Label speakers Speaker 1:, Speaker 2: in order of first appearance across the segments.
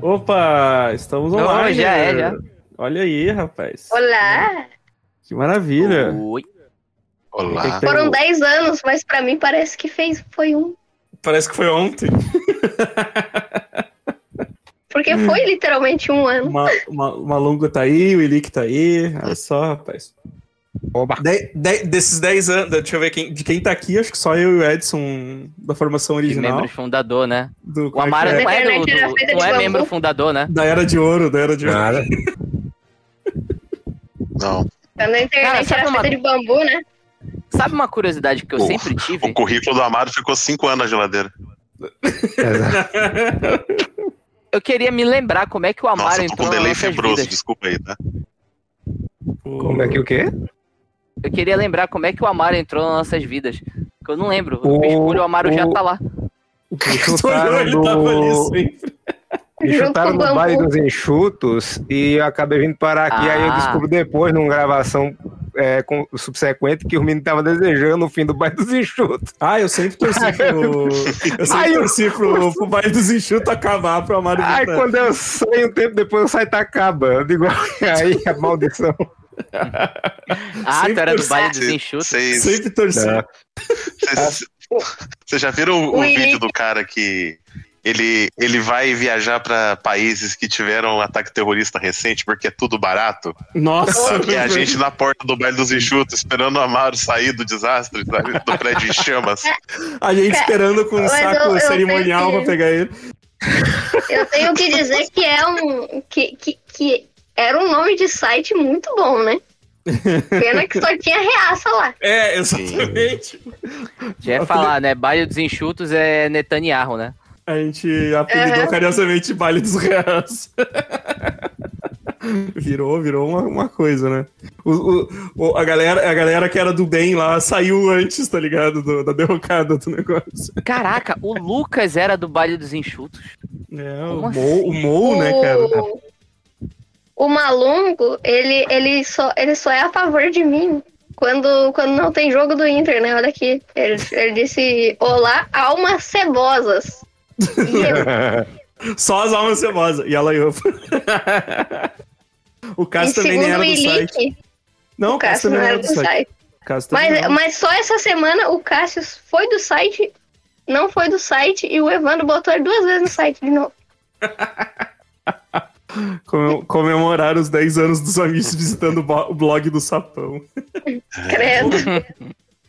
Speaker 1: Opa, estamos
Speaker 2: Não,
Speaker 1: online. né?
Speaker 2: já é, já.
Speaker 1: Olha aí, rapaz.
Speaker 3: Olá!
Speaker 1: Que maravilha.
Speaker 2: Oi.
Speaker 1: Tem
Speaker 4: Olá.
Speaker 1: que ter
Speaker 3: Foram
Speaker 1: o-
Speaker 3: 10 anos, mas pra mim parece que fez foi um.
Speaker 1: Parece que foi ontem.
Speaker 3: Porque foi literalmente um ano.
Speaker 1: Uma, uma, o Malungo tá aí, o Elick tá aí. Olha só, rapaz.
Speaker 5: Oba.
Speaker 1: De- de- desses 10 anos, deixa eu ver quem, de quem tá aqui, acho que só eu e o Edson da formação
Speaker 2: De
Speaker 1: original.
Speaker 2: membro fundador, né?
Speaker 1: Do,
Speaker 2: O Amaro
Speaker 1: é,
Speaker 2: não é, do,
Speaker 3: Internet era
Speaker 2: do-
Speaker 3: feita
Speaker 2: não
Speaker 3: de
Speaker 2: é
Speaker 3: bambu.
Speaker 2: membro fundador, né?
Speaker 1: da era de ouro, da era de ouro.
Speaker 5: Nada.
Speaker 4: Não.
Speaker 3: Quando a
Speaker 2: Cara,
Speaker 3: internet
Speaker 2: sabe
Speaker 3: era
Speaker 2: uma-
Speaker 3: feita de bambu, né?
Speaker 2: Sabe uma curiosidade que eu
Speaker 4: Pô.
Speaker 2: sempre
Speaker 4: O
Speaker 2: tive?
Speaker 4: currículo do Amaro ficou cinco anos na geladeira.
Speaker 5: Exato.
Speaker 2: Eu queria me lembrar como é que o Amaro
Speaker 4: Nossa, tô com
Speaker 2: entrou
Speaker 4: um
Speaker 2: nas
Speaker 4: delay
Speaker 2: nossas
Speaker 4: fibroso,
Speaker 2: vidas.
Speaker 4: desculpa aí, tá?
Speaker 5: Como é que o quê?
Speaker 2: Eu queria lembrar como é que o Amaro entrou nas nossas vidas. Que eu não lembro. Eu
Speaker 5: O-
Speaker 2: escolho, o Amaro já tá lá.
Speaker 5: O que me
Speaker 1: Tu olhou,
Speaker 5: chutaram
Speaker 1: ele tava ali assim.
Speaker 5: do...
Speaker 1: sempre.
Speaker 5: me
Speaker 3: Junto
Speaker 5: chutaram
Speaker 3: com o
Speaker 5: no
Speaker 3: bambu.
Speaker 5: baile dos enxutos e eu acabei vindo parar aqui. Aí eu
Speaker 2: Ah.
Speaker 5: descubro depois, numa gravação é, com- subsequente, que o menino tava desejando o fim do baile dos enxutos.
Speaker 1: Ah, eu sempre torci pro. Eu sempre
Speaker 5: Ai, eu-
Speaker 1: torci pro, pro baile dos enxutos acabar pro Amaro
Speaker 5: Aí
Speaker 1: voltar.
Speaker 5: quando eu saio um tempo depois, eu saio e tá acaba. Eu digo, aí a maldição.
Speaker 2: Ah, tu era do
Speaker 1: 100%.
Speaker 2: baile dos enxutos.
Speaker 4: Vocês
Speaker 1: Sempre torci.
Speaker 5: É.
Speaker 4: vocês- vocês já viram o, o
Speaker 3: O
Speaker 4: vídeo
Speaker 3: Henrique-
Speaker 4: do cara que ele, ele vai viajar pra países que tiveram um ataque terrorista recente porque é tudo barato?
Speaker 1: Nossa,
Speaker 4: Sabe? E a gente na porta do baile dos enxutos esperando o Amaro sair do desastre, sabe? do prédio em chamas.
Speaker 1: a gente esperando com um
Speaker 3: Mas eu-
Speaker 1: saco
Speaker 3: eu tenho
Speaker 1: cerimonial
Speaker 3: que-
Speaker 1: pra pegar ele.
Speaker 3: Eu tenho que dizer que é um. Que, que, que era um nome de site muito bom, né? Pena que só tinha reaça lá.
Speaker 1: É,
Speaker 4: exatamente.
Speaker 2: Já ia falar, né? Baile dos enxutos é Netanyahu, né?
Speaker 1: A gente apelidou
Speaker 3: Aham.
Speaker 1: carinhosamente Baile dos Reais. virou, virou uma, uma coisa, né? O- o- o- a, galera, a galera que era do bem lá saiu antes, tá ligado? Do- da derrocada do negócio.
Speaker 2: Caraca, o Lucas era do baile dos enxutos.
Speaker 1: É,
Speaker 2: Como
Speaker 1: o Mou, o Mou, né, cara?
Speaker 3: O- O Malungo, ele, ele, só, ele só é a favor de mim quando, quando não tem jogo do Inter, né? Olha aqui. Ele, ele disse: Olá, almas cebosas. E eu,
Speaker 1: Só as almas cebosas. E ela e eu. o
Speaker 3: e
Speaker 1: Cássio também nem
Speaker 3: segundo
Speaker 1: era
Speaker 3: o
Speaker 1: do site.
Speaker 3: Ilick,
Speaker 1: Não,
Speaker 3: o Cássio não era do site.
Speaker 1: Cássio também
Speaker 3: Mas, é
Speaker 1: não.
Speaker 3: mas só essa semana o Cássio foi do site, não foi do site, e o Evandro botou ele duas vezes no site de novo.
Speaker 1: Comem- Comemorar os 10 anos dos amigos visitando o bo- o blog do Sapão.
Speaker 3: Credo.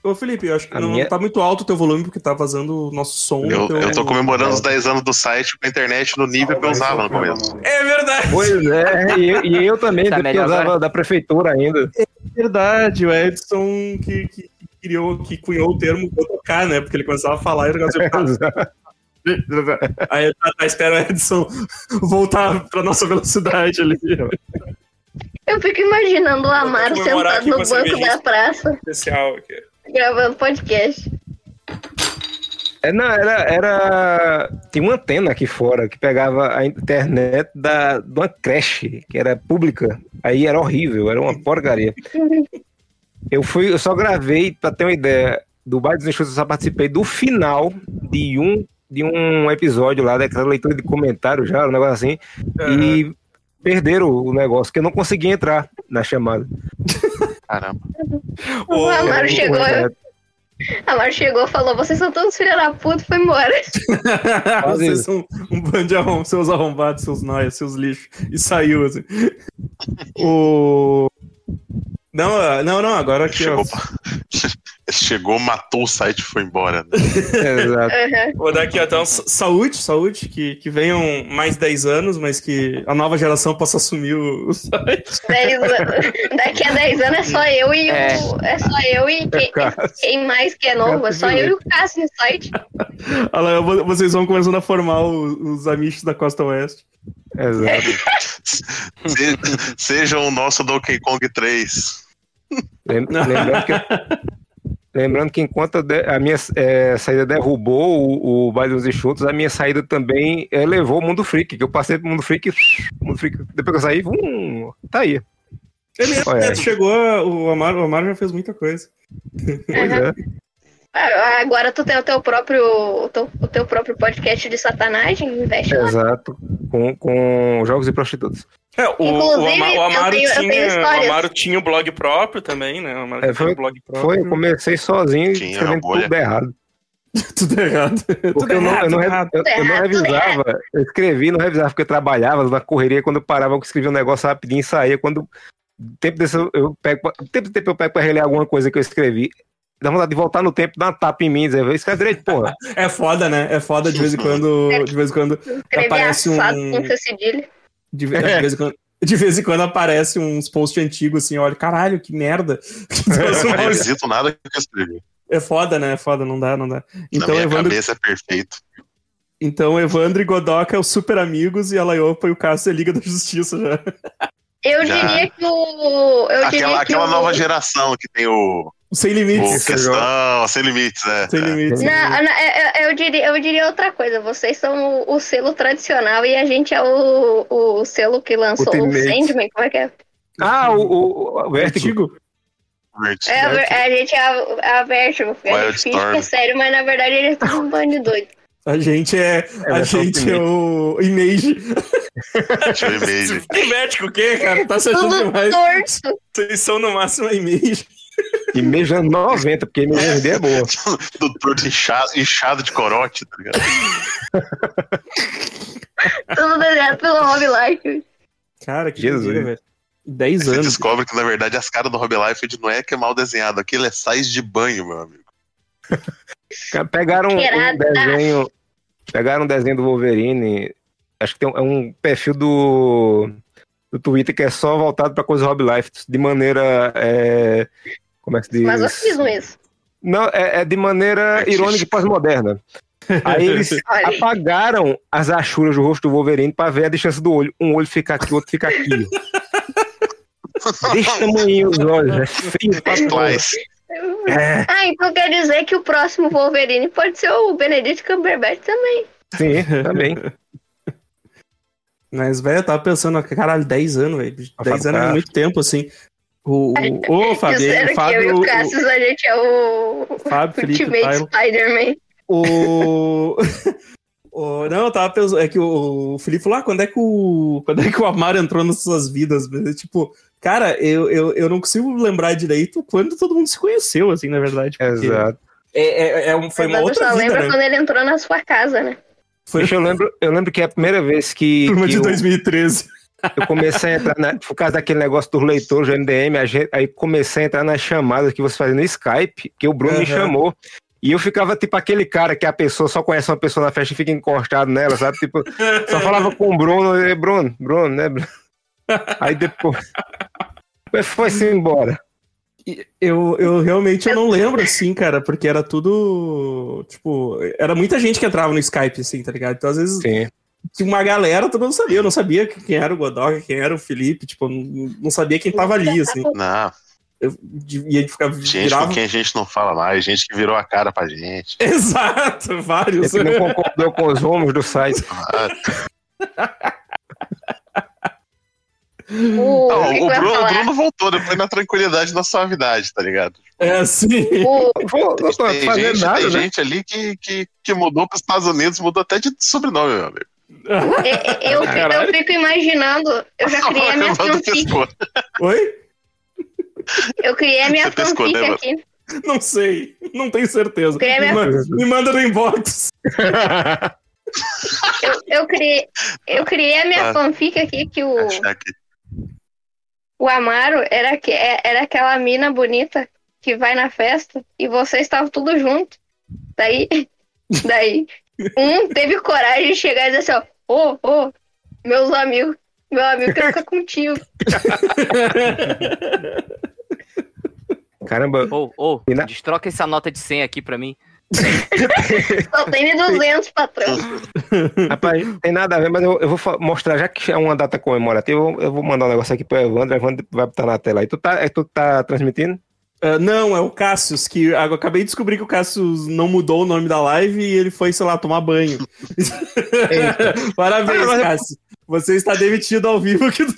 Speaker 1: Ô, Felipe, eu acho que
Speaker 5: A
Speaker 1: não
Speaker 5: minha-
Speaker 1: tá muito alto o teu volume, porque tá vazando o nosso som. então é-
Speaker 4: Eu,
Speaker 1: teu-
Speaker 4: eu tô comemorando os 10 anos do site com a internet no nível que eu usava no começo.
Speaker 1: É verdade!
Speaker 5: Pois é, e eu, e eu também,
Speaker 2: Tá
Speaker 5: porque eu
Speaker 2: melhor
Speaker 5: usava da prefeitura ainda.
Speaker 1: verdade, o Edson que, que criou, que cunhou o termo vou tocar, né? Porque ele começava a falar e o negócio Aí eu tá, tá, espera o Edson voltar pra nossa velocidade ali.
Speaker 3: Eu fico imaginando o Amaro
Speaker 1: Vou comemorar aqui
Speaker 3: sentado
Speaker 1: com
Speaker 3: no
Speaker 1: a
Speaker 3: banco
Speaker 1: cervejinha.
Speaker 3: da praça,
Speaker 1: Especial aqui.
Speaker 3: gravando podcast.
Speaker 5: É, não, era, era. Tinha uma antena aqui fora que pegava a internet da, de uma creche, que era pública. Aí era horrível, era uma porcaria. Eu fui, eu só gravei, pra ter uma ideia, do Bairro dos Enxutos, eu só participei do final de um, de um episódio lá, daquela leitura de comentário já, um negócio assim. E perderam o negócio, que eu não consegui entrar na chamada.
Speaker 4: Caramba.
Speaker 3: O Amaro
Speaker 5: Era um
Speaker 3: chegou, né?
Speaker 5: projeto.
Speaker 3: Amaro chegou, falou, vocês são todos filha da puta, e foi embora.
Speaker 1: Vocês são um bando de arrom seus arrombados, seus noias, seus lixos. E saiu, assim. O... Não, ah, não, não, agora aqui, ó.
Speaker 4: Chegou, chegou, matou o site e foi embora. né?
Speaker 5: Exato.
Speaker 3: Aham.
Speaker 1: Vou dar aqui, ó, então, sa- saúde, saúde, que, que venham mais 10 anos, mas que a nova geração possa assumir o, o site.
Speaker 3: Dez anos- Daqui a 10 anos é só eu e o.
Speaker 2: É.
Speaker 3: É só eu e quem, quem mais que é novo. É só eu e o Cássio no site.
Speaker 1: Olha lá, eu vou- vocês vão começando a formar o- os amiches da Costa Oeste.
Speaker 5: Exato.
Speaker 4: Se- Seja o nosso Donkey Kong 3.
Speaker 5: Lem- Lembrando que, lembrando que enquanto a de- a minha eh, saída derrubou o, o Baile dos Enxutos, a minha saída também elevou o Mundo Freak, que eu passei pro Mundo Freak, Mundo Freak depois que eu saí, vum, tá aí.
Speaker 1: Ele é,
Speaker 5: Olha.
Speaker 1: chegou, a- o Amaro, o Amaro já fez muita coisa.
Speaker 5: Pois
Speaker 3: Aham.
Speaker 5: é.
Speaker 3: Ah, Agora tu tem o teu próprio, o teu, o teu próprio podcast de satanagem, investe
Speaker 5: É,
Speaker 3: lá.
Speaker 5: Exato. Com, com jogos e prostitutas.
Speaker 6: É, o, o,
Speaker 3: Inclusive,
Speaker 6: Ama- o
Speaker 3: eu
Speaker 6: Amaro
Speaker 3: tenho- eu tenho
Speaker 6: tinha, o
Speaker 3: histórias.
Speaker 6: Amaro tinha um blog próprio também, né? O Amaro
Speaker 5: É,
Speaker 6: tinha
Speaker 5: foi-
Speaker 6: um blog próprio.
Speaker 5: Foi, eu comecei sozinho
Speaker 4: Tinha
Speaker 5: e escrevendo
Speaker 4: bolha.
Speaker 5: tudo errado.
Speaker 1: Tudo errado.
Speaker 5: Porque eu não, eu não, re- eu- eu não
Speaker 3: errado, tudo
Speaker 5: revisava. Eu escrevia e não revisava, porque eu trabalhava na correria. Quando eu parava, eu escrevia um negócio rapidinho e saía. Quando. Tempo desse, eu- eu pego. pra- Tempo de tempo eu pego pra reler alguma coisa que eu escrevi. Dá vontade de voltar no tempo, dar uma tapa em mim, dizer, escreve direito, porra.
Speaker 1: É foda, né? É foda de vez em quando. De vez em quando.
Speaker 3: Escrever
Speaker 1: Aparece um-
Speaker 3: assado com seu cedilho.
Speaker 1: De, ve- de vez em quando. De vez em quando aparece uns posts antigos assim, olha, caralho, que merda.
Speaker 4: Não acredito nada que eu escrevi.
Speaker 1: É foda, né? É foda, não dá, não dá.
Speaker 4: Na
Speaker 1: Então,
Speaker 4: minha
Speaker 1: Evandro,
Speaker 4: cabeça é perfeito.
Speaker 1: então Evandro e Godoca é o super amigos e a Laiopa e o Cássio é Liga da Justiça já.
Speaker 3: Eu
Speaker 4: Já.
Speaker 3: diria que o. Eu
Speaker 4: Aquela,
Speaker 3: diria que
Speaker 4: aquela
Speaker 3: o-
Speaker 4: nova geração que tem o,
Speaker 1: O Sem
Speaker 4: o
Speaker 1: Limites.
Speaker 5: Esse
Speaker 4: questão, sem limites, né?
Speaker 1: Sem Limites.
Speaker 3: Não, não, é, eu, eu- eu diria, eu diria outra coisa. Vocês são o, o selo tradicional e a gente é o, o selo que lançou o,
Speaker 5: Ultimate.
Speaker 3: Sandman. Como é que é?
Speaker 5: Ah, o, o, o Vertigo.
Speaker 1: Vertigo.
Speaker 4: Divertido.
Speaker 3: É, a ver- a gente é a, a Vertigo. A
Speaker 4: Wild
Speaker 3: gente finge que é
Speaker 4: Storm.
Speaker 3: sério, mas na verdade ele é tudo um bando de doido.
Speaker 1: A gente é.
Speaker 5: É,
Speaker 1: a
Speaker 5: mas só
Speaker 1: gente é
Speaker 5: primeiro.
Speaker 1: o Image.
Speaker 4: Deixa eu ver mesmo.
Speaker 6: Que médico, o quê, cara?
Speaker 1: Cara, tá se achando
Speaker 3: Tudo
Speaker 1: demais.
Speaker 3: torto.
Speaker 1: Vocês são no máximo a Image.
Speaker 5: E mesmo anos 90, porque mesmo anos 90 é boa.
Speaker 4: Do torto inchado, inchado de corote, tá ligado?
Speaker 3: Tudo desenhado pelo Rob Life.
Speaker 1: Cara, que
Speaker 5: Jesus.
Speaker 1: doideira, velho. 10
Speaker 4: Você
Speaker 1: anos.
Speaker 4: descobre que, na verdade, as caras do Rob Liefeld não é que é mal desenhado. Aquilo é sais de banho, meu amigo.
Speaker 5: Cara, Pegaram um
Speaker 3: Cheirada.
Speaker 5: desenho. Pegaram um desenho do Wolverine. Acho que tem um, é um perfil do, do Twitter que é só voltado pra coisa Rob Life, de maneira. é, como é que se diz?
Speaker 3: Mas eu fiz um mesmo.
Speaker 5: Não, é, é de maneira
Speaker 4: Artística.
Speaker 5: irônica e pós-moderna. Aí eles
Speaker 3: Olha aí.
Speaker 5: apagaram as achuras do rosto do Wolverine pra ver a distância do olho. Um olho fica aqui, o outro fica aqui. Deixa tamanho os olhos, é feio pra porra.
Speaker 4: Mas,
Speaker 5: É,
Speaker 3: Ah, então quer dizer que o próximo Wolverine pode ser o Benedict Cumberbatch também.
Speaker 5: sim, também.
Speaker 1: Mas, velho, eu tava pensando, caralho, 10 anos, velho. 10
Speaker 5: Ah,
Speaker 1: anos
Speaker 5: Fábio,
Speaker 1: é
Speaker 5: cara.
Speaker 1: muito tempo, assim. O, o, ô, Fábio,
Speaker 3: Disseram
Speaker 1: o Fábio,
Speaker 3: É, que eu e
Speaker 1: o-
Speaker 3: o Cassius, a gente é o
Speaker 1: o Fábio, Felipe, o
Speaker 3: Ultimate
Speaker 1: Tyron.
Speaker 3: Spider-Man.
Speaker 1: O... o- Não, eu tava pensando. É que o o Felipe falou: ah, quando é que o. Quando é que o Amaro entrou nas suas vidas? Mas, Tipo, cara, eu, eu, eu não consigo lembrar direito quando todo mundo se conheceu, assim, na verdade. porque
Speaker 5: Exato.
Speaker 1: É, é- é um, foi uma
Speaker 3: Mas
Speaker 1: outra
Speaker 3: só
Speaker 1: vida,
Speaker 3: lembra
Speaker 1: né?
Speaker 3: quando ele entrou na sua casa, né?
Speaker 1: Foi
Speaker 5: Bicho, eu lembro, eu lembro que é a primeira vez que,
Speaker 1: turma
Speaker 5: que
Speaker 1: de
Speaker 5: eu,
Speaker 1: 2013.
Speaker 5: eu comecei a entrar na, por causa daquele negócio dos leitores do MDM, a gente- aí comecei a entrar nas chamadas que você fazia no Skype, que o Bruno me
Speaker 1: Aham.
Speaker 5: chamou. E eu ficava tipo aquele cara que a pessoa só conhece uma pessoa na festa e fica encostado nela, sabe? Tipo, só falava com o Bruno, e, Bruno, Bruno, né? Bruno? Aí depois. Mas foi-se embora.
Speaker 1: Eu, eu realmente eu não lembro, assim, cara, porque era tudo. Tipo, era muita gente que entrava no Skype, assim, tá ligado? Então, às vezes,
Speaker 5: Sim.
Speaker 1: tinha uma galera, todo mundo sabia. Eu não sabia quem era o Godoka, quem era o Felipe, tipo, eu não não sabia quem tava ali, assim.
Speaker 4: não,
Speaker 1: Eu, de- e ele ficava
Speaker 4: gente
Speaker 1: virava.
Speaker 4: com quem a gente não fala mais, gente que virou a cara pra gente.
Speaker 1: Exato, vários.
Speaker 5: Ele não concordou com os rumos do site.
Speaker 4: Ah,
Speaker 3: O, o
Speaker 4: não,
Speaker 3: que
Speaker 4: Ah, o,
Speaker 3: que eu ia
Speaker 4: Bruno, o
Speaker 3: falar?
Speaker 4: Bruno voltou depois na tranquilidade da suavidade, tá ligado?
Speaker 1: É assim.
Speaker 3: O-
Speaker 5: Vou, não tô
Speaker 4: Tem,
Speaker 5: fazendo
Speaker 4: gente,
Speaker 5: nada,
Speaker 4: tem
Speaker 5: né?
Speaker 4: gente ali que, que, que mudou pros Estados Unidos, mudou até de sobrenome, meu amigo.
Speaker 3: é, eu- eu, fico- eu
Speaker 1: Caralho.
Speaker 3: fico imaginando, eu já criei a minha
Speaker 4: Evandro
Speaker 3: fanfic,
Speaker 4: pescou.
Speaker 1: Oi?
Speaker 3: eu criei a minha
Speaker 4: Você pescou,
Speaker 3: fanfic
Speaker 4: né,
Speaker 3: aqui.
Speaker 1: Não sei. Não tenho certeza.
Speaker 3: Queria
Speaker 1: Me
Speaker 3: ver-
Speaker 1: manda, me manda no inbox.
Speaker 3: Eu, eu criei, eu criei a minha
Speaker 4: Ah.
Speaker 3: fanfic aqui que o,
Speaker 4: Achar que-
Speaker 3: o Amaro era, que- é- era aquela mina bonita que vai na festa e vocês estavam tudo junto. Daí, daí, um teve coragem de chegar e dizer assim, ó, ô, ô, meus amigos, meu amigo quer ficar contigo.
Speaker 5: Caramba,
Speaker 2: Ou, ou,
Speaker 5: E na-
Speaker 2: destroca essa nota de 100 aqui pra mim.
Speaker 3: Só tem 200, patrão.
Speaker 5: Rapaz, tem nada a ver, mas eu, eu vou fa- mostrar, já que é uma data comemorativa, eu, eu vou mandar um negócio aqui pro Evandro, o Evandro vai botar na tela aí. Tu tá, é, tu tá transmitindo?
Speaker 1: Ah, não, é o Cassius, que ah, eu acabei de descobrir que o Cassius não mudou o nome da live e ele foi, sei lá, tomar banho. Parabéns,
Speaker 5: Ah, mas eu-
Speaker 1: Cassius. Você está demitido ao vivo aqui do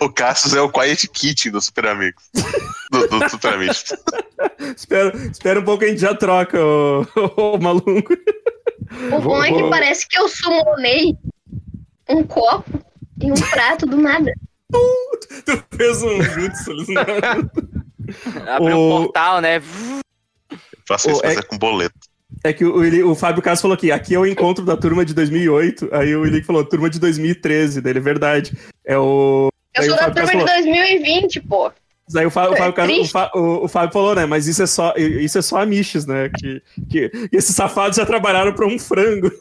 Speaker 4: O Cassius é o Quiet Kitchen do Super Amigos. Do, do Super Amigos.
Speaker 1: espera, espera um pouco, a gente já troca, ô, ô maluco.
Speaker 3: O bom é que parece que eu sumonei um copo e um prato do nada.
Speaker 1: Tu fez um jutsu, Leonardo.
Speaker 2: Abriu o...
Speaker 1: O-
Speaker 2: portal, né?
Speaker 4: Faça isso,
Speaker 1: Ô, é-
Speaker 4: fazer com boleto.
Speaker 1: É que o, Willi- o Fábio Castro falou aqui, aqui é o encontro da turma de 2008, aí o Willi falou, turma de 2013, dele, é verdade. É o...
Speaker 3: Eu
Speaker 1: Aí
Speaker 3: sou
Speaker 1: o
Speaker 3: da
Speaker 1: Fábio
Speaker 3: turma de 2020, pô.
Speaker 1: Daí o Fábio, o Fábio Castro-
Speaker 3: triste.
Speaker 1: o Fá- o- o Fábio falou, né, mas isso é só, isso é só amiches, né, que, que esses safados já trabalharam pra um frango.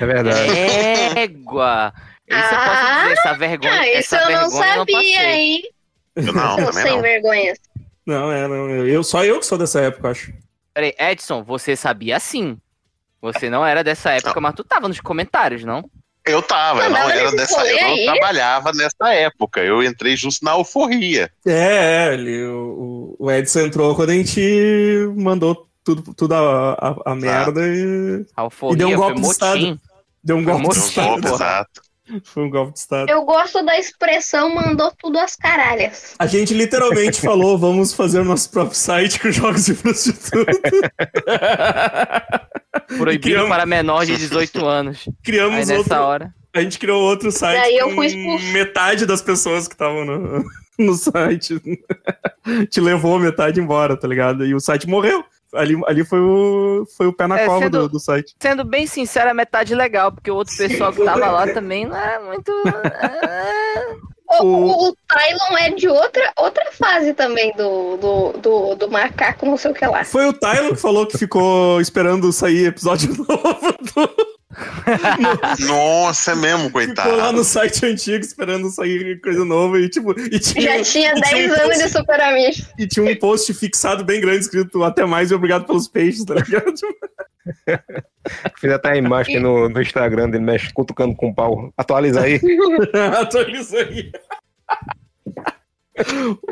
Speaker 5: É verdade.
Speaker 2: Égua! Isso eu
Speaker 3: Ah,
Speaker 2: posso dizer, essa vergonha.
Speaker 3: Ah, isso
Speaker 2: essa
Speaker 3: eu
Speaker 2: vergonha
Speaker 3: não
Speaker 2: eu passei.
Speaker 3: sabia, hein?
Speaker 4: Eu não,
Speaker 3: Seu
Speaker 4: também
Speaker 3: sem
Speaker 4: não.
Speaker 3: vergonha.
Speaker 1: Não, é, não, eu, só eu que sou dessa época, eu acho.
Speaker 2: Peraí, Edson, você sabia sim. Você não era dessa época, mas tu tava nos comentários, não?
Speaker 4: Eu tava, eu
Speaker 3: Não,
Speaker 4: não
Speaker 3: mas
Speaker 4: era
Speaker 3: esse
Speaker 4: dessa
Speaker 3: rolê
Speaker 4: Eu não
Speaker 3: aí-
Speaker 4: trabalhava nessa época. Eu entrei justo na alforria.
Speaker 1: É, é ele, o, o Edson entrou quando a gente mandou tudo, tudo a,
Speaker 2: Ah.
Speaker 1: a- a merda e
Speaker 2: A euforia
Speaker 1: E deu um golpe
Speaker 2: foi
Speaker 1: de estado.
Speaker 2: motim.
Speaker 1: deu um golpe de
Speaker 2: Nossa,
Speaker 4: Não
Speaker 2: Mostrou,
Speaker 1: estado.
Speaker 4: sou
Speaker 2: porra.
Speaker 4: exato.
Speaker 1: Foi um golpe de estado.
Speaker 3: Eu gosto da expressão mandou tudo às caralhas.
Speaker 1: A gente literalmente falou, vamos fazer o nosso próprio site com jogos de prostituta. E um-
Speaker 2: Proibido
Speaker 1: criamos,
Speaker 2: para menor de 18 anos. Aí
Speaker 1: criamos
Speaker 2: nessa
Speaker 1: outro.
Speaker 2: hora.
Speaker 1: A gente criou outro site
Speaker 3: Daí eu
Speaker 1: com
Speaker 3: fui expulso.
Speaker 1: metade das pessoas que estavam no, no site. Te levou metade embora, tá ligado? E o site morreu. Ali, ali foi, o, foi o pé na
Speaker 2: É,
Speaker 1: cova
Speaker 2: sendo-
Speaker 1: do, do site.
Speaker 2: Sendo bem sincero, a metade legal, porque o outro pessoal que tava lá também não é muito. é,
Speaker 3: O,
Speaker 1: O-
Speaker 3: o, Tylon é de outra, outra fase também do, do, do, do macaco, não sei o que lá.
Speaker 1: Foi o Tyler que falou que ficou esperando sair episódio novo. do-
Speaker 4: Nossa, é mesmo,
Speaker 1: Ficou lá
Speaker 4: coitado.
Speaker 1: no site antigo esperando sair coisa nova e tipo. E tinha,
Speaker 3: Já tinha
Speaker 1: e
Speaker 3: 10
Speaker 1: um
Speaker 3: anos
Speaker 1: post-
Speaker 3: de Super Amigos.
Speaker 1: E tinha um post fixado bem grande escrito até mais e obrigado pelos peixes, tá ligado?
Speaker 5: Fiz até a imagem no, no Instagram dele mexe cutucando com pau. Atualiza aí.
Speaker 1: Atualiza aí.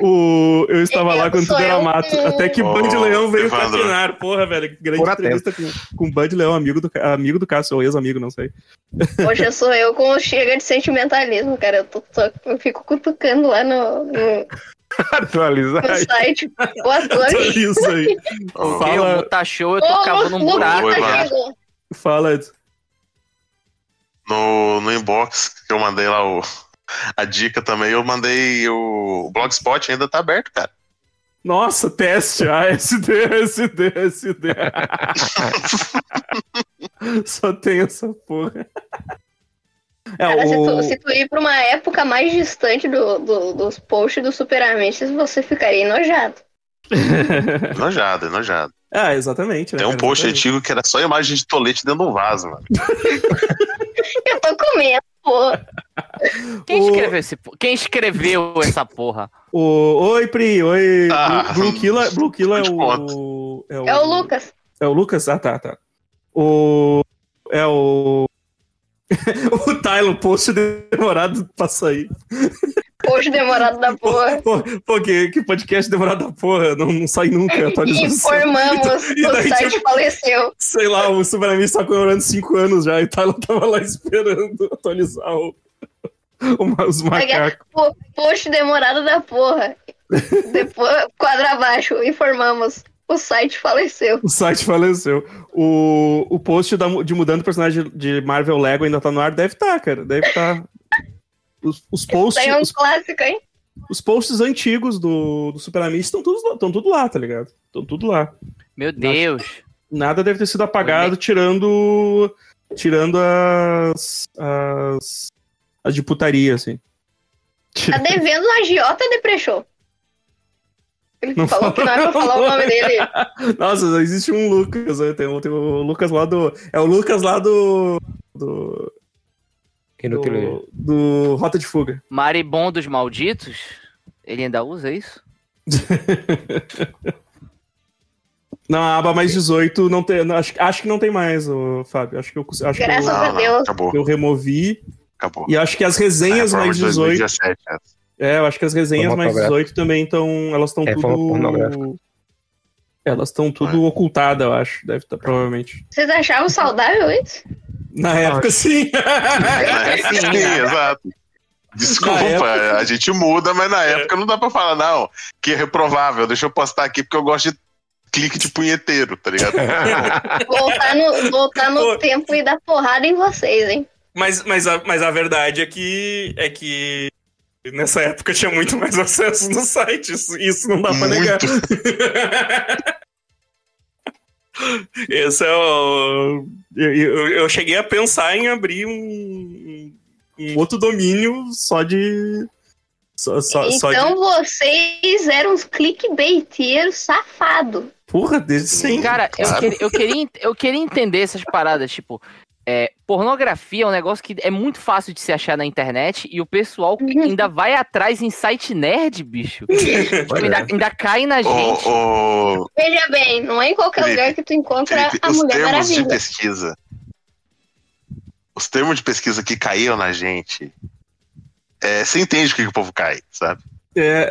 Speaker 1: O, eu estava lá quando
Speaker 3: Sou
Speaker 1: tudo era
Speaker 3: eu
Speaker 1: mato.
Speaker 3: com-
Speaker 1: Até que
Speaker 4: Ô,
Speaker 1: Band Leão veio
Speaker 4: Evandro.
Speaker 1: capinar. Porra, velho. que Grande
Speaker 5: Por
Speaker 1: entrevista com, com Band Leão, amigo do, Ca- amigo do Cássio, ou ex-amigo, não sei.
Speaker 3: Hoje eu sou eu com chega de sentimentalismo, cara. Eu, tô, tô- eu fico cutucando lá no, no,
Speaker 5: Atualiza
Speaker 3: no
Speaker 5: aí.
Speaker 3: site. Boa sorte.
Speaker 1: Atualiza aí.
Speaker 4: Ô,
Speaker 1: Fala-
Speaker 2: Eu, tá show, eu
Speaker 3: Ô,
Speaker 2: tô cavando um
Speaker 3: Lu-
Speaker 2: buraco.
Speaker 4: Luca,
Speaker 2: já.
Speaker 4: Eduardo.
Speaker 3: chegou.
Speaker 1: Fala, Edson.
Speaker 4: No, no inbox que eu mandei lá o, a dica também, eu mandei o, o Blogspot ainda tá aberto, cara.
Speaker 1: Nossa, teste. Ah, ASD, SD, SD. Só tem essa porra. É,
Speaker 3: Cara, se
Speaker 1: o-
Speaker 3: tu, se tu ir pra uma época mais distante do, do- dos posts do Super Amigos, você ficaria enojado.
Speaker 4: Enojado, enojado.
Speaker 1: Ah, exatamente. né,
Speaker 4: Tem um
Speaker 1: cara?
Speaker 4: post
Speaker 1: Exatamente.
Speaker 4: antigo que era só imagem de tolete dentro de um vaso, mano.
Speaker 3: Eu tô comendo, pô.
Speaker 2: Quem
Speaker 1: O-
Speaker 2: escreveu esse po- Quem escreveu essa porra?
Speaker 1: O... Oi, Pri. Oi.
Speaker 4: tipo- Ah,
Speaker 1: Blue Killa, Blue Killa é,
Speaker 4: de
Speaker 1: o... é
Speaker 3: É o Lucas.
Speaker 1: É o Lucas? Ah, tá, tá. O. É o. o Tyler, o post demorado pra sair.
Speaker 3: Post demorado da porra.
Speaker 1: Pô, pô, que, que podcast demorado da porra. Não, não sai nunca. Atualização.
Speaker 3: Informamos,
Speaker 1: E daí,
Speaker 3: o site
Speaker 1: tipo-
Speaker 3: faleceu.
Speaker 1: Sei lá, o Superman tá comemorando 5 anos já e o Tyler tava lá esperando atualizar o. o- Os
Speaker 3: É
Speaker 1: macacos.
Speaker 3: Pô, Post demorado da porra. Depois, quadra abaixo, informamos. O site faleceu.
Speaker 1: O site faleceu. O, o post da mu- de mudando o personagem de Marvel Lego ainda tá no ar? Deve tá, cara. Deve tá. Os, os posts.
Speaker 3: Daí é um
Speaker 1: os-
Speaker 3: clássico, hein?
Speaker 1: Os posts antigos do, do Super Amish estão todos lá- estão tudo lá, tá ligado? Estão tudo lá.
Speaker 2: Meu Deus.
Speaker 1: Nada deve ter sido
Speaker 3: é
Speaker 1: apagado, tirando. Tirando as. As, as de putaria, assim.
Speaker 3: Tá devendo a Giota Deprechou. Ele
Speaker 1: Não né?
Speaker 3: falou que não era pra
Speaker 1: fala-
Speaker 3: falar o nome dele.
Speaker 1: Nossa, existe um Lucas. né? Tem, o- tem o Lucas lá do. É o Lucas lá do. Do,
Speaker 5: Inútil.
Speaker 1: do, do Rota de Fuga.
Speaker 2: Maribondos malditos? Ele ainda usa isso?
Speaker 1: Na aba mais 18, não tem, acho, acho que não tem mais, ô, Fábio. Acho que eu, acho que eu,
Speaker 3: Graças a
Speaker 4: Não, não,
Speaker 3: Deus.
Speaker 4: acabou,
Speaker 1: eu removi.
Speaker 4: acabou.
Speaker 1: E acho que as
Speaker 4: É,
Speaker 1: resenhas mais
Speaker 4: provavelmente
Speaker 1: 18
Speaker 4: 2017, é.
Speaker 1: É, eu acho que as resenhas
Speaker 5: Forma
Speaker 1: mais
Speaker 5: pornográfica.
Speaker 1: 18 também estão. Elas estão
Speaker 5: É, forma
Speaker 1: tudo.
Speaker 5: pornográfica.
Speaker 1: Elas estão tudo ocultadas, eu acho. Deve estar, provavelmente.
Speaker 3: Vocês achavam saudável isso?
Speaker 1: Na época, sim.
Speaker 4: É, sim, exato. Desculpa, a gente muda, mas na
Speaker 1: É.
Speaker 4: época não dá pra falar, não. Que é reprovável. Deixa eu postar aqui porque eu gosto de clique de punheteiro, tá ligado?
Speaker 3: Voltar no, voltar
Speaker 6: Pô.
Speaker 3: no tempo e dar porrada em vocês, hein?
Speaker 6: Mas, mas, a, mas a verdade é que, é que nessa época tinha muito mais acesso no site. Isso, isso não dá pra negar.
Speaker 4: Muito.
Speaker 6: Esse é o. Eu, eu, eu cheguei a pensar em abrir um, um outro domínio só de. Só, só, só de.
Speaker 3: então vocês eram uns clickbaiteiros safados.
Speaker 1: Porra, desse sim.
Speaker 2: Cara, eu,
Speaker 4: claro.
Speaker 2: queria, eu, queria, ent- eu queria entender essas paradas, tipo. é, pornografia é um negócio que é muito fácil de se achar na internet e o pessoal ainda vai atrás em site nerd, bicho. Tipo, ainda, ainda cai na gente.
Speaker 4: Ô, ô,
Speaker 3: Veja bem, não é em qualquer
Speaker 4: Felipe,
Speaker 3: lugar que tu encontra
Speaker 4: Felipe,
Speaker 3: a
Speaker 4: os
Speaker 3: Mulher
Speaker 4: termos de
Speaker 3: Maravilha.
Speaker 4: pesquisa. Os termos de pesquisa que caíram na gente. É, você entende o que, que o povo cai, sabe?
Speaker 1: É,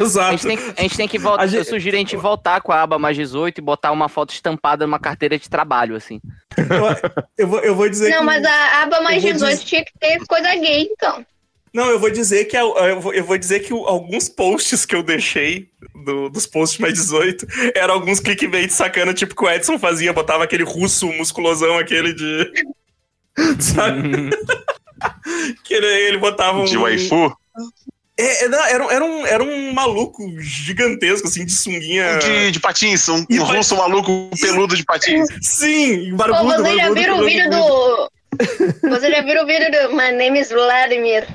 Speaker 2: A
Speaker 1: exato.
Speaker 2: gente tem, que- a gente tem que voltar.
Speaker 1: A gente-
Speaker 2: Eu sugiro a gente voltar com a aba mais 18 e botar uma foto estampada numa carteira de trabalho, assim.
Speaker 1: Eu, eu vou, eu vou dizer
Speaker 3: Não,
Speaker 1: que...
Speaker 3: mas a aba mais
Speaker 1: Eu vou
Speaker 3: 18 tinha que ter coisa gay, então.
Speaker 6: Não, eu vou dizer que a- eu vou, eu vou dizer que o- alguns posts que eu deixei do- dos posts mais 18 eram alguns clickbait sacana, tipo que o Edson fazia, botava aquele russo musculosão, aquele de. Sabe? que ele, ele botava um.
Speaker 4: De waifu?
Speaker 6: É, é, não, era, um- era, um, era um maluco gigantesco, assim, de
Speaker 1: é.
Speaker 6: sunguinha.
Speaker 4: De, de patins, um,
Speaker 6: E
Speaker 4: um
Speaker 6: vai-
Speaker 4: russo maluco peludo de patins.
Speaker 6: Sim,
Speaker 3: Pô,
Speaker 6: barbudo.
Speaker 3: vocês já
Speaker 6: barbudo,
Speaker 3: viram o
Speaker 6: barbudo,
Speaker 3: vídeo
Speaker 6: barbudo.
Speaker 3: do. Vocês já viram o vídeo do My Name is Vladimir?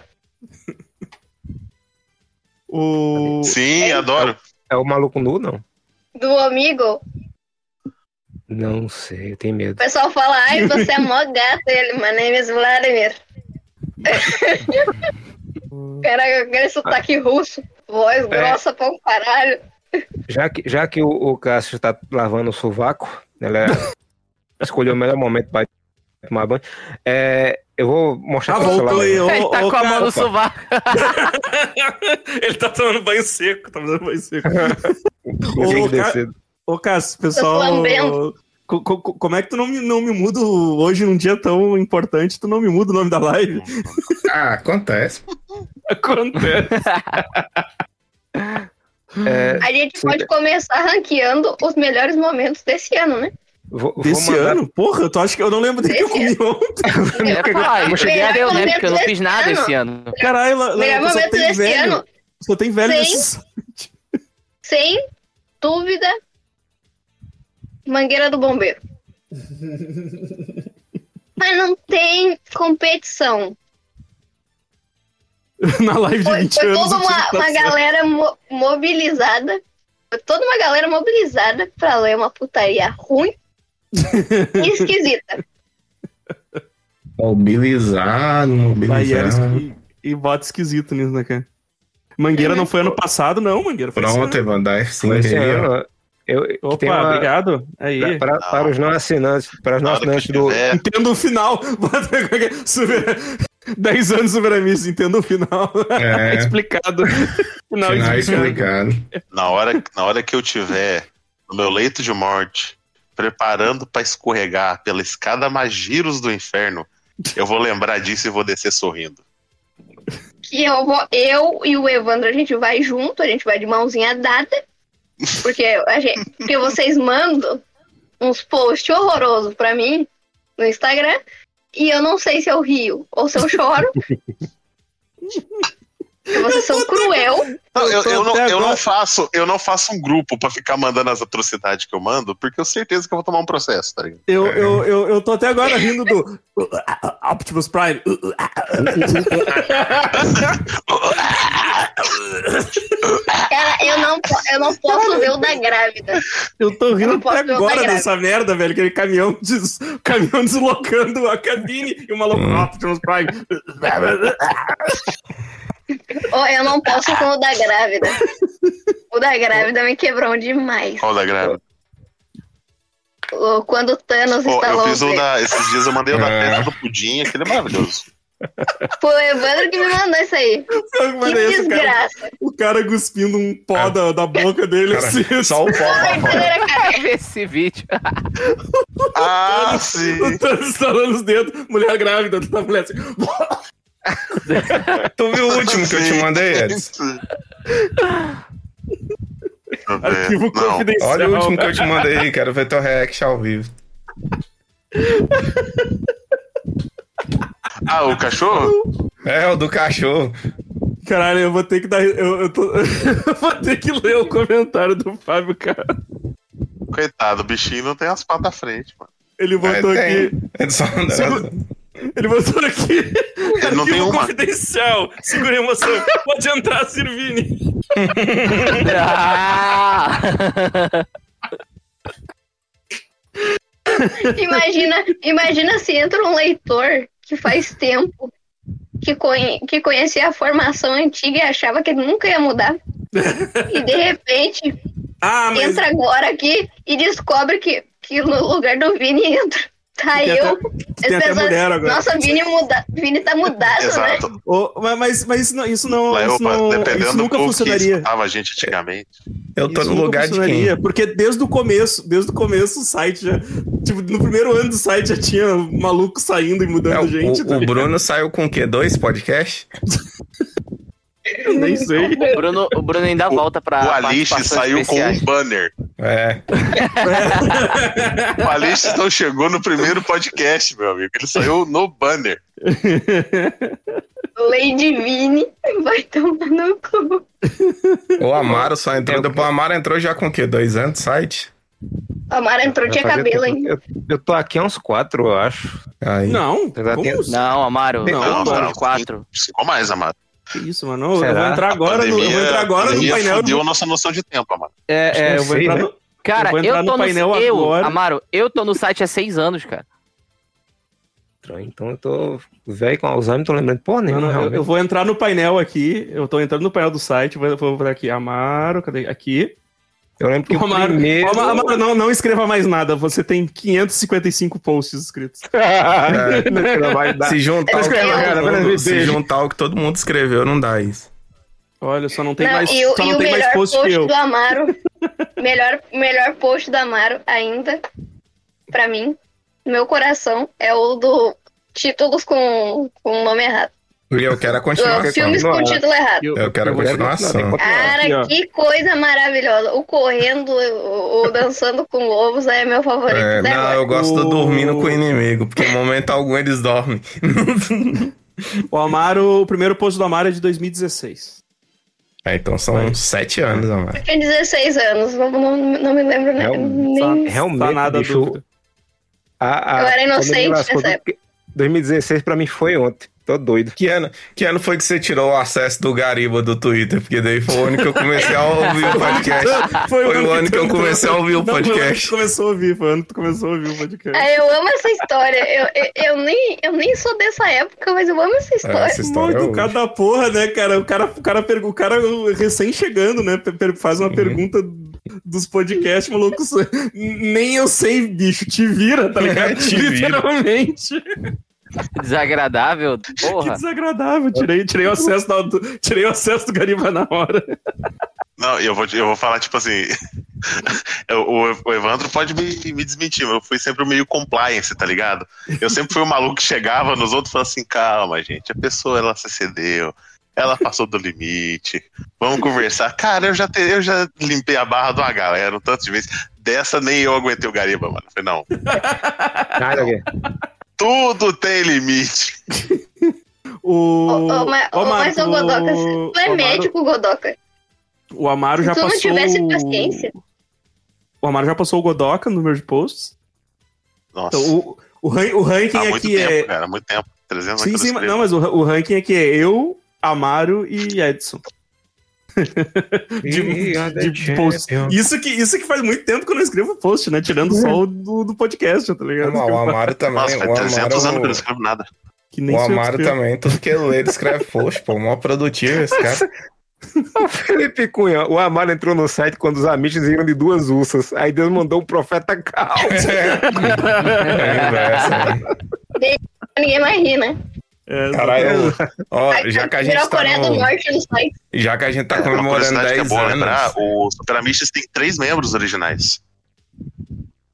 Speaker 1: O...
Speaker 4: Sim, adoro.
Speaker 5: É o maluco nu, não?
Speaker 3: Do amigo?
Speaker 5: Não sei, eu tenho
Speaker 3: O
Speaker 5: medo.
Speaker 3: pessoal fala, ai, você é mó gato. Ele, My name is Vladimir. Caraca, aquele sotaque russo. Voz
Speaker 4: É.
Speaker 3: grossa pra um caralho.
Speaker 5: Já que, já que o, o Cássio tá lavando o sovaco, ela é, escolheu o melhor momento pra tomar banho. é, eu vou mostrar
Speaker 1: Ah,
Speaker 5: pra você lá.
Speaker 1: voltou aí. Ô,
Speaker 2: Ele tá
Speaker 1: ô,
Speaker 2: com a mão
Speaker 1: cara,
Speaker 2: no sovaco.
Speaker 6: Ele tá tomando banho seco, tá tomando banho seco.
Speaker 5: Eu tenho
Speaker 1: Ô,
Speaker 5: que descer.
Speaker 1: Ô, Cássio, pessoal...
Speaker 3: lambendo.
Speaker 1: co- co- co- Como é que tu não me, não me muda hoje, num dia tão importante, tu não me muda o nome da live?
Speaker 7: Ah, acontece.
Speaker 1: Acontece.
Speaker 5: É,
Speaker 3: A gente
Speaker 5: Sim.
Speaker 3: pode começar ranqueando os melhores momentos desse ano, né?
Speaker 5: vou, vou
Speaker 1: Desse
Speaker 5: mandar-
Speaker 1: ano? Porra, tu acha que eu não lembro do que eu comi ontem?
Speaker 2: Eu
Speaker 7: É,
Speaker 2: ia falar,
Speaker 5: eu
Speaker 3: cheguei a-
Speaker 2: deu, né? Porque eu não fiz nada esse ano.
Speaker 1: Caralho, lá,
Speaker 3: Melhor
Speaker 1: lá, só
Speaker 3: momento
Speaker 1: tem
Speaker 3: desse
Speaker 1: velho.
Speaker 3: ano,
Speaker 1: Só tem velho
Speaker 3: Sim.
Speaker 1: nesses...
Speaker 3: sem dúvida, Mangueira do Bombeiro. Mas não tem competição.
Speaker 1: Na live de
Speaker 3: Foi,
Speaker 1: 20
Speaker 3: foi
Speaker 1: anos.
Speaker 3: toda
Speaker 1: eu tive
Speaker 3: uma,
Speaker 1: que
Speaker 3: uma
Speaker 1: passar.
Speaker 3: galera mo- mobilizada. Foi toda uma galera mobilizada pra ler uma putaria ruim e esquisita.
Speaker 7: Mobilizado,
Speaker 1: Aí era
Speaker 7: mobilizado.
Speaker 1: esqui- e bota esquisito nisso, né, cara? Mangueira não foi ano passado, não, Mangueira. Foi esse
Speaker 7: Pronto,
Speaker 1: ano.
Speaker 7: Evan, dá F5
Speaker 5: Esse
Speaker 7: aí, ó.
Speaker 5: ano, eu, que
Speaker 1: Opa,
Speaker 5: tem uma-
Speaker 1: obrigado. Aí.
Speaker 5: pra- pra- para os não assinantes, para os não
Speaker 4: Na hora que
Speaker 5: assinantes do,
Speaker 4: tiver,
Speaker 1: Entendo o final. Bota- é Super... 10 anos Super Amigos, entendo o final.
Speaker 7: É,
Speaker 1: explicado. Final explicado.
Speaker 7: final explicado.
Speaker 4: na, hora, na hora que eu tiver no meu leito de morte, preparando pra escorregar pela escada Magiros do Inferno, eu vou lembrar disso e vou descer sorrindo.
Speaker 3: Que eu, vou- eu e o Evandro, a gente vai junto, a gente vai de mãozinha dada. Porque, a gente, porque vocês mandam uns posts horrorosos pra mim no Instagram. E eu não sei se eu rio ou se eu choro. Porque vocês são cruel.
Speaker 4: Não, eu,
Speaker 1: tô
Speaker 4: eu não,
Speaker 1: até
Speaker 4: eu não
Speaker 1: agora-
Speaker 4: faço, eu não faço um grupo pra ficar mandando as atrocidades que eu mando, porque eu certeza que eu vou tomar um processo, tá ligado?
Speaker 1: Eu,
Speaker 7: É.
Speaker 1: eu, eu, eu tô até agora rindo do Optimus Prime.
Speaker 3: Cara, É, eu não, po- eu não posso ver o da grávida.
Speaker 1: Eu tô
Speaker 3: Eu
Speaker 1: rindo
Speaker 3: não posso
Speaker 1: até
Speaker 3: ver o
Speaker 1: agora
Speaker 3: Tiger.
Speaker 1: dessa merda, velho. Aquele caminhão, des... caminhão deslocando a cabine e o maluco
Speaker 7: Hum.
Speaker 1: Optimus Prime.
Speaker 3: Ó, Eu não posso com o da grávida. O da grávida me quebrou demais.
Speaker 4: Qual da grávida?
Speaker 3: O- Quando o Thanos
Speaker 4: Pô, eu
Speaker 3: instalou
Speaker 4: fiz um
Speaker 3: o
Speaker 4: da. Esses dias eu mandei o da
Speaker 7: É.
Speaker 4: testa do pudim, aquele é maravilhoso.
Speaker 3: Foi o Evandro que me mandou isso aí. Que
Speaker 1: Mano, é esse cara,
Speaker 3: desgraça.
Speaker 1: o cara cuspindo um pó da, da boca dele
Speaker 7: Cara,
Speaker 1: assim.
Speaker 7: Só o
Speaker 3: Ai,
Speaker 7: pó.
Speaker 3: quando era
Speaker 2: Quero ver esse vídeo.
Speaker 4: Ah,
Speaker 1: O
Speaker 4: sim! Ah,
Speaker 1: Thanos estalando os dedos, mulher grávida, da mulher tá assim.
Speaker 7: Tu viu o último que eu te mandei, Edson?
Speaker 4: Deixa eu ver.
Speaker 1: Arquivo
Speaker 4: É, Não,
Speaker 1: confidencial.
Speaker 7: Olha o último que eu te mandei, quero ver teu react ao vivo.
Speaker 4: Ah, o cachorro?
Speaker 7: É, o do cachorro.
Speaker 1: Caralho, eu vou ter que dar. Eu, eu tô- eu vou ter que ler o comentário do Fábio, cara.
Speaker 4: Coitado, o bichinho não tem as patas da frente, mano.
Speaker 1: Ele botou
Speaker 7: É, tem.
Speaker 1: aqui.
Speaker 7: É só
Speaker 1: Segura- Ele botou aqui.
Speaker 4: Ele não tem
Speaker 6: Arquivo
Speaker 1: né?
Speaker 4: uma.
Speaker 6: confidencial. Segura a emoção. Pode entrar, Sirvini.
Speaker 2: Ah!
Speaker 3: Imagina, imagina se entra um leitor que faz tempo que, conhe- que conhecia a formação antiga e achava que nunca ia mudar. E de repente
Speaker 6: Ah, mas
Speaker 3: entra agora aqui e descobre que, que no lugar do Vini entra. Tá
Speaker 1: Tem até- um-
Speaker 3: eu.
Speaker 1: Tem até
Speaker 3: pensando,
Speaker 1: mulher agora.
Speaker 3: Nossa, Vini, muda, Vini tá mudado, né?
Speaker 4: Exato.
Speaker 1: Ô, mas- mas mas isso não. Isso, não,
Speaker 4: Lá,
Speaker 1: isso,
Speaker 4: opa,
Speaker 1: não-
Speaker 4: dependendo
Speaker 1: isso
Speaker 4: do
Speaker 1: nunca
Speaker 4: povo que
Speaker 1: funcionaria.
Speaker 4: escutava a gente antigamente.
Speaker 7: Eu tô
Speaker 1: Isso é
Speaker 7: no
Speaker 1: nunca
Speaker 7: lugar de quem?
Speaker 1: funcionaria, Porque desde o começo, desde o começo o site já. Tipo, no primeiro ano do site já tinha maluco saindo e mudando
Speaker 7: É, o,
Speaker 1: gente.
Speaker 7: o-
Speaker 1: tá
Speaker 7: o Bruno saiu com o quê? Dois podcasts?
Speaker 1: ligado? Nem sei.
Speaker 2: o, Bruno, o Bruno ainda
Speaker 4: O-
Speaker 2: volta pra.
Speaker 4: o Alice
Speaker 2: participações
Speaker 4: saiu
Speaker 2: especiais.
Speaker 4: com um banner.
Speaker 7: É.
Speaker 4: O Alice não chegou no primeiro podcast, meu amigo. Ele saiu no banner.
Speaker 3: Lady Vini vai tomar no cu.
Speaker 7: O Amaro só entrou. Depois o Amaro entrou já com o quê? Dois anos de site?
Speaker 3: A Mara entrou, tinha
Speaker 5: Vai fazer
Speaker 3: cabelo
Speaker 5: tempo.
Speaker 3: ainda.
Speaker 5: Eu, eu tô aqui há uns quatro, eu acho.
Speaker 7: Aí.
Speaker 1: Não,
Speaker 5: Você tá
Speaker 1: como
Speaker 4: um
Speaker 5: tendo-
Speaker 2: Não, Amaro.
Speaker 1: Não,
Speaker 2: Não,
Speaker 4: não,
Speaker 2: não,
Speaker 4: não.
Speaker 2: quatro.
Speaker 4: Ficou mais, Amado.
Speaker 1: assim? que isso, mano? Eu
Speaker 5: Será?
Speaker 1: vou entrar agora no, eu vou entrar agora no painel.
Speaker 4: Deu a nossa noção de tempo, Amado.
Speaker 5: É,
Speaker 1: É, eu vou entrar no,
Speaker 2: Cara,
Speaker 1: Eu vou
Speaker 2: eu,
Speaker 1: entrar
Speaker 2: tô
Speaker 1: no
Speaker 2: no,
Speaker 1: painel
Speaker 2: eu,
Speaker 1: agora.
Speaker 2: Amaro, eu tô no site há seis anos, cara.
Speaker 5: Então eu tô velho com Alzheimer, tô lembrando. Pô,
Speaker 1: Não,
Speaker 5: nenhum,
Speaker 1: não, eu,
Speaker 5: realmente.
Speaker 1: eu vou entrar no painel aqui. Eu tô entrando no painel do site. Vou, vou entrar aqui. Amaro, cadê? Aqui.
Speaker 5: Eu lembro que o
Speaker 1: Amaro,
Speaker 5: primeiro...
Speaker 1: Ama- Amaro, não, não escreva mais nada. Você tem 555 posts escritos.
Speaker 5: É, não vai dar.
Speaker 7: Se juntar,
Speaker 3: Tá
Speaker 7: o que
Speaker 3: escrevendo,
Speaker 1: É,
Speaker 7: todo
Speaker 5: cara,
Speaker 7: mundo,
Speaker 5: vai
Speaker 7: se
Speaker 5: ver.
Speaker 7: juntar o que todo mundo escreveu, não dá isso.
Speaker 1: Olha, só não tem
Speaker 3: Não,
Speaker 1: mais,
Speaker 3: e o,
Speaker 1: só
Speaker 3: e
Speaker 1: não
Speaker 3: o
Speaker 1: tem mais
Speaker 3: melhor
Speaker 1: post que eu.
Speaker 3: do Amaro. melhor, melhor post do Amaro ainda, pra mim, no meu coração, é o do títulos com, com nome errado.
Speaker 7: E eu
Speaker 4: É,
Speaker 7: quero a
Speaker 3: Uh,
Speaker 7: continuação.
Speaker 3: filmes com
Speaker 5: continuar.
Speaker 3: título errado.
Speaker 7: Eu quero a
Speaker 5: vou- não, tem que
Speaker 7: continuação.
Speaker 5: continuar.
Speaker 1: Aqui, ó.
Speaker 3: Cara, que coisa maravilhosa. O correndo, o, o dançando com ovos é meu favorito.
Speaker 7: É,
Speaker 4: né,
Speaker 3: até
Speaker 7: não,
Speaker 3: agora.
Speaker 7: eu gosto do
Speaker 1: O-
Speaker 7: dormindo com o inimigo, porque em momento algum eles dormem.
Speaker 1: O Amaro, o primeiro post do Amaro é de 2016.
Speaker 7: É, então são
Speaker 1: Vai.
Speaker 7: sete anos, Amaro.
Speaker 3: Eu tinha 16 anos, não, não, não me lembro né,
Speaker 5: É um-
Speaker 3: nem.
Speaker 5: Realmente,
Speaker 1: Tá nada a
Speaker 5: bicho,
Speaker 1: dúvida.
Speaker 5: a- a-
Speaker 3: Eu era
Speaker 5: quando me
Speaker 3: inocente
Speaker 5: lascou,
Speaker 3: nessa época.
Speaker 5: 2016 pra mim foi ontem. Tô doido.
Speaker 7: Que ano, que ano foi que você tirou o acesso do Gariba do Twitter? Porque daí foi o ano que eu comecei a ouvir o podcast. Foi o ano que eu comecei a ouvir o
Speaker 1: Não, foi o ano que
Speaker 7: podcast.
Speaker 1: tu começou a ouvir, foi o ano que tu começou a ouvir o podcast.
Speaker 3: Ah, eu amo essa história. Eu, eu, eu nem, eu nem sou dessa época, mas eu amo essa
Speaker 7: É,
Speaker 3: história.
Speaker 7: essa
Speaker 1: Mal
Speaker 7: história é
Speaker 1: educado
Speaker 7: hoje.
Speaker 1: da porra, né, cara? O cara, o cara, pergu- o cara recém chegando, né? per- per- Faz uma
Speaker 7: Uhum.
Speaker 1: pergunta dos podcasts, maluco. isso- Nem eu sei, bicho. Te vira, tá ligado?
Speaker 7: É, Te vira.
Speaker 1: Literalmente.
Speaker 2: Desagradável,
Speaker 1: Que
Speaker 2: porra.
Speaker 1: desagradável. Tirei, tirei, o acesso da, do, tirei o acesso do Gariba na hora.
Speaker 4: Não, eu vou, eu vou falar, tipo assim. eu- o, o Evandro pode me, me desmentir, mas eu fui sempre meio compliance, tá ligado? Eu sempre fui o maluco que chegava nos outros e falava assim: calma, gente, a pessoa ela se cedeu, ela passou do limite, vamos conversar. Cara, eu já, te- eu já limpei a barra de uma galera um tanto de vezes. Dessa nem eu aguentei o gariba, mano. Eu Falei, não,
Speaker 5: Nada, que-
Speaker 4: tudo tem limite.
Speaker 1: O.
Speaker 3: Ô, ô, mas, ô, mas, ô, Godoca,
Speaker 1: o-
Speaker 3: tu é
Speaker 1: o Amaro-
Speaker 3: médico, Godoca.
Speaker 1: O Amaro
Speaker 3: Se
Speaker 1: já
Speaker 3: tu não
Speaker 1: passou.
Speaker 3: tivesse
Speaker 1: o-
Speaker 3: paciência.
Speaker 1: O Amaro já passou o Godoka no número de posts.
Speaker 4: Nossa,
Speaker 1: Então, o, o, ran- o ranking
Speaker 7: Tá
Speaker 4: há muito
Speaker 1: aqui
Speaker 4: tempo,
Speaker 7: né?
Speaker 1: é.
Speaker 4: cara, há muito tempo. 300
Speaker 1: Sim,
Speaker 4: anos
Speaker 1: sim,
Speaker 4: que eu
Speaker 1: mas-
Speaker 4: escrevo.
Speaker 1: não, mas o, ra- o ranking aqui é eu, Amaro e Edson. De-
Speaker 5: We are the
Speaker 1: de- de post.
Speaker 5: champions.
Speaker 1: Isso que, isso que faz muito tempo que eu não escrevo post, né? Tirando só o do, do podcast, tá ligado?
Speaker 7: Não,
Speaker 1: Que
Speaker 7: o
Speaker 1: eu falo-
Speaker 7: Amaro também.
Speaker 4: Nossa,
Speaker 7: o
Speaker 4: faz 300 anos que eu não
Speaker 7: Amaro,
Speaker 4: escrevo nada.
Speaker 1: que é.
Speaker 7: o
Speaker 1: sei eu
Speaker 7: Amaro tá
Speaker 1: escrevo.
Speaker 7: também, tudo que ele lê, ele escreve. Poxa, pô, mó produtivo esse cara.
Speaker 5: O Felipe Cunha, o Amaro entrou no site quando os amigos iam de duas ursas. Aí Deus mandou o profeta Cal.
Speaker 7: É inverso, né?
Speaker 3: Ninguém mais ri, né?
Speaker 1: É,
Speaker 7: Caralho, ó, já que a gente
Speaker 3: Virou
Speaker 7: tá
Speaker 3: Coreia do
Speaker 7: no-
Speaker 3: Norte no site.
Speaker 7: Já que a gente tá
Speaker 4: É, uma
Speaker 7: comemorando
Speaker 4: curiosidade que
Speaker 7: 10
Speaker 4: é boa
Speaker 7: anos.
Speaker 4: lembrar, o Super Amistas tem três membros originais.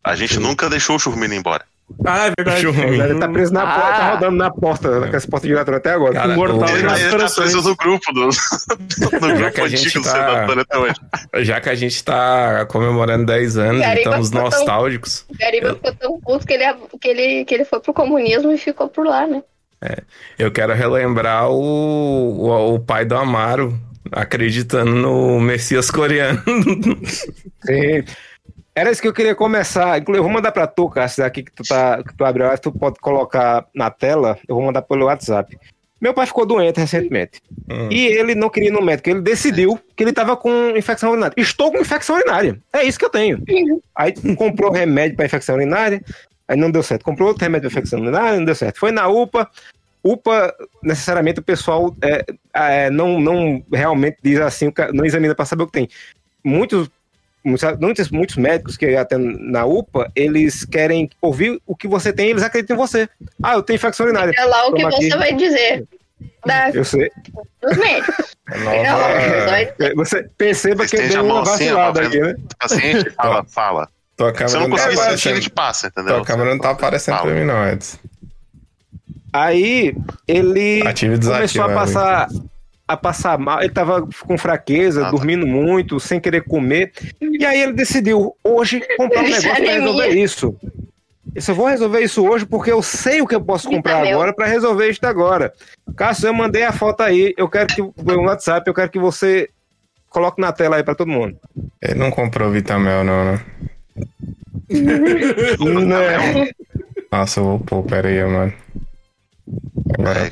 Speaker 4: A gente nunca deixou o Churmino embora.
Speaker 1: Ah, é verdade.
Speaker 5: Ele tá preso na
Speaker 2: Ah.
Speaker 5: porta, tá rodando na porta, naquelas portas giratórias até agora.
Speaker 7: Cara,
Speaker 5: Com mortal
Speaker 7: o-
Speaker 5: e
Speaker 4: Ele,
Speaker 5: nas
Speaker 4: ele tá
Speaker 5: operações.
Speaker 4: preso no grupo do, no
Speaker 7: Já que
Speaker 4: grupo
Speaker 7: a gente
Speaker 4: antigo do
Speaker 7: tá-
Speaker 4: Santo Antônio até hoje.
Speaker 7: Já que a gente tá comemorando 10 anos
Speaker 3: Cara, tá
Speaker 7: e estamos
Speaker 3: igual-
Speaker 7: nostálgicos.
Speaker 3: O Gariba ficou tão puto que ele, que, ele, que ele foi pro comunismo e ficou por lá, né?
Speaker 7: Eu quero relembrar o, o, o pai do Amaro acreditando no Messias coreano.
Speaker 5: Sim. Era isso que eu queria começar. Inclusive, eu vou mandar pra tu, Cássio, aqui que tu, tá, que tu abriu, tu pode colocar na tela, eu vou mandar pelo WhatsApp. Meu pai ficou doente recentemente.
Speaker 7: Hum.
Speaker 5: E ele não queria ir no médico. Ele decidiu que ele tava com infecção urinária. Estou com infecção urinária. É isso que eu tenho.
Speaker 7: Uhum.
Speaker 5: Aí comprou remédio pra infecção urinária. Aí não deu certo. Comprou outro remédio pra infecção urinária, não deu certo. Foi na UPA. UPA, necessariamente, o pessoal é, é, não, não realmente diz assim, o ca- não examina pra saber o que tem. Muitos, muitos, muitos- muitos médicos que atendem na UPA, eles querem ouvir o que você tem, eles acreditam em você. Ah, eu tenho infecção urinária.
Speaker 3: É lá o que
Speaker 5: Toma aqui.
Speaker 3: você vai dizer da,
Speaker 5: Eu sei.
Speaker 3: dos médicos.
Speaker 7: A
Speaker 3: É lá o que você
Speaker 7: nova...
Speaker 3: vai
Speaker 5: Você perceba que eu dei
Speaker 4: Esteja
Speaker 5: uma
Speaker 4: mal assim,
Speaker 5: vacilada
Speaker 4: ó, tá
Speaker 5: aqui, né?
Speaker 4: O paciente fala, fala.
Speaker 7: Tua
Speaker 4: Se eu
Speaker 7: câmera
Speaker 4: não
Speaker 7: não, Então, tá
Speaker 4: conseguir sentir, tipo, ele
Speaker 7: aparecendo.
Speaker 4: te passa, entendeu?
Speaker 7: Tua câmera não tá aparecendo
Speaker 4: Fala.
Speaker 7: pra mim, não, Edson.
Speaker 5: Aí ele
Speaker 7: Ative e desative.
Speaker 5: começou a passar a passar mal, ele tava com fraqueza,
Speaker 4: Ah, tá.
Speaker 5: dormindo muito, sem querer comer. E aí ele decidiu hoje comprar um
Speaker 3: Ele já
Speaker 5: negócio pra
Speaker 3: nem
Speaker 5: resolver isso. Eu só vou resolver isso hoje porque eu sei o que eu posso
Speaker 3: Vitamel.
Speaker 5: comprar agora pra resolver isso agora. Cássio, eu mandei a foto aí, eu quero que no WhatsApp, eu quero que você coloque na tela aí pra todo mundo.
Speaker 7: Ele não comprou Vitamel, não, né?
Speaker 5: Né?
Speaker 7: Nossa, eu vou pôr, pera aí, mano. Agora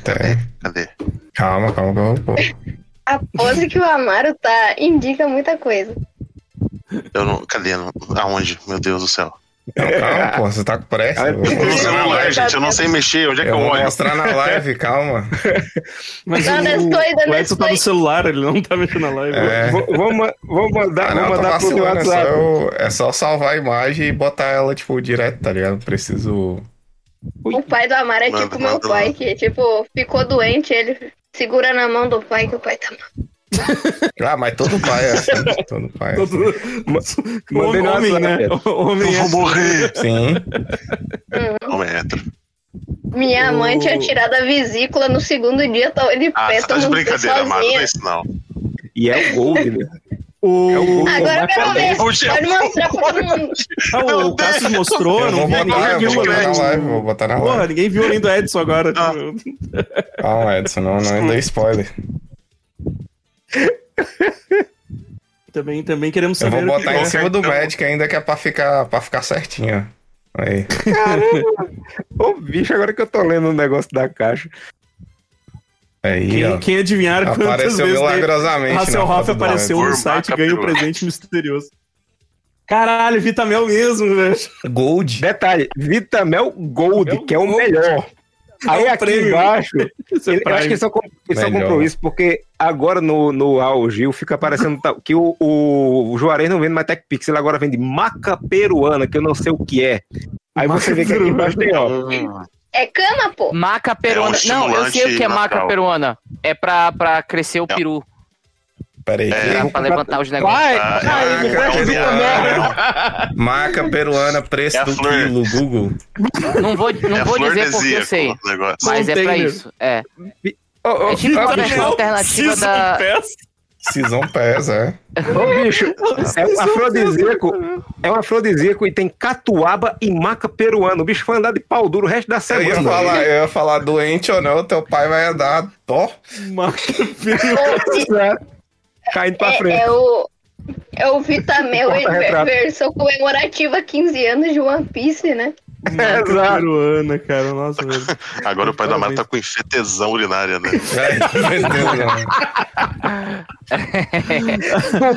Speaker 4: Peraí,
Speaker 7: até.
Speaker 4: Cadê?
Speaker 7: Calma, calma que eu vou pôr.
Speaker 3: A pose que o Amaro tá indica muita coisa.
Speaker 4: Eu não. Cadê? Não- Aonde? Meu Deus do céu.
Speaker 7: Não, calma, pô, você tá com pressa.
Speaker 5: Aí,
Speaker 7: Eu
Speaker 4: No
Speaker 7: vou-
Speaker 4: celular, gente, eu não sei mexer. Onde é que
Speaker 7: é. Eu
Speaker 4: eu
Speaker 7: vou
Speaker 4: olho?
Speaker 7: mostrar na live, calma.
Speaker 1: Mas
Speaker 3: Não,
Speaker 1: o,
Speaker 3: Nestor, não,
Speaker 1: o Edson tá
Speaker 3: Nestor.
Speaker 1: no celular, ele não tá mexendo na live.
Speaker 7: É.
Speaker 5: Vou, vou ma- vou mandar,
Speaker 7: Ah,
Speaker 5: vou
Speaker 7: não, eu tô
Speaker 5: mandar pro teu
Speaker 7: vacilando, é só,
Speaker 5: WhatsApp.
Speaker 7: eu- é só salvar a imagem e botar ela, tipo, direto, tá ligado? Não Preciso.
Speaker 3: O pai do Amaro é
Speaker 4: Manda,
Speaker 3: tipo meu
Speaker 7: tá
Speaker 4: manda
Speaker 3: pai,
Speaker 4: lá.
Speaker 3: que tipo, ficou doente, ele segura na mão do pai que o pai tá mal.
Speaker 7: Ah, mas todo pai é assim. Todo pai é assim.
Speaker 1: Todo...
Speaker 5: Mandei
Speaker 1: Homem,
Speaker 5: no
Speaker 1: homem, né?
Speaker 5: WhatsApp.
Speaker 1: Homem
Speaker 4: Eu
Speaker 1: é.
Speaker 4: vou morrer.
Speaker 7: Sim.
Speaker 4: Um metro.
Speaker 3: Minha mãe tinha tirado a vesícula no segundo dia, tô- ele
Speaker 4: Ah,
Speaker 3: pé,
Speaker 4: você tá
Speaker 3: todo
Speaker 4: de
Speaker 3: mundo ficou
Speaker 4: brincadeira, Amaro. Não é
Speaker 3: sozinha.
Speaker 4: isso, não.
Speaker 5: E é o Gold, né? É o
Speaker 1: O...
Speaker 5: Gold.
Speaker 3: Agora eu quero
Speaker 5: Vai pra
Speaker 3: ver,
Speaker 4: Hoje é
Speaker 3: pode mostrar pra todo mundo.
Speaker 1: Ah, o, o Cassius mostrou,
Speaker 7: Eu
Speaker 1: não
Speaker 7: vou
Speaker 1: vi,
Speaker 7: botar, eu
Speaker 1: ninguém
Speaker 7: vou
Speaker 1: viu,
Speaker 7: botar
Speaker 1: né?
Speaker 7: na live, vou botar na
Speaker 1: Porra,
Speaker 7: live.
Speaker 1: ninguém viu além do Edson agora. tipo,
Speaker 4: Ah.
Speaker 7: Calma, Edson, não, não deu spoiler.
Speaker 1: Também, também queremos
Speaker 7: Eu
Speaker 1: saber.
Speaker 7: vou botar
Speaker 1: o
Speaker 7: em
Speaker 1: que é.
Speaker 7: cima do médico ainda, que é pra ficar, pra ficar certinho. ó. Aí.
Speaker 5: Ô, bicho, agora que eu tô lendo o negócio da caixa.
Speaker 7: Aí, ó.
Speaker 1: Quem, quem adivinhar quantas
Speaker 7: Apareceu
Speaker 1: vezes
Speaker 7: milagrosamente. na
Speaker 1: Hasselhoff
Speaker 7: foto do
Speaker 1: apareceu no
Speaker 4: Edson.
Speaker 1: site e
Speaker 4: Formaca,
Speaker 1: ganhou um
Speaker 4: peru.
Speaker 1: presente misterioso. Caralho, Vitamel mesmo, velho.
Speaker 7: Amaro. Gold.
Speaker 5: Detalhe, Vitamel Gold,
Speaker 1: Vitamel
Speaker 5: que é o
Speaker 1: Gold.
Speaker 5: melhor. Aí
Speaker 1: É um
Speaker 5: aqui
Speaker 1: prêmio.
Speaker 5: embaixo,
Speaker 1: Isso é
Speaker 5: ele, eu acho que
Speaker 1: Prime.
Speaker 5: ele só, com- ele só
Speaker 7: Melhor.
Speaker 5: comprou isso um porque agora no, no auge fica aparecendo tal- que o, o, o Juarez não vende mais Tech Pix, ele agora vende maca peruana, que eu não sei o que é. Aí você vê que aqui embaixo tem, ó.
Speaker 3: É cama, pô.
Speaker 2: Maca peruana. não, eu sei o que é
Speaker 4: um estimulante
Speaker 2: maca
Speaker 4: natural. É um
Speaker 2: peruana. É pra, pra crescer o
Speaker 4: Não.
Speaker 2: peru.
Speaker 7: Pera
Speaker 1: É.
Speaker 7: aí.
Speaker 4: é
Speaker 2: Pra,
Speaker 4: um
Speaker 2: pra levantar os negócios.
Speaker 5: Vai,
Speaker 4: Ah,
Speaker 5: vai,
Speaker 7: ah,
Speaker 5: me
Speaker 7: cara,
Speaker 5: presta
Speaker 7: é
Speaker 5: Vitamel.
Speaker 7: Maca peruana, preço
Speaker 4: É a
Speaker 7: do
Speaker 4: flor.
Speaker 7: quilo, Google.
Speaker 2: Não vou, não
Speaker 4: É
Speaker 2: vou dizer porque eu
Speaker 4: flordesíaco
Speaker 2: sei.
Speaker 4: o negócio.
Speaker 2: Mas é pra
Speaker 1: Container.
Speaker 2: isso. É.
Speaker 5: Ô, ô,
Speaker 2: É tipo
Speaker 5: ó,
Speaker 2: uma
Speaker 5: bicho,
Speaker 2: alternativa
Speaker 6: Season
Speaker 2: da.
Speaker 6: Pass.
Speaker 7: Season Pass, é.
Speaker 5: Ô, bicho, é um afrodisíaco. É um afrodisíaco e tem catuaba e maca peruana. O bicho foi andar de pau duro o resto da
Speaker 2: é
Speaker 7: Eu ia,
Speaker 5: semana.
Speaker 7: falar, eu ia falar doente ou não, teu pai vai dar dó.
Speaker 5: Caindo pra
Speaker 3: É,
Speaker 5: frente.
Speaker 3: é o. É o Vitamel em ver-
Speaker 5: Porta-retrato.
Speaker 3: versão comemorativa 15 anos de One Piece, né?
Speaker 5: Exato.
Speaker 1: peruana, cara. Nossa, velho.
Speaker 4: Agora o pai da Amaro tá com infetesão urinária, né?
Speaker 7: Ai, meu Deus, mano.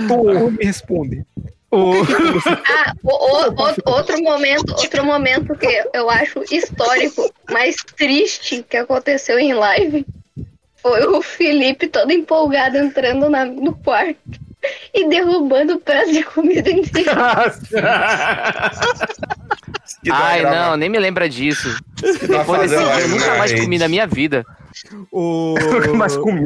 Speaker 5: Doutor, me responde.
Speaker 3: Ah, o- o- o- outro momento, outro momento que eu acho histórico, mas triste que aconteceu em live foi o Felipe todo empolgado entrando na- no quarto e derrubando o prato de comida em cima.
Speaker 7: Que dá
Speaker 2: Ai,
Speaker 7: gravar-
Speaker 2: não, nem me lembra disso.
Speaker 7: que dá
Speaker 2: Depois desse dia,
Speaker 7: fazer
Speaker 2: eu
Speaker 7: live
Speaker 2: nunca
Speaker 7: na
Speaker 2: mais
Speaker 7: rede.
Speaker 2: comi na minha vida.
Speaker 1: O...
Speaker 5: Nunca mais comi.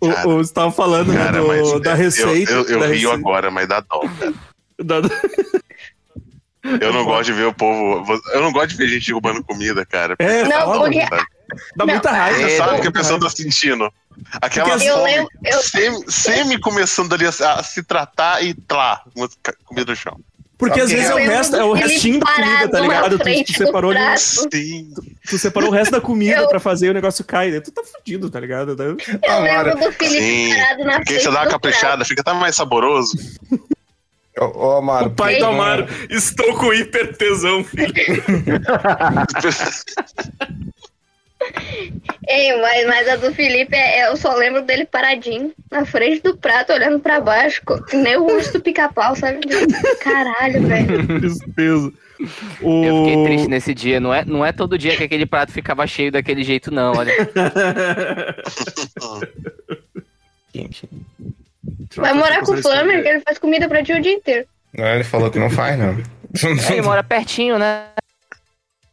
Speaker 1: O, o, você tava falando né,
Speaker 4: Cara,
Speaker 1: do-
Speaker 4: mas.
Speaker 1: da
Speaker 4: eu-
Speaker 1: receita.
Speaker 4: Eu, eu,
Speaker 1: da
Speaker 4: rio
Speaker 1: receita-
Speaker 4: agora, mas dá dó. cara.
Speaker 1: da-
Speaker 4: Eu não gosto de ver o povo. Eu não gosto de ver gente roubando comida, cara.
Speaker 1: É,
Speaker 3: Não,
Speaker 1: fala,
Speaker 3: porque-
Speaker 4: Sabe?
Speaker 1: dá
Speaker 3: não,
Speaker 1: muita raiva.
Speaker 4: Você
Speaker 2: é,
Speaker 4: sabe o
Speaker 1: não,
Speaker 4: que a pessoa tá sentindo. Aquela
Speaker 1: Porque
Speaker 3: eu
Speaker 4: fome
Speaker 3: lembro- eu-
Speaker 4: semi, semi começando ali a, a se tratar e tlá, uma ca- comida no chão.
Speaker 1: Porque às
Speaker 7: Ok.
Speaker 1: vezes é
Speaker 3: Eu
Speaker 1: o,
Speaker 3: lembro
Speaker 1: resto,
Speaker 3: do
Speaker 1: é o
Speaker 3: Felipe
Speaker 1: restinho da comida, tá
Speaker 3: parado na
Speaker 1: ligado? Tu,
Speaker 3: frente
Speaker 1: tu
Speaker 3: do
Speaker 1: separou, ali-
Speaker 4: Ah,
Speaker 3: prato.
Speaker 4: Sim.
Speaker 1: tu separou o resto da comida
Speaker 3: Eu-
Speaker 1: pra fazer e o negócio cai. daí Tu tá fudido, tá ligado? Daí-
Speaker 3: Eu
Speaker 7: Ah, Mara,
Speaker 3: lembro do Felipe
Speaker 4: sim.
Speaker 3: parado na
Speaker 4: Porque
Speaker 3: frente
Speaker 4: você dá uma
Speaker 3: do prato.
Speaker 4: caprichada, fica até mais saboroso.
Speaker 7: Ô, ô, Amaro,
Speaker 1: O pai
Speaker 7: por-
Speaker 1: do Amaro.
Speaker 6: Estou com hiper tesão, filho.
Speaker 3: Ei, mas, mas a do Felipe, é, é- eu só lembro dele paradinho, na frente do prato, olhando pra baixo, co- que nem o urso do pica-pau, sabe? Caralho, velho.
Speaker 1: Tristeza.
Speaker 2: Eu fiquei triste
Speaker 1: O...
Speaker 2: nesse dia. Não é, não é todo dia que aquele prato ficava cheio daquele jeito, não. Olha,
Speaker 3: Vai morar com o
Speaker 7: né?
Speaker 3: Flamer, que ele faz comida pra ti o dia inteiro.
Speaker 7: Não, ele falou que não faz, não.
Speaker 2: ele mora pertinho, né?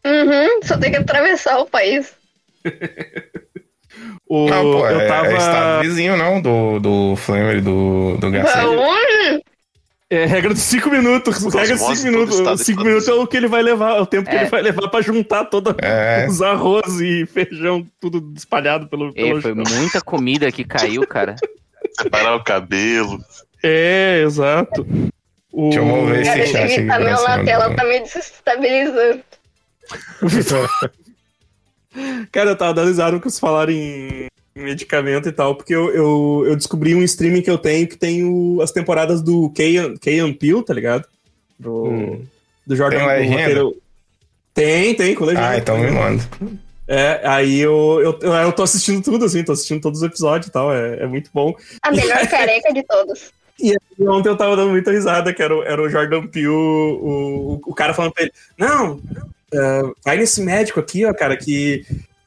Speaker 3: Uhum, só tem que atravessar o país.
Speaker 1: O...
Speaker 7: Não, pô, é,
Speaker 1: eu tava...
Speaker 7: é estado vizinho, não, do, do Flamer e do, do
Speaker 3: Pra
Speaker 7: Garcia.
Speaker 3: longe?
Speaker 1: É regra dos 5 minutos. regra dos
Speaker 4: osmose
Speaker 1: 5
Speaker 4: todo estado
Speaker 1: minutos. 5
Speaker 4: de
Speaker 1: minutos é o que ele vai levar, é o tempo que
Speaker 2: É.
Speaker 1: ele vai levar pra juntar todos
Speaker 7: É,
Speaker 1: os arroz e feijão, tudo espalhado pelo.
Speaker 2: Ei,
Speaker 1: pelo
Speaker 2: É, foi
Speaker 1: chão.
Speaker 2: muita comida que caiu, cara.
Speaker 4: Separar o cabelo.
Speaker 1: É, exato. O...
Speaker 7: Deixa eu mover esse-
Speaker 3: Cara,
Speaker 2: É,
Speaker 7: Sim,
Speaker 3: esse
Speaker 7: chat,
Speaker 3: Vitamel
Speaker 1: é
Speaker 7: engraçado,
Speaker 3: na tela
Speaker 7: né?
Speaker 3: tá me desestabilizando.
Speaker 1: Cara, eu tava dando risada que vocês falaram em em medicamento e tal, porque eu, eu, eu descobri um streaming que eu tenho que tem o- as temporadas do Key Key Peel, tá ligado? Do, do Jordan
Speaker 7: Hum. Tem
Speaker 1: do
Speaker 7: legenda?
Speaker 1: roteiro. Tem, tem, com legenda. tá
Speaker 7: ah, então me manda.
Speaker 1: É, aí eu, eu, eu, eu tô assistindo tudo, assim, tô assistindo todos os episódios e tal, é, é muito bom.
Speaker 3: A melhor careca de todos.
Speaker 1: E ontem eu tava dando muita risada, que era, o- era o Jordan Peele, o, o, o cara falando pra ele, não, ah, vai nesse médico aqui, ó, cara, que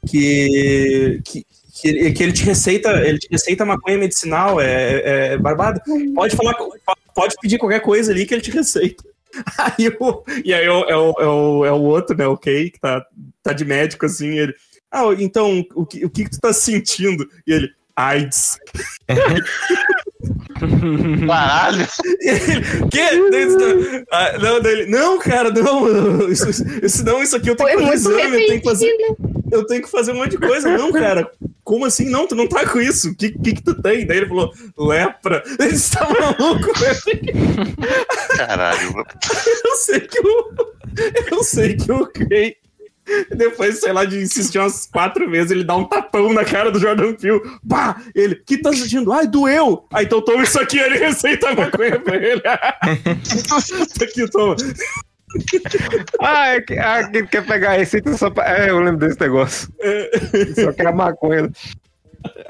Speaker 1: que, que, que, ele, que ele te receita ele te receita maconha medicinal, é, é- é barbado. Pode falar, co- pode pedir qualquer coisa ali que ele te receita. Aí o, e aí o- é, o, é, o, é o outro, né, o Kay, que tá, tá de médico, assim, ele, ah, então, o que, o que que tu tá sentindo? E ele, AIDS.
Speaker 4: Caralho.
Speaker 1: Que? Daí ele, ah, não, daí ele, não, cara, não. Isso, isso não, isso aqui eu tenho
Speaker 3: Foi
Speaker 1: que fazer
Speaker 3: muito
Speaker 1: exame, eu tenho que fazer,
Speaker 3: repentino.
Speaker 1: eu tenho que fazer um monte de coisa. Não, cara, como assim? Não, tu não tá com isso. O que, que que tu tem? Daí ele falou, lepra. Ele está maluco. né? Eu
Speaker 4: Caralho.
Speaker 1: sei que o. Eu sei que o Kay. Depois, sei lá, de insistir umas quatro vezes, ele dá um tapão na cara do Jordan Peele. Pá! Ele, que tá sentindo? Ai, doeu! Aí então toma isso aqui, ele receita a maconha pra ele. Isso aqui, toma.
Speaker 5: Ah, é que, ah, que ele quer pegar a receita só pra. É, eu lembro desse negócio. Só que era maconha.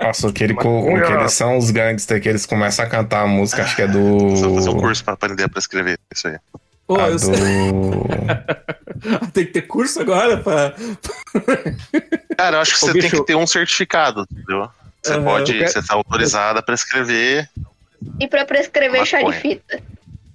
Speaker 7: Nossa, aquele co- o que eles são os gangsters que eles começam a cantar a música, acho que é do.
Speaker 4: Só fazer um curso pra aprender pra escrever isso aí.
Speaker 1: Pô,
Speaker 7: a
Speaker 1: eu sei-
Speaker 7: do...
Speaker 1: Tem que ter curso agora pra.
Speaker 4: Cara, eu acho que
Speaker 1: Ô,
Speaker 4: você
Speaker 1: bicho.
Speaker 4: tem que ter um certificado, entendeu? Você
Speaker 1: Aham.
Speaker 4: pode,
Speaker 5: Eu
Speaker 4: você tá autorizada pra escrever.
Speaker 3: E pra prescrever chá de
Speaker 4: Maconha.
Speaker 3: fita.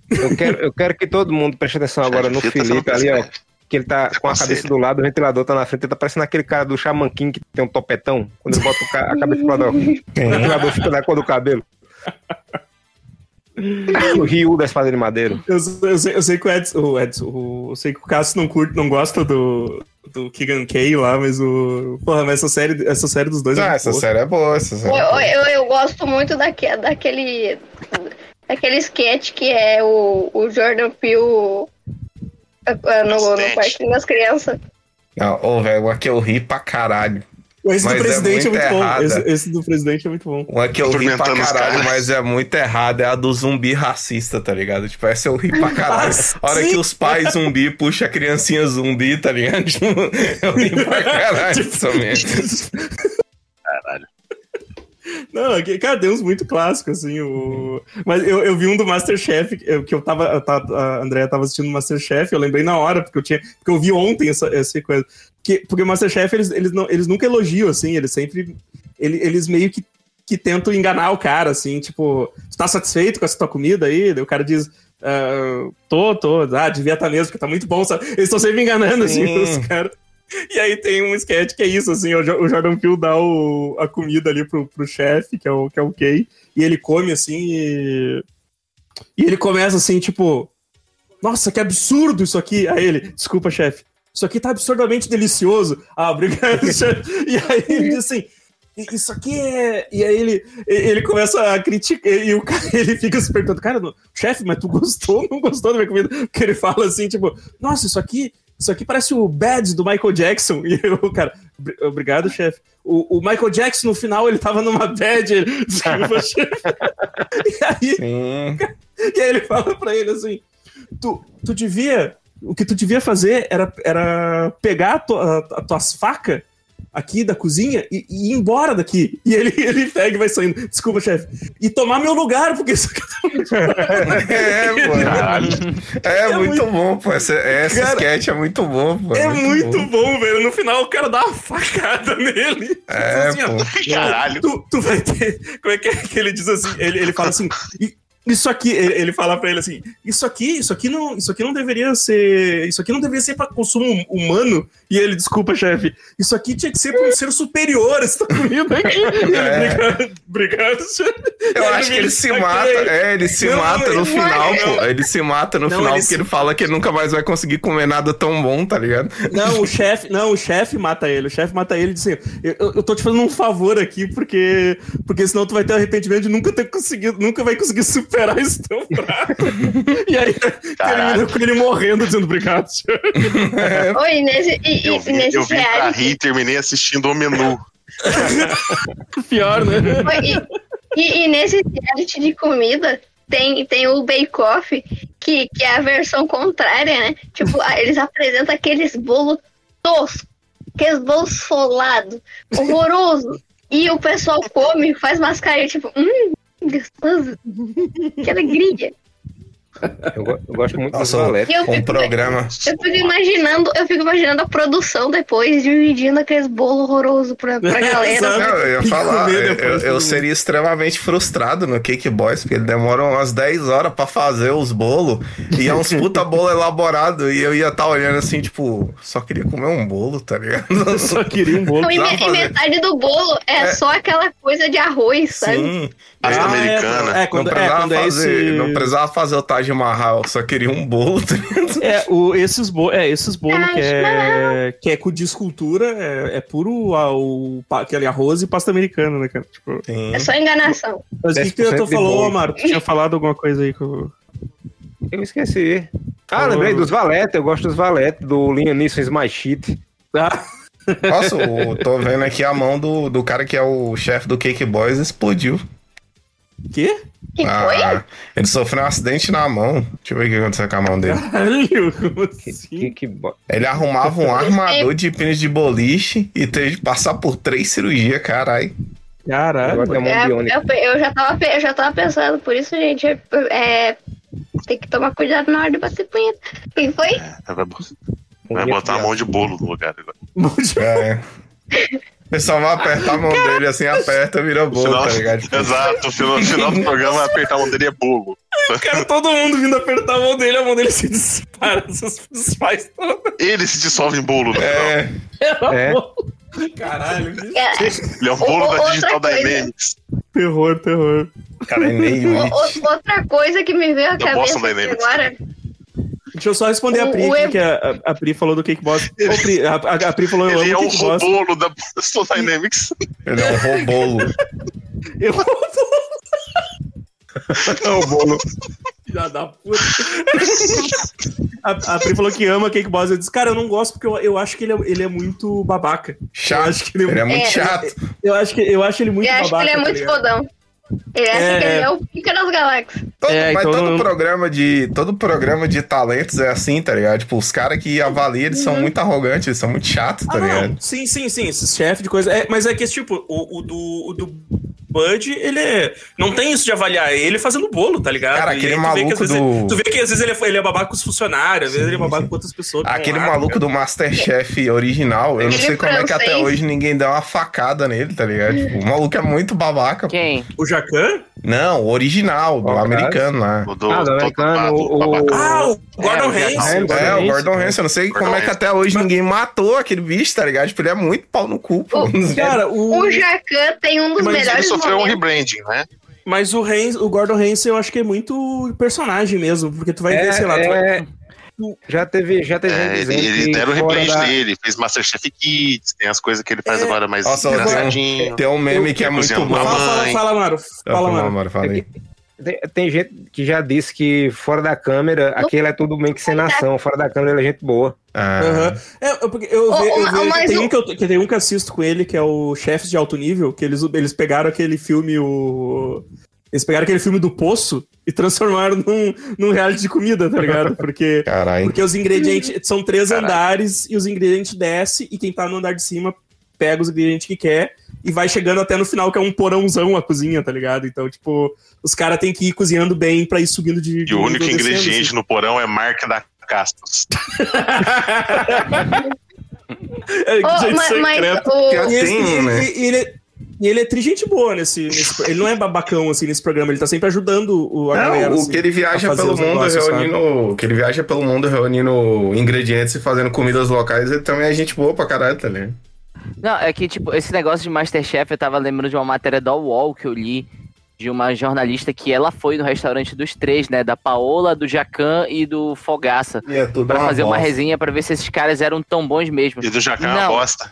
Speaker 5: Eu quero, eu quero que todo mundo preste atenção agora no
Speaker 4: é Fita, você não
Speaker 5: Felipe ali, ó.
Speaker 4: prescreve.
Speaker 5: Que ele tá com a
Speaker 4: Aconselho.
Speaker 5: cabeça do lado, o ventilador tá na frente, ele tá parecendo aquele cara do Shaman King que tem um topetão. Quando ele bota o ca- a cabeça pra dentro, o
Speaker 7: Tem.
Speaker 5: ventilador fica da cor do cabelo. O Ryu da espada de madeira.
Speaker 1: Eu, eu sei, eu sei que o Edson. O Edson o- eu sei que o Cássio não curte, não gosta do, do Keegan Kay lá, mas o. Porra, mas essa série, essa série dos dois. é
Speaker 7: Ah,
Speaker 1: muito
Speaker 7: essa
Speaker 1: boa.
Speaker 7: série é boa, essa série.
Speaker 3: Eu,
Speaker 7: é boa.
Speaker 3: eu, eu gosto muito daque, daquele. daquele sketch que é o, o Jordan Peele ah, ah, no, no
Speaker 4: Sketch.
Speaker 3: Parque das Crianças.
Speaker 7: Não, Ô, velho, o que eu ri pra caralho.
Speaker 1: Esse do
Speaker 7: Mas é
Speaker 1: presidente é
Speaker 7: muito
Speaker 1: muito, bom.
Speaker 7: errada.
Speaker 1: Esse, esse do presidente é muito bom.
Speaker 7: Uma que eu ri pra
Speaker 4: Atormentando os
Speaker 7: caralho,
Speaker 4: caras.
Speaker 7: mas é muito errada, é a do zumbi racista, tá ligado? Tipo, essa eu ri pra caralho. A hora
Speaker 1: sim.
Speaker 7: que os pais zumbi puxam a criancinha zumbi, tá ligado? Eu ri pra caralho,
Speaker 1: Tipo,
Speaker 7: somente.
Speaker 1: Não, é que, cara, tem uns muito clássicos, assim. O... Mas eu, eu vi um do Masterchef, que eu, que eu tava. eu tava- a Andrea tava assistindo o Masterchef, eu lembrei na hora, porque eu tinha. Porque eu vi ontem essa, essa coisa. Que, porque o Masterchef, eles, eles, não, eles nunca elogiam, assim, eles sempre. ele- eles meio que, que tentam enganar o cara, assim, tipo, tu tá satisfeito com essa tua comida aí? Daí o cara diz. "Ah, tô, tô, ah, devia estar mesmo, porque tá muito bom. Sabe? Eles estão sempre enganando, assim,
Speaker 7: Sim.
Speaker 1: os caras. E aí tem um sketch que é isso, assim, o Jo- o Jordan Peele dá o- a comida ali pro, pro chefe, que é o que é o Kay, e ele come assim e... e ele começa assim, tipo, Nossa, que absurdo isso aqui. Aí ele, desculpa, chefe. Isso aqui tá absurdamente delicioso. Ah, obrigado, chefe. E aí ele diz assim, isso aqui é. E aí ele, ele começa a criticar. E o cara ele fica se perguntando, cara, não- chefe, mas tu gostou ou não gostou da minha comida? Porque ele fala assim, tipo, nossa, isso aqui. Isso aqui parece o bad do Michael Jackson. E o cara, "Obri- obrigado, chefe. O, o Michael Jackson, no final, ele tava numa bad. Ele, Desculpa, chefe. E aí,
Speaker 7: Sim.
Speaker 1: e aí ele fala pra ele assim: Tu, tu devia. O que tu devia fazer era, era pegar a tua- a- as tuas facas aqui da cozinha e, e ir embora daqui. E ele, ele pega e vai saindo. Desculpa, chefe. E tomar meu lugar, porque isso aqui
Speaker 7: É, mano.
Speaker 4: Caralho.
Speaker 7: É, muito bom, pô. Essa, essa
Speaker 1: Cara,
Speaker 7: sketch é muito bom, pô.
Speaker 1: é muito
Speaker 7: bom.
Speaker 1: bom, velho. No final, o cara dá uma facada nele.
Speaker 7: É,
Speaker 1: Assim, ó,
Speaker 7: pô.
Speaker 4: Caralho.
Speaker 1: Tu, tu vai ter. Como é que, é que ele diz assim? Ele, ele fala assim. "I- Isso aqui, ele ele fala pra ele assim, isso aqui, isso aqui não, isso aqui não deveria ser, isso aqui não deveria ser para consumo hum- humano. E ele, desculpa, chefe, isso aqui tinha que ser para um ser superior essa comida aqui. E ele,
Speaker 7: É.
Speaker 1: obrigado, obrigado, chefe.
Speaker 7: Eu acho que ele se mata. É, ele se
Speaker 1: Não,
Speaker 7: mata
Speaker 1: ele-
Speaker 7: no final, pô. Ele se mata no
Speaker 1: Não,
Speaker 7: final
Speaker 1: ele
Speaker 7: porque
Speaker 1: se-
Speaker 7: ele fala que ele nunca mais vai conseguir comer nada tão bom, tá ligado?
Speaker 1: Não, o chefe, não, o chefe mata ele, o chefe mata ele e diz assim, eu, eu- eu tô te fazendo um favor aqui porque, porque senão tu vai ter um arrependimento de nunca ter conseguido, nunca vai conseguir superar esse teu prato. e aí
Speaker 4: Caralho.
Speaker 1: Termina com ele morrendo dizendo obrigado, senhor.
Speaker 3: Oi, nesse, e, é
Speaker 4: É. Eu
Speaker 3: e-
Speaker 4: vim,
Speaker 3: nesse
Speaker 4: eu vim pra
Speaker 3: reality-
Speaker 4: rir e terminei assistindo o menu.
Speaker 1: Pior, né?
Speaker 3: Foi- E, e- e nesse reality de comida tem, tem o Bake Off, que, que é a versão contrária, né? Tipo, a- eles apresentam aqueles bolos toscos, aqueles bolos solados, horroroso. E o pessoal come, faz mascarinha, tipo, hum, gostoso. Que alegria.
Speaker 5: Eu, go- eu gosto muito
Speaker 7: Nossa,
Speaker 5: do Valete.
Speaker 3: E eu,
Speaker 7: Um
Speaker 3: fico-
Speaker 7: programa.
Speaker 3: eu fico imaginando, eu fico imaginando a produção depois, dividindo aqueles bolos horrorosos pra, pra galera.
Speaker 1: Exato.
Speaker 7: Não, eu ia
Speaker 1: Tem que
Speaker 7: falar,
Speaker 1: comer
Speaker 7: eu,
Speaker 1: depois,
Speaker 7: eu
Speaker 1: né?
Speaker 7: seria extremamente frustrado no Cake Boys, porque ele demora umas 10 horas pra fazer os bolos, e é uns puta bolo elaborado, e eu ia estar olhando assim, tipo, só queria comer um bolo, tá ligado?
Speaker 1: Só queria um bolo.
Speaker 3: Não, Então, e, me-
Speaker 7: precisava
Speaker 3: e
Speaker 7: fazer.
Speaker 3: metade do bolo é,
Speaker 7: É.
Speaker 3: só aquela coisa de arroz, sabe?
Speaker 7: Sim,
Speaker 4: As
Speaker 1: Ah,
Speaker 4: americanas.
Speaker 1: É, é, quando
Speaker 7: não,
Speaker 1: é,
Speaker 7: precisava
Speaker 1: quando é
Speaker 7: fazer,
Speaker 1: esse...
Speaker 7: não precisava fazer o Taj Mahal, eu só queria um bolo, tá ligado?
Speaker 1: É, o, esses bolos é, esses bolo que, é, que é com de escultura, é, é puro ah, o, pa- aquele arroz e pasta americana, né, cara? Tipo,
Speaker 7: Sim.
Speaker 3: É só enganação.
Speaker 1: mas o que, que
Speaker 5: 10%
Speaker 1: tu
Speaker 5: de
Speaker 1: falou,
Speaker 5: bolo.
Speaker 1: Amaro? Tu tinha falado alguma coisa aí que eu...
Speaker 5: Eu esqueci. Ah,
Speaker 1: Oh.
Speaker 5: lembrei dos Valete. Eu gosto dos Valete, do Liam Neeson Smash Shit.
Speaker 1: Ah,
Speaker 7: Nossa, eu tô vendo aqui a mão do, do cara que é o chefe do Cake Boys explodiu.
Speaker 1: quê?
Speaker 3: Que foi?
Speaker 7: Ah, ele sofreu um acidente na mão. Deixa eu ver o que aconteceu com a mão dele.
Speaker 1: Caralho, como assim?
Speaker 5: Que, que bo-
Speaker 7: Ele arrumava um armador de pinos de boliche e teve de passar por três cirurgias, caralho.
Speaker 1: Caralho.
Speaker 5: Agora tem um a mão biônica.
Speaker 3: É, eu, eu já tava, pe- eu já tava pensando, por isso, gente, é, é, tem que tomar cuidado na hora de bater punheta. Quem foi?
Speaker 4: Vai, bo- vai botar a mão de bolo no lugar agora.
Speaker 7: É. O pessoal vai apertar a mão dele assim, aperta, vira bolo,
Speaker 4: Final-
Speaker 7: tá ligado?
Speaker 4: Exato, no final, final do programa vai apertar a mão dele é bolo.
Speaker 1: Cara, todo mundo vindo apertar a mão dele, a mão dele se dispara, se desfaz toda.
Speaker 4: Ele se dissolve em bolo né? no final.
Speaker 7: É,
Speaker 5: É.
Speaker 1: Caralho, que
Speaker 3: É,
Speaker 4: Ele é um bolo
Speaker 3: Ou-
Speaker 4: da
Speaker 3: outra
Speaker 4: digital da
Speaker 3: coisa.
Speaker 4: Enemies.
Speaker 1: terror, terror.
Speaker 7: cara, é meio.
Speaker 3: o- o- outra coisa que me veio à
Speaker 4: posso
Speaker 3: cabeça
Speaker 4: ler
Speaker 3: aqui
Speaker 4: memes.
Speaker 3: agora.
Speaker 1: Deixa eu só responder a
Speaker 3: O-
Speaker 1: Pri,
Speaker 3: o
Speaker 1: aqui,
Speaker 3: Ev-
Speaker 1: que a, a- a Pri falou do Cake Boss. Ô, Pri, a, a- a Pri falou, eu
Speaker 4: Ele é
Speaker 1: amo
Speaker 4: um
Speaker 1: Cake Boss.
Speaker 4: robolo da Boston Dynamics.
Speaker 7: Ele é um robolo.
Speaker 1: Eu amo
Speaker 7: É um bolo.
Speaker 1: filha da puta. A, a Pri falou que ama Cake Boss. Eu disse, cara, eu não gosto porque eu, eu acho que ele é, ele é muito babaca. Eu
Speaker 7: Chato.
Speaker 1: acho que ele,
Speaker 7: Ele é muito
Speaker 3: É.
Speaker 7: chato.
Speaker 1: eu acho que, eu acho ele muito
Speaker 3: Eu acho que
Speaker 1: babaca.
Speaker 3: ele é
Speaker 1: tá
Speaker 3: muito
Speaker 1: ligado?
Speaker 3: fodão. Ele acha
Speaker 1: É,
Speaker 3: que ele
Speaker 1: é.
Speaker 3: é o pica das galáxias.
Speaker 7: Todo-
Speaker 1: É,
Speaker 7: mas
Speaker 1: então
Speaker 7: todo
Speaker 1: não-
Speaker 7: programa de todo programa de talentos é assim, tá ligado? Tipo, os caras que avaliam, eles são muito arrogantes, eles são muito chatos, tá
Speaker 1: Uhum. Ah,
Speaker 7: ligado?
Speaker 1: não. Sim, sim, sim. Esse chefe de coisa. É, mas é que esse tipo, o, o do. o do Bud, ele é. Não tem isso de avaliar é ele fazendo bolo, tá ligado?
Speaker 7: Cara,
Speaker 1: E
Speaker 7: aquele
Speaker 1: aí tu vê que
Speaker 7: maluco
Speaker 1: às vezes
Speaker 7: do-
Speaker 1: ele- tu vê que às vezes ele é, ele é babaca com os funcionários, às vezes ele é babaca com outras pessoas. que é vão
Speaker 7: Aquele
Speaker 1: lá,
Speaker 7: maluco do Masterchef original, eu não
Speaker 3: Ele
Speaker 7: sei como é que até
Speaker 3: francês.
Speaker 7: hoje ninguém deu uma facada nele, tá ligado? Tipo, o maluco é muito babaca. pô.
Speaker 2: Quem?
Speaker 1: O Jacan?
Speaker 7: Não, o original, do
Speaker 5: Ó,
Speaker 7: americano lá.
Speaker 4: O do-
Speaker 5: Ah, do
Speaker 4: todo
Speaker 5: americano,
Speaker 4: babado,
Speaker 5: o-
Speaker 4: babado.
Speaker 1: Ah, o Gordon
Speaker 2: o Jacan.
Speaker 1: Ramsay.
Speaker 5: Gordon
Speaker 7: É, o
Speaker 5: Ramsay,
Speaker 7: Gordon
Speaker 5: é.
Speaker 7: Ramsay, eu não sei
Speaker 4: Gordon
Speaker 7: como é que até hoje ninguém matou aquele bicho, tá ligado? Tipo, ele é muito pau no cu, pô.
Speaker 1: Cara, o.
Speaker 3: O Jacan tem um dos
Speaker 1: Mas
Speaker 4: Mas ele
Speaker 3: melhores
Speaker 4: sofreu um
Speaker 3: momentos.
Speaker 4: rebranding, né?
Speaker 1: Mas o, Hans, o Gordon Ramsay eu acho que é muito personagem mesmo, porque tu vai ver, sei lá, tu vai-
Speaker 5: é, já teve, já teve gente
Speaker 4: É, ele,
Speaker 5: dizendo
Speaker 4: ele
Speaker 5: que
Speaker 4: deram o
Speaker 5: um fora
Speaker 4: replay
Speaker 5: da-
Speaker 4: dele, fez Masterchef Kids, tem as coisas que ele faz
Speaker 1: É.
Speaker 4: agora mais
Speaker 7: Nossa, eu tenho-
Speaker 4: engraçadinho.
Speaker 7: Tem um meme que é muito
Speaker 4: Cozinha
Speaker 7: bom.
Speaker 4: uma
Speaker 1: Fala, fala,
Speaker 4: mãe.
Speaker 1: fala, Maro.
Speaker 7: Ah,
Speaker 1: Fala,
Speaker 7: foi mal,
Speaker 1: Maro.
Speaker 7: Mário, fala aí.
Speaker 5: Tem, tem gente que já disse que fora da câmera, aquele é tudo bem que sem nação. Fora da câmera ele é gente boa.
Speaker 7: Ah,
Speaker 1: Aham. É, eu, porque eu,
Speaker 3: Ô,
Speaker 1: ve- eu
Speaker 3: ô,
Speaker 1: vejo-
Speaker 3: mas
Speaker 1: tem,
Speaker 3: o-
Speaker 1: um que eu, que tem um que assisto com ele, que é o Chefes de Alto Nível, que eles, eles pegaram aquele filme, o. Eles pegaram aquele filme do Poço e transformaram num, num reality de comida, tá ligado? Porque,
Speaker 7: Caralho.
Speaker 1: porque os ingredientes. São três
Speaker 2: Caralho.
Speaker 1: andares e os ingredientes descem e quem tá no andar de cima pega os ingredientes que quer e vai chegando até no final, que é um porãozão a cozinha, tá ligado? Então, tipo, os caras têm que ir cozinhando bem pra ir subindo de.
Speaker 4: E o único ingrediente
Speaker 1: Assim.
Speaker 4: no porão é marca da Castos.
Speaker 1: É,
Speaker 3: Ô,
Speaker 1: gente
Speaker 3: Oh, ma- mas
Speaker 1: secreta.
Speaker 3: o-
Speaker 1: E
Speaker 7: Tem
Speaker 1: ele,
Speaker 7: um,
Speaker 1: Assim, e-
Speaker 7: né?
Speaker 1: e- e ele- e ele é trigente boa nesse, nesse pro- Ele não é babacão assim nesse programa, ele tá sempre ajudando o, a galera.
Speaker 7: Não, o
Speaker 1: assim,
Speaker 7: que ele
Speaker 1: a
Speaker 7: viaja
Speaker 1: fazer
Speaker 7: pelo
Speaker 1: os
Speaker 7: mundo
Speaker 1: negócios, sabe?
Speaker 7: reunindo. o Que ele viaja pelo mundo reunindo ingredientes e fazendo comidas locais, ele também é gente boa pra caralho, tá ligado?
Speaker 2: Não, é que, tipo, esse negócio de Masterchef, eu tava lembrando de uma matéria da UOL que eu li de uma jornalista que ela foi no restaurante dos três, né? Da Paola, do Jacan e do Fogaça.
Speaker 7: E é tudo
Speaker 2: Pra
Speaker 7: uma
Speaker 2: fazer uma
Speaker 7: bosta.
Speaker 2: resenha pra ver se esses caras eram tão bons mesmo.
Speaker 4: E do Jacan é uma
Speaker 2: Não.
Speaker 4: bosta.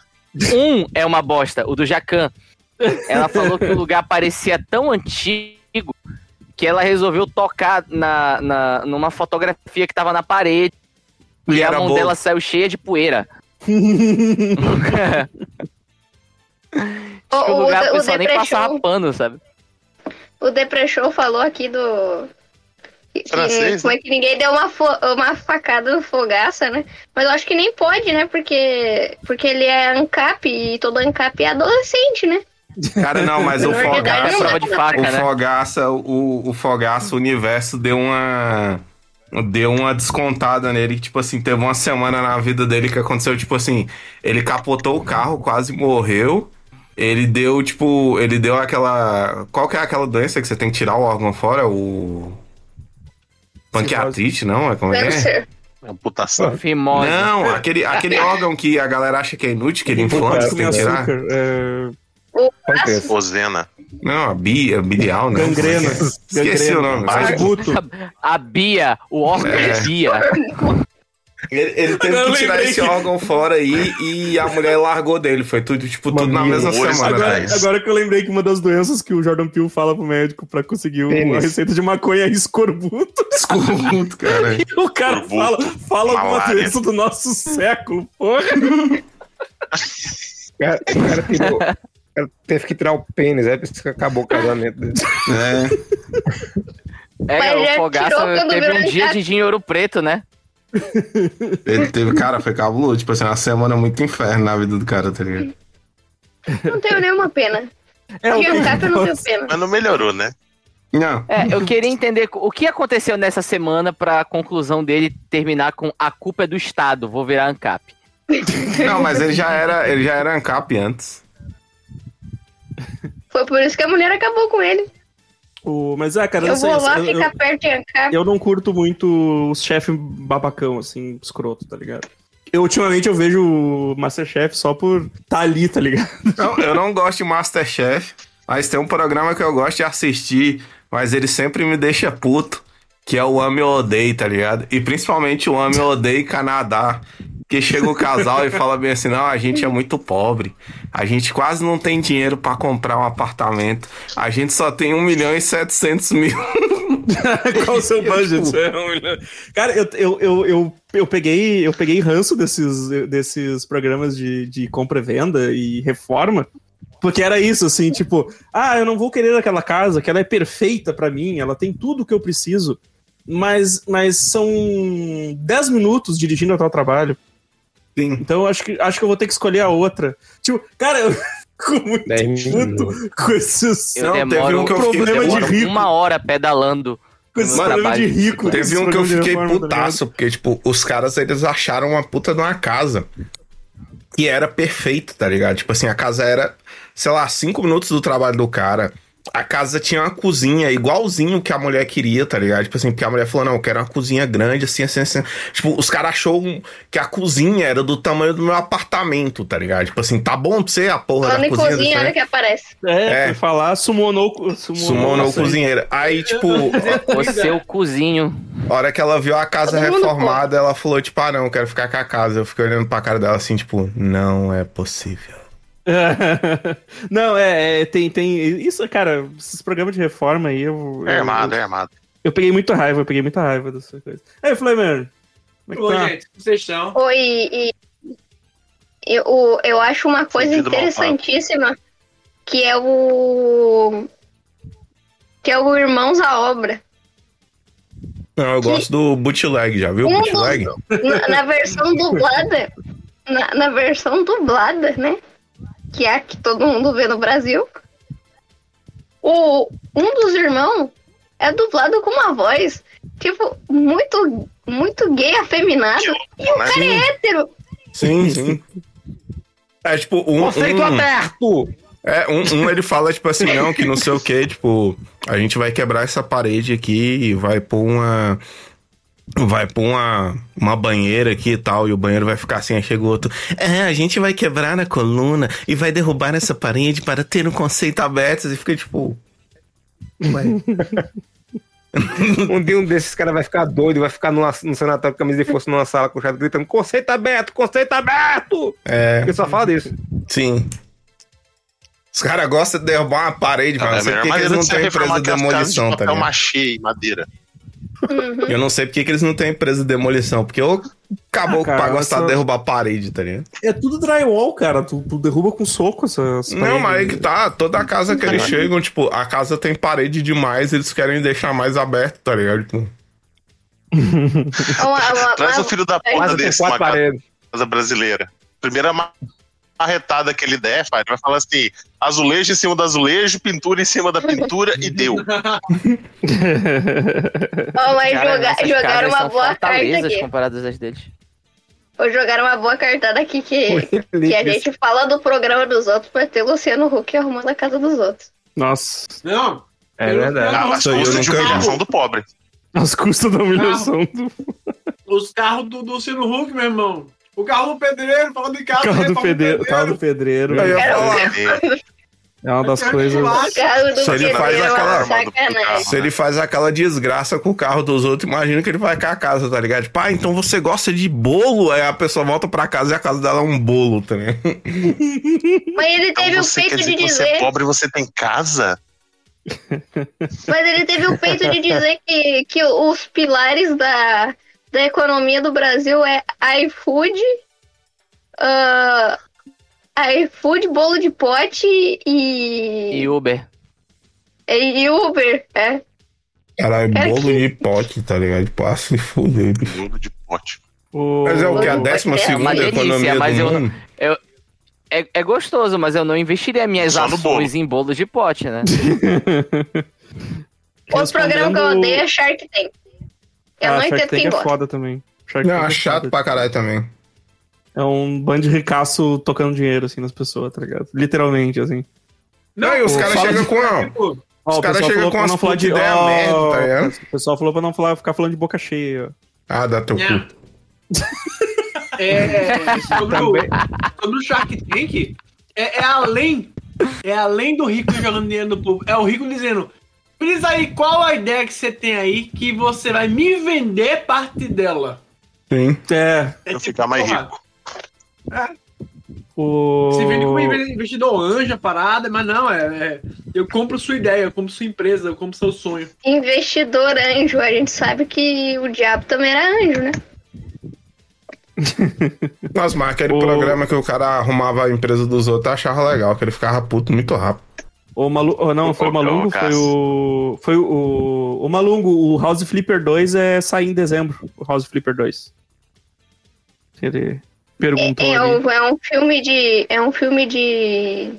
Speaker 2: Um é uma bosta, o do Jacan. Ela falou que o lugar parecia tão antigo que ela resolveu tocar na, na, numa fotografia que tava na parede.
Speaker 7: E
Speaker 2: E a
Speaker 7: era
Speaker 2: mão
Speaker 7: boa.
Speaker 2: dela saiu cheia de poeira.
Speaker 3: o,
Speaker 2: Acho que o
Speaker 3: o,
Speaker 2: lugar a
Speaker 3: o,
Speaker 2: pessoa nem passava
Speaker 3: Depression,
Speaker 2: pano, sabe?
Speaker 3: o Depression falou aqui do. que- que-
Speaker 4: Francês,
Speaker 3: como é que ninguém deu uma, fo- uma facada no fogaça, né? Mas eu acho que nem pode, né? Porque, porque ele é ANCAP e todo ANCAP é adolescente, né?
Speaker 7: Cara, não, mas o
Speaker 3: Na verdade,
Speaker 2: É
Speaker 3: não
Speaker 7: Fogaça.
Speaker 2: prova de
Speaker 7: O
Speaker 2: faca, né?
Speaker 7: Fogaça, o, o Fogaça, o universo deu uma. Deu uma descontada nele, que, tipo assim, teve uma semana na vida dele que aconteceu, tipo assim, ele capotou o carro, quase morreu. Ele deu, tipo, ele deu aquela. Qual que é aquela doença que você tem que tirar o órgão fora? O. Pancreatite, não? É como é? que é?
Speaker 3: Câncer.
Speaker 4: É uma putação.
Speaker 2: né? Fimose.
Speaker 7: Não, aquele, aquele órgão que a galera acha que é inútil, que ele inflama, você
Speaker 1: Comer
Speaker 7: tem que tirar.
Speaker 1: açúcar, é,
Speaker 5: Pancreas.
Speaker 4: Ozena.
Speaker 7: Não, a bi, a bilial, né?
Speaker 1: gangrena.
Speaker 7: Esqueci o nome.
Speaker 4: Mas-
Speaker 1: Esguto.
Speaker 2: A Bia, o órgão
Speaker 7: É.
Speaker 2: de Bia.
Speaker 7: Ele, ele teve
Speaker 1: Agora eu
Speaker 7: que tirar
Speaker 1: lembrei
Speaker 7: esse
Speaker 1: que-
Speaker 7: órgão fora aí e a mulher largou dele. Foi tudo, tipo, tudo na
Speaker 5: Mamilo,
Speaker 7: mesma
Speaker 4: olho pra
Speaker 7: semana. velho.
Speaker 1: Agora,
Speaker 4: trás.
Speaker 1: agora que eu lembrei que uma das doenças que o Jordan Peele fala pro médico pra conseguir o-
Speaker 5: Pênis.
Speaker 1: a receita de maconha é escorbuto.
Speaker 7: Desculpa muito, cara.
Speaker 1: O cara
Speaker 4: Escorbuto,
Speaker 1: fala, fala alguma
Speaker 4: malária.
Speaker 7: né?
Speaker 1: doença do nosso século, porra.
Speaker 5: O cara, o cara tirou- o cara teve que tirar o pênis, é por isso que acabou o casamento dele.
Speaker 7: É.
Speaker 2: É,
Speaker 3: Mas já
Speaker 2: o
Speaker 3: tirou
Speaker 2: Fogaça
Speaker 3: quando
Speaker 2: teve
Speaker 3: virou
Speaker 2: um dia
Speaker 3: enxada.
Speaker 2: de dinheiro preto, né?
Speaker 7: Ele teve, cara, foi cabuloso. Tipo assim, uma semana muito inferno na vida do cara, tá ligado?
Speaker 3: Não tenho nenhuma pena.
Speaker 1: É
Speaker 3: Aqui
Speaker 1: que-
Speaker 3: ANCAP eu não tenho pena.
Speaker 4: Mas não melhorou, né?
Speaker 7: Não.
Speaker 2: É, eu queria entender co- o que aconteceu nessa semana pra conclusão dele terminar com a culpa é do Estado, vou virar ANCAP.
Speaker 7: Não, mas ele já era, ele já era ANCAP antes.
Speaker 3: Foi por isso que a mulher acabou com ele.
Speaker 1: O- Mas é, cara,
Speaker 3: Eu,
Speaker 1: não sei.
Speaker 3: vou lá
Speaker 1: eu- eu-
Speaker 3: ficar perto de ANCAP.
Speaker 1: eu não curto muito os chefes babacão, assim, escroto, tá ligado? Eu, ultimamente, eu vejo o Masterchef só por tá ali, tá ligado?
Speaker 7: Não, eu não gosto de Masterchef, mas tem um programa que eu gosto de assistir, mas ele sempre me deixa puto, que é o Ame ou Odeio, tá ligado? E principalmente o Ame ou Odeio Canadá, que chega o casal e fala bem assim, não, a gente é muito pobre, a gente quase não tem dinheiro pra comprar um apartamento, a gente só tem 1 milhão e 700 mil.
Speaker 1: Qual o seu budget? É um milhão. Cara, eu, eu, eu, eu, eu peguei, eu peguei ranço desses, desses programas de, de compra e venda e reforma. Porque era isso, assim, tipo, ah, eu não vou querer aquela casa, que ela é perfeita pra mim, ela tem tudo que eu preciso, mas, mas são 10 minutos dirigindo até o trabalho.
Speaker 7: Sim.
Speaker 1: Então eu acho que, acho que eu vou ter que escolher a outra. Tipo, cara, eu fico muito
Speaker 5: 10
Speaker 1: puto
Speaker 5: minutos.
Speaker 1: com esses,
Speaker 2: Eu
Speaker 7: Não, teve
Speaker 2: demoro,
Speaker 7: um que eu
Speaker 1: fiquei-
Speaker 2: eu demoro
Speaker 1: problema de rico.
Speaker 2: uma hora pedalando.
Speaker 1: com esses
Speaker 2: Mano,
Speaker 1: problemas de
Speaker 2: trabalho.
Speaker 1: rico.
Speaker 7: Teve
Speaker 1: esses
Speaker 7: um que eu
Speaker 1: problemas de
Speaker 7: fiquei
Speaker 1: reforma, tá ligado?
Speaker 7: putaço, porque, tipo, os caras, eles acharam uma puta de uma casa que era perfeita, tá ligado? Tipo assim, a casa era, sei lá, cinco minutos do trabalho do cara. a casa tinha uma cozinha igualzinho que a mulher queria, tá ligado? Tipo assim, porque a mulher falou, não, eu quero uma cozinha grande, assim, assim, assim. Tipo, os caras achou um- que a cozinha era do tamanho do meu apartamento, tá ligado? Tipo assim, tá bom pra você a porra
Speaker 3: Falando
Speaker 7: da
Speaker 3: em
Speaker 7: cozinha?
Speaker 3: cozinha, né?
Speaker 7: desse-
Speaker 3: olha que aparece.
Speaker 1: É,
Speaker 7: É.
Speaker 1: foi falar, assim. sumonou, o- sumonou,
Speaker 7: Sumou no
Speaker 1: Nossa,
Speaker 7: cozinheiro. Aí, tipo,
Speaker 2: O
Speaker 3: é.
Speaker 2: seu cozinho.
Speaker 7: a hora que ela viu a casa
Speaker 3: Todo mundo
Speaker 7: reformada, ela falou, tipo, ah, não, eu quero ficar com a casa. Eu fiquei olhando pra cara dela assim, tipo, não é possível.
Speaker 1: Não, é, é, tem, tem. Isso, cara, esses programas de reforma aí, eu.
Speaker 4: É
Speaker 1: eu-
Speaker 4: armado, é armado.
Speaker 1: Eu peguei muita raiva, eu peguei muita raiva dessa coisa. Aí, Flamengo, como
Speaker 8: Ô,
Speaker 1: é que tá?
Speaker 8: gente, como vocês estão?
Speaker 3: Oi, e, e eu, eu acho uma coisa
Speaker 4: Sentido malvado.
Speaker 3: interessantíssima que é o. Que é o Irmãos à Obra.
Speaker 7: Não, eu gosto do bootleg, já viu?
Speaker 3: Um
Speaker 7: Bootleg?
Speaker 3: Na, na versão dublada. Na, na versão dublada, né? Que é a que todo mundo vê no Brasil. O, um dos irmãos é dublado com uma voz, tipo, muito, muito gay afeminado. E o
Speaker 4: né?
Speaker 3: cara é hétero.
Speaker 7: Sim, sim. É tipo, um.
Speaker 5: Conceito
Speaker 2: Hum.
Speaker 7: um-
Speaker 5: aberto!
Speaker 7: É, um, um ele fala, tipo assim, não, que não sei o que, tipo, a gente vai quebrar essa parede aqui e vai pôr uma. Vai pôr uma, uma banheira aqui e tal, e o banheiro vai ficar assim, aí chega o outro. É, a gente vai quebrar na coluna e vai derrubar essa parede para ter um conceito aberto. E fica tipo.
Speaker 5: Um dia um desses caras vai ficar doido, vai ficar numa, no sanatório com camisa de força numa sala com o chato gritando: Conceito aberto, conceito aberto!
Speaker 7: É,
Speaker 5: Porque só fala disso.
Speaker 7: sim. Os caras gostam de derrubar uma parede,
Speaker 4: É
Speaker 7: mas
Speaker 4: a melhor
Speaker 7: não sei porque Então, assim,
Speaker 4: maneira de se
Speaker 7: que eles não têm empresa
Speaker 4: reformar
Speaker 7: de
Speaker 4: que as casas de
Speaker 7: demolição, tá
Speaker 4: papel
Speaker 7: ligado?
Speaker 4: machê e madeira.
Speaker 3: Uhum.
Speaker 7: Eu não sei porque que eles não têm empresa de demolição, porque eu acabou
Speaker 1: Ah, cara,
Speaker 7: pra gostar
Speaker 1: só-
Speaker 7: de derrubar a parede, tá ligado?
Speaker 1: É tudo drywall, cara. Tu, tu derruba com soco essas
Speaker 7: Não,
Speaker 1: paredes.
Speaker 7: mas aí que tá, toda a casa que eles chegam, tipo, a casa tem parede demais, eles querem deixar mais aberto, tá ligado? Tipo,
Speaker 3: É uma- uma-
Speaker 4: Traz
Speaker 3: uma-
Speaker 4: o filho da
Speaker 5: Mas
Speaker 4: puta
Speaker 5: tem
Speaker 4: desse,
Speaker 5: quatro
Speaker 4: uma casa
Speaker 5: paredes.
Speaker 4: brasileira. Primeira ma- marretada que ele der, pai, ele vai falar assim: azulejo em cima do azulejo, pintura em cima da pintura e deu.
Speaker 3: Ó, mas
Speaker 2: Cara,
Speaker 3: joga-
Speaker 2: essas
Speaker 3: jogaram
Speaker 2: casas
Speaker 3: uma
Speaker 2: são
Speaker 3: boa carta
Speaker 2: fortalezas
Speaker 3: aqui.
Speaker 2: comparadas às deles.
Speaker 3: Ou jogaram uma boa cartada aqui que, que a
Speaker 5: Ele-
Speaker 3: gente fala do programa dos outros pra ter Luciano Huck arrumando a casa dos outros.
Speaker 1: Nossa,
Speaker 8: Não,
Speaker 5: É verdade.
Speaker 4: Ah, mas
Speaker 7: Isso aí eu
Speaker 4: custa de
Speaker 7: nunca vi.
Speaker 4: humilhação do pobre.
Speaker 1: as custas da humilhação do
Speaker 8: os carros do, do Luciano Huck, meu irmão. O carro do pedreiro, falando de carro,
Speaker 1: carro do
Speaker 8: reforma
Speaker 1: pedreiro. Carro do pedreiro.
Speaker 7: Eu ia
Speaker 3: Cara,
Speaker 7: falar,
Speaker 1: É uma das
Speaker 8: Cara,
Speaker 1: coisas.
Speaker 8: eu acho.
Speaker 3: O carro do
Speaker 7: Se ele
Speaker 3: pedreiro
Speaker 7: faz
Speaker 3: é
Speaker 7: aquela-
Speaker 3: uma sacanagem.
Speaker 7: "Ah, se ele faz aquela desgraça com o carro dos outros, imagina que ele vai com a casa, tá ligado? Tipo, ah, então você gosta de bolo? Aí a pessoa volta pra casa e a casa dela é um bolo também.
Speaker 3: Mas ele teve
Speaker 4: Então
Speaker 3: o
Speaker 4: você quer
Speaker 3: peito
Speaker 4: dizer
Speaker 3: de
Speaker 4: que você
Speaker 3: dizer.
Speaker 4: é pobre e você tem casa?
Speaker 3: Mas ele teve o peito de dizer que, que os pilares da, da economia do Brasil é iFood, ah, iFood, bolo de pote e,
Speaker 2: E Uber.
Speaker 3: e, Uber. É.
Speaker 7: Caralho, é
Speaker 3: Cara,
Speaker 7: bolo
Speaker 3: que-
Speaker 7: de pote, tá ligado? Tipo, ah, se fuder. bicho.
Speaker 4: Bolo de pote.
Speaker 1: O-
Speaker 7: Mas é o que? A décima
Speaker 3: É uma
Speaker 7: segunda
Speaker 2: delícia,
Speaker 7: economia
Speaker 2: mas
Speaker 7: do
Speaker 2: eu não-
Speaker 7: mundo?
Speaker 2: É, é gostoso, mas eu não investiria minhas
Speaker 4: Só no
Speaker 2: ações em bolo de pote, né?
Speaker 3: Outro programa que eu
Speaker 1: Respondendo-
Speaker 3: odeio é Shark Tank. Eu
Speaker 1: Ah,
Speaker 3: não
Speaker 1: Shark
Speaker 3: entendo
Speaker 1: Tank
Speaker 3: quem
Speaker 1: é
Speaker 3: gosta.
Speaker 1: foda também. Shark
Speaker 7: Não,
Speaker 1: Tank
Speaker 7: é chato
Speaker 1: foda.
Speaker 7: pra caralho também.
Speaker 1: É um bando de ricaço tocando dinheiro, assim, nas pessoas, tá ligado? Literalmente, assim.
Speaker 7: Não, e os
Speaker 1: pô,
Speaker 7: caras
Speaker 1: fala
Speaker 7: chegam
Speaker 1: de-
Speaker 7: com a...
Speaker 8: Tipo,
Speaker 1: Ó,
Speaker 7: Os
Speaker 1: o
Speaker 7: caras
Speaker 1: pessoal falou
Speaker 7: chegam com
Speaker 1: pra
Speaker 7: umas
Speaker 1: não falar
Speaker 7: puta
Speaker 1: de...
Speaker 7: ideia
Speaker 1: ó,
Speaker 7: merda, tá ligado?
Speaker 1: O pessoal falou pra não falar, ficar falando de boca cheia.
Speaker 7: Ah, dá teu cu.
Speaker 8: né? É, sobre, o, sobre o Shark Tank, é, é além é além do rico jogando dinheiro no povo. É o rico dizendo, diz aí qual a ideia que você tem aí que você vai me vender parte dela.
Speaker 7: Sim.
Speaker 1: É,
Speaker 8: É
Speaker 4: Pra ficar mais
Speaker 8: porra,
Speaker 4: rico.
Speaker 1: o...
Speaker 8: Você vende como investidor anjo, a parada, mas não, é, é, Eu compro sua ideia, eu compro sua empresa, eu compro seu sonho.
Speaker 3: Investidor anjo, a gente sabe que o diabo também era anjo, né?
Speaker 7: Nossa, mas aquele
Speaker 1: O-
Speaker 7: programa que o cara arrumava a empresa dos outros eu achava legal, que ele ficava puto muito rápido.
Speaker 1: O Malu... oh, não, foi o
Speaker 4: Qual que é o
Speaker 1: Malungo, foi o... Foi o... O Malungo, o House Flipper 2 é sair em dezembro, o House Flipper 2. Ele perguntou
Speaker 3: É,
Speaker 1: ali.
Speaker 3: um, é um filme de. É um filme de.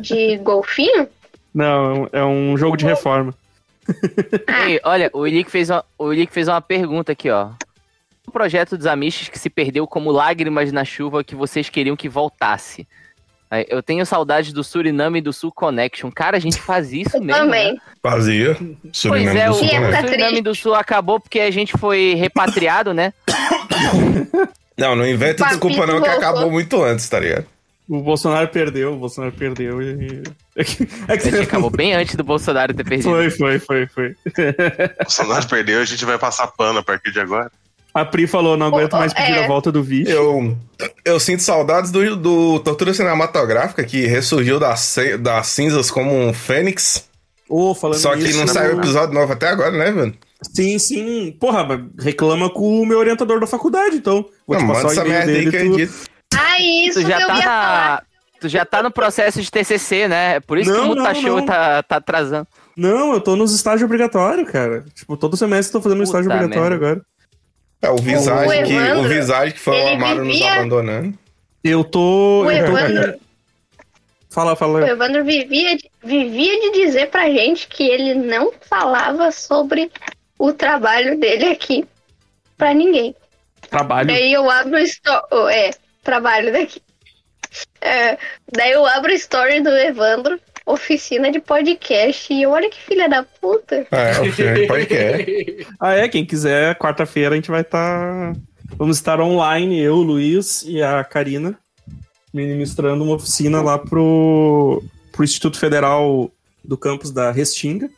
Speaker 3: De golfinho?
Speaker 1: Não, é um- é um jogo de reforma.
Speaker 2: Ei, olha, o Ilick fez uma, o Ilick fez uma pergunta aqui, ó. O projeto dos Amishes que se perdeu como lágrimas na chuva que vocês queriam que voltasse. Aí, Eu tenho saudade do Suriname e do Sul Connection. Cara, a gente faz isso
Speaker 3: Eu
Speaker 2: mesmo. né?
Speaker 3: também.
Speaker 7: Fazia.
Speaker 2: Pois
Speaker 7: Suriname
Speaker 2: é,
Speaker 7: do
Speaker 2: o
Speaker 7: Sul,
Speaker 3: Sim,
Speaker 7: né?
Speaker 3: tá
Speaker 2: Suriname
Speaker 3: triste.
Speaker 2: do Sul acabou porque a gente foi repatriado, né?
Speaker 7: Não, não inventa
Speaker 3: Papito
Speaker 7: desculpa não, que
Speaker 3: voltou.
Speaker 7: acabou muito antes, tá ligado?
Speaker 1: O Bolsonaro perdeu, o Bolsonaro perdeu. E... É que, é
Speaker 2: A gente
Speaker 1: que...
Speaker 2: acabou bem antes do Bolsonaro ter perdido.
Speaker 1: Foi, foi, foi, foi.
Speaker 4: Bolsonaro perdeu, a gente vai passar pano a partir de agora.
Speaker 1: A Pri falou, não aguento mais pedir
Speaker 3: É.
Speaker 1: a volta do Vixe.
Speaker 7: Eu, eu sinto saudades do, do Tortura Cinematográfica, que ressurgiu das, ce- das cinzas como um fênix.
Speaker 1: Ô, falando
Speaker 7: Só que
Speaker 1: nisso, né,
Speaker 7: não saiu episódio novo até agora, né, velho?
Speaker 1: Sim, sim. Porra, mas reclama com o meu orientador da faculdade, então. Vou
Speaker 7: Não,
Speaker 1: te
Speaker 7: manda
Speaker 1: passar o
Speaker 7: essa
Speaker 1: e-mail
Speaker 7: merda aí
Speaker 1: dele.
Speaker 7: que é eu
Speaker 1: tu-
Speaker 7: edito.
Speaker 3: Ah, isso
Speaker 2: Tu
Speaker 3: que eu
Speaker 2: já
Speaker 3: ia
Speaker 2: tá
Speaker 3: falar.
Speaker 2: na. Tu já tá no processo de TCC, né? É por isso
Speaker 1: Não,
Speaker 2: que o
Speaker 1: não,
Speaker 2: Muta Show
Speaker 1: não.
Speaker 2: tá, tá atrasando.
Speaker 1: Não, eu tô nos estágios obrigatórios, cara. Tipo, todo semestre eu tô fazendo um
Speaker 2: Puta
Speaker 1: estágio obrigatório
Speaker 2: merda.
Speaker 1: agora.
Speaker 7: É, o Visage,
Speaker 3: O
Speaker 7: que, o
Speaker 3: Evandro,
Speaker 7: Visage que foi o
Speaker 3: ele
Speaker 7: Amaro nos
Speaker 3: vivia-
Speaker 7: abandonando.
Speaker 1: Eu tô.
Speaker 3: O
Speaker 1: eu tô-
Speaker 3: Evandro,
Speaker 1: Fala, fala.
Speaker 3: o Evandro vivia, de- vivia de dizer pra gente que ele não falava sobre o trabalho dele aqui pra ninguém.
Speaker 1: Trabalho.
Speaker 3: Daí eu abro o sto- oh, É, trabalho daqui. É, daí eu abro o story do Evandro, oficina de podcast, e eu, olha que filha da puta.
Speaker 7: É, o filme pode que é.
Speaker 1: Ah, é? Quem quiser, quarta-feira a gente vai estar. Vamos estar online, eu, o Luiz e a Karina, ministrando uma oficina lá pro, pro Instituto Federal do campus da Restinga.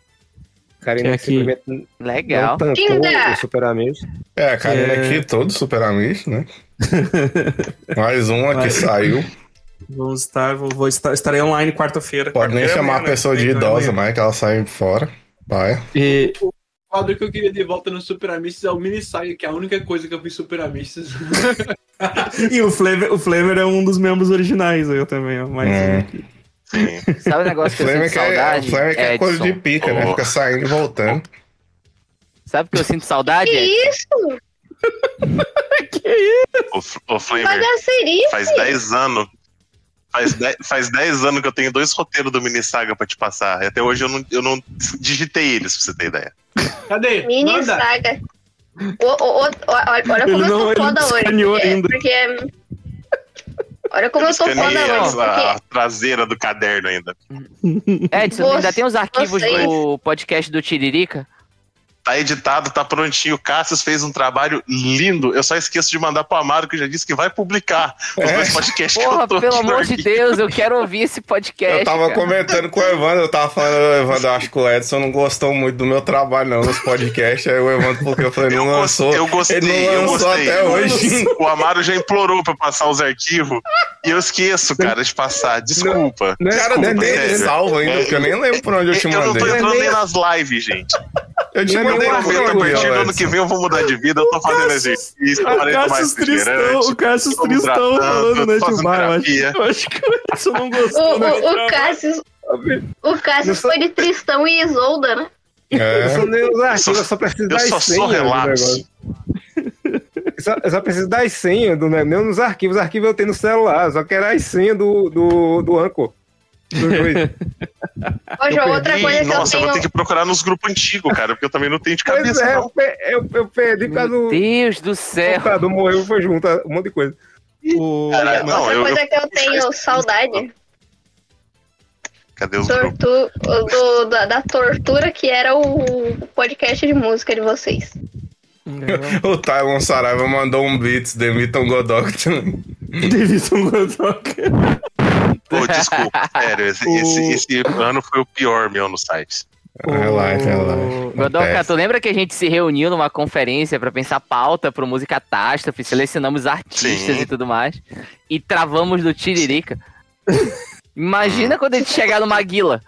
Speaker 5: Karina
Speaker 1: Que é
Speaker 5: que
Speaker 1: aqui.
Speaker 5: simplesmente não
Speaker 2: Legal.
Speaker 5: tancou
Speaker 3: Tinder.
Speaker 5: o Super Amigos.
Speaker 7: É, a Karina
Speaker 1: É.
Speaker 7: aqui, todo super amigo, né? Mais uma que
Speaker 1: Vai.
Speaker 7: saiu.
Speaker 1: Vamos estar, vou, vou estar, estarei online quarta-feira.
Speaker 7: Pode nem
Speaker 1: Quarta-feira
Speaker 7: chamar a
Speaker 1: amanhã, né?
Speaker 7: pessoa de
Speaker 1: Então é
Speaker 7: idosa,
Speaker 1: amanhã.
Speaker 7: mas que ela sai fora. Vai.
Speaker 1: E-
Speaker 8: O quadro que eu queria de volta no Super Amistas é o mini saga, que é a única coisa que eu vi Super Amistas.
Speaker 1: E o Flavor, o Flavor é um dos membros originais aí também, ó. Mas
Speaker 7: Hum.
Speaker 4: Sim.
Speaker 2: Sabe o negócio que eu
Speaker 7: Flamengo
Speaker 2: sinto
Speaker 7: que é,
Speaker 2: saudade?
Speaker 7: Flamengo que é coisa de
Speaker 2: Edson?
Speaker 7: pica, né?
Speaker 4: Oh.
Speaker 7: Fica saindo e voltando.
Speaker 2: Sabe o que eu sinto saudade?
Speaker 3: Que
Speaker 2: Edson?
Speaker 3: isso?
Speaker 4: O, F- o Flamer,
Speaker 3: Bagaceria.
Speaker 4: faz 10 anos. Faz 10, faz 10 anos que eu tenho dois roteiros do Mini Saga pra te passar. E até hoje eu não, eu não digitei eles, pra você ter ideia.
Speaker 8: Cadê?
Speaker 3: Mini
Speaker 8: Manda.
Speaker 3: saga. O, o- o- olha, olha como
Speaker 1: Ele não-
Speaker 3: eu
Speaker 1: ele
Speaker 3: sou
Speaker 1: não
Speaker 3: foda hoje.
Speaker 1: escaneou
Speaker 3: porque-
Speaker 1: ainda.
Speaker 3: porque- olha como eu, sou foda
Speaker 4: Escaneei
Speaker 3: hoje.
Speaker 4: a, a
Speaker 3: Porque
Speaker 4: traseira do caderno ainda.
Speaker 2: Edson,
Speaker 3: Você-
Speaker 2: ainda tem os arquivos
Speaker 3: vocês.
Speaker 2: do podcast do Tiririca?
Speaker 4: Tá editado, tá prontinho. O Cassius fez um trabalho lindo. Eu só esqueço de mandar pro Amaro, que já disse que vai publicar os
Speaker 7: É.
Speaker 4: dois podcasts que
Speaker 2: Porra,
Speaker 4: eu tô
Speaker 2: pelo
Speaker 4: aqui.
Speaker 2: amor de Deus, eu quero ouvir esse
Speaker 4: É,
Speaker 2: podcast.
Speaker 7: Eu tava
Speaker 2: cara.
Speaker 7: comentando com o Evandro, eu tava falando, "Ô, Evandro, eu acho que o Edson não gostou muito do meu trabalho, não, nos podcasts. Aí o Evandro, porque eu falei, não
Speaker 4: Eu, gos-
Speaker 7: lançou.
Speaker 4: eu gostei,
Speaker 7: Ele não
Speaker 4: eu
Speaker 7: lançou
Speaker 4: gostei.
Speaker 7: até hoje.
Speaker 4: O Amaro já implorou pra eu passar os arquivos. E eu esqueço, cara, de passar. Desculpa.
Speaker 5: Não é-
Speaker 7: Cara,
Speaker 5: não é
Speaker 7: nem
Speaker 5: nem-
Speaker 7: tem ele
Speaker 4: sério.
Speaker 7: salvo ainda, porque eu nem lembro por onde eu te
Speaker 4: É, Eu não tô
Speaker 7: mandei. um
Speaker 4: entrando
Speaker 5: Mas
Speaker 4: nem
Speaker 5: nem-
Speaker 4: nas lives, gente.
Speaker 7: Eu te
Speaker 5: não é
Speaker 7: mandei
Speaker 5: nem
Speaker 7: no
Speaker 5: uma
Speaker 4: Aproveita,
Speaker 5: vergonha,
Speaker 4: a partir do ano
Speaker 7: Evandro.
Speaker 4: que vem eu vou mudar de vida. Eu tô fazendo
Speaker 1: Cassius-
Speaker 4: exercício,
Speaker 1: O
Speaker 4: parecendo Ah, mais
Speaker 1: Cassius Tristão, o
Speaker 4: refrigerante.
Speaker 1: Cassius
Speaker 4: tô me
Speaker 1: Tristão
Speaker 4: hidratando,
Speaker 1: falando, né,
Speaker 4: tô fazendo
Speaker 1: de bar, eu acho,
Speaker 4: terapia.
Speaker 1: eu acho que o Edson não gostou. né?
Speaker 3: o, o, o Cassius, o Cassius foi de Tristão e Isolda, né?
Speaker 5: Eu
Speaker 7: É.
Speaker 5: só nem os arquivos,
Speaker 4: só-
Speaker 5: eu só preciso
Speaker 4: Eu
Speaker 5: das
Speaker 4: só sou
Speaker 5: senhas
Speaker 1: né,
Speaker 5: do
Speaker 4: relapso.
Speaker 5: negócio. Eu só, eu só preciso das senhas do negócio, não nos arquivos. Os arquivos eu tenho no celular, só quero as senhas do, do, do Anchor. Do juiz.
Speaker 3: Hoje,
Speaker 5: Eu
Speaker 3: outra
Speaker 4: Ih,
Speaker 3: coisa que
Speaker 4: nossa, eu
Speaker 3: eu
Speaker 4: vou ter
Speaker 3: tenho.
Speaker 4: que procurar nos grupos antigos, cara, porque eu também não tenho de
Speaker 5: Pois
Speaker 4: cabeça,
Speaker 5: é, eu,
Speaker 4: não.
Speaker 5: pe- eu, eu perdi por causa do
Speaker 2: Meu Deus do céu.
Speaker 5: computador, morreu, foi junto, um monte de coisa.
Speaker 1: O-
Speaker 4: Cara,
Speaker 1: mas-
Speaker 4: não,
Speaker 3: outra
Speaker 4: eu-
Speaker 3: coisa que eu
Speaker 4: isso
Speaker 3: tenho saudade
Speaker 4: Cadê os grupos?
Speaker 3: tortu, do- da, da tortura que era o podcast de música de vocês.
Speaker 7: O Tylon Saraiva mandou um blitz, demitam Godok também.
Speaker 1: Davidson Godoka.
Speaker 4: Pô, desculpa, sério. Esse,
Speaker 1: O-
Speaker 4: esse- esse ano foi o pior meu no site.
Speaker 7: Relaxa, relaxa.
Speaker 2: Godoka,
Speaker 7: Acontece.
Speaker 2: tu lembra que a gente se reuniu numa conferência pra pensar pauta pro Música Catástrofe, selecionamos artistas
Speaker 4: Sim.
Speaker 2: e tudo mais, e travamos do Tiririca? Imagina quando a gente chegar no Maguila.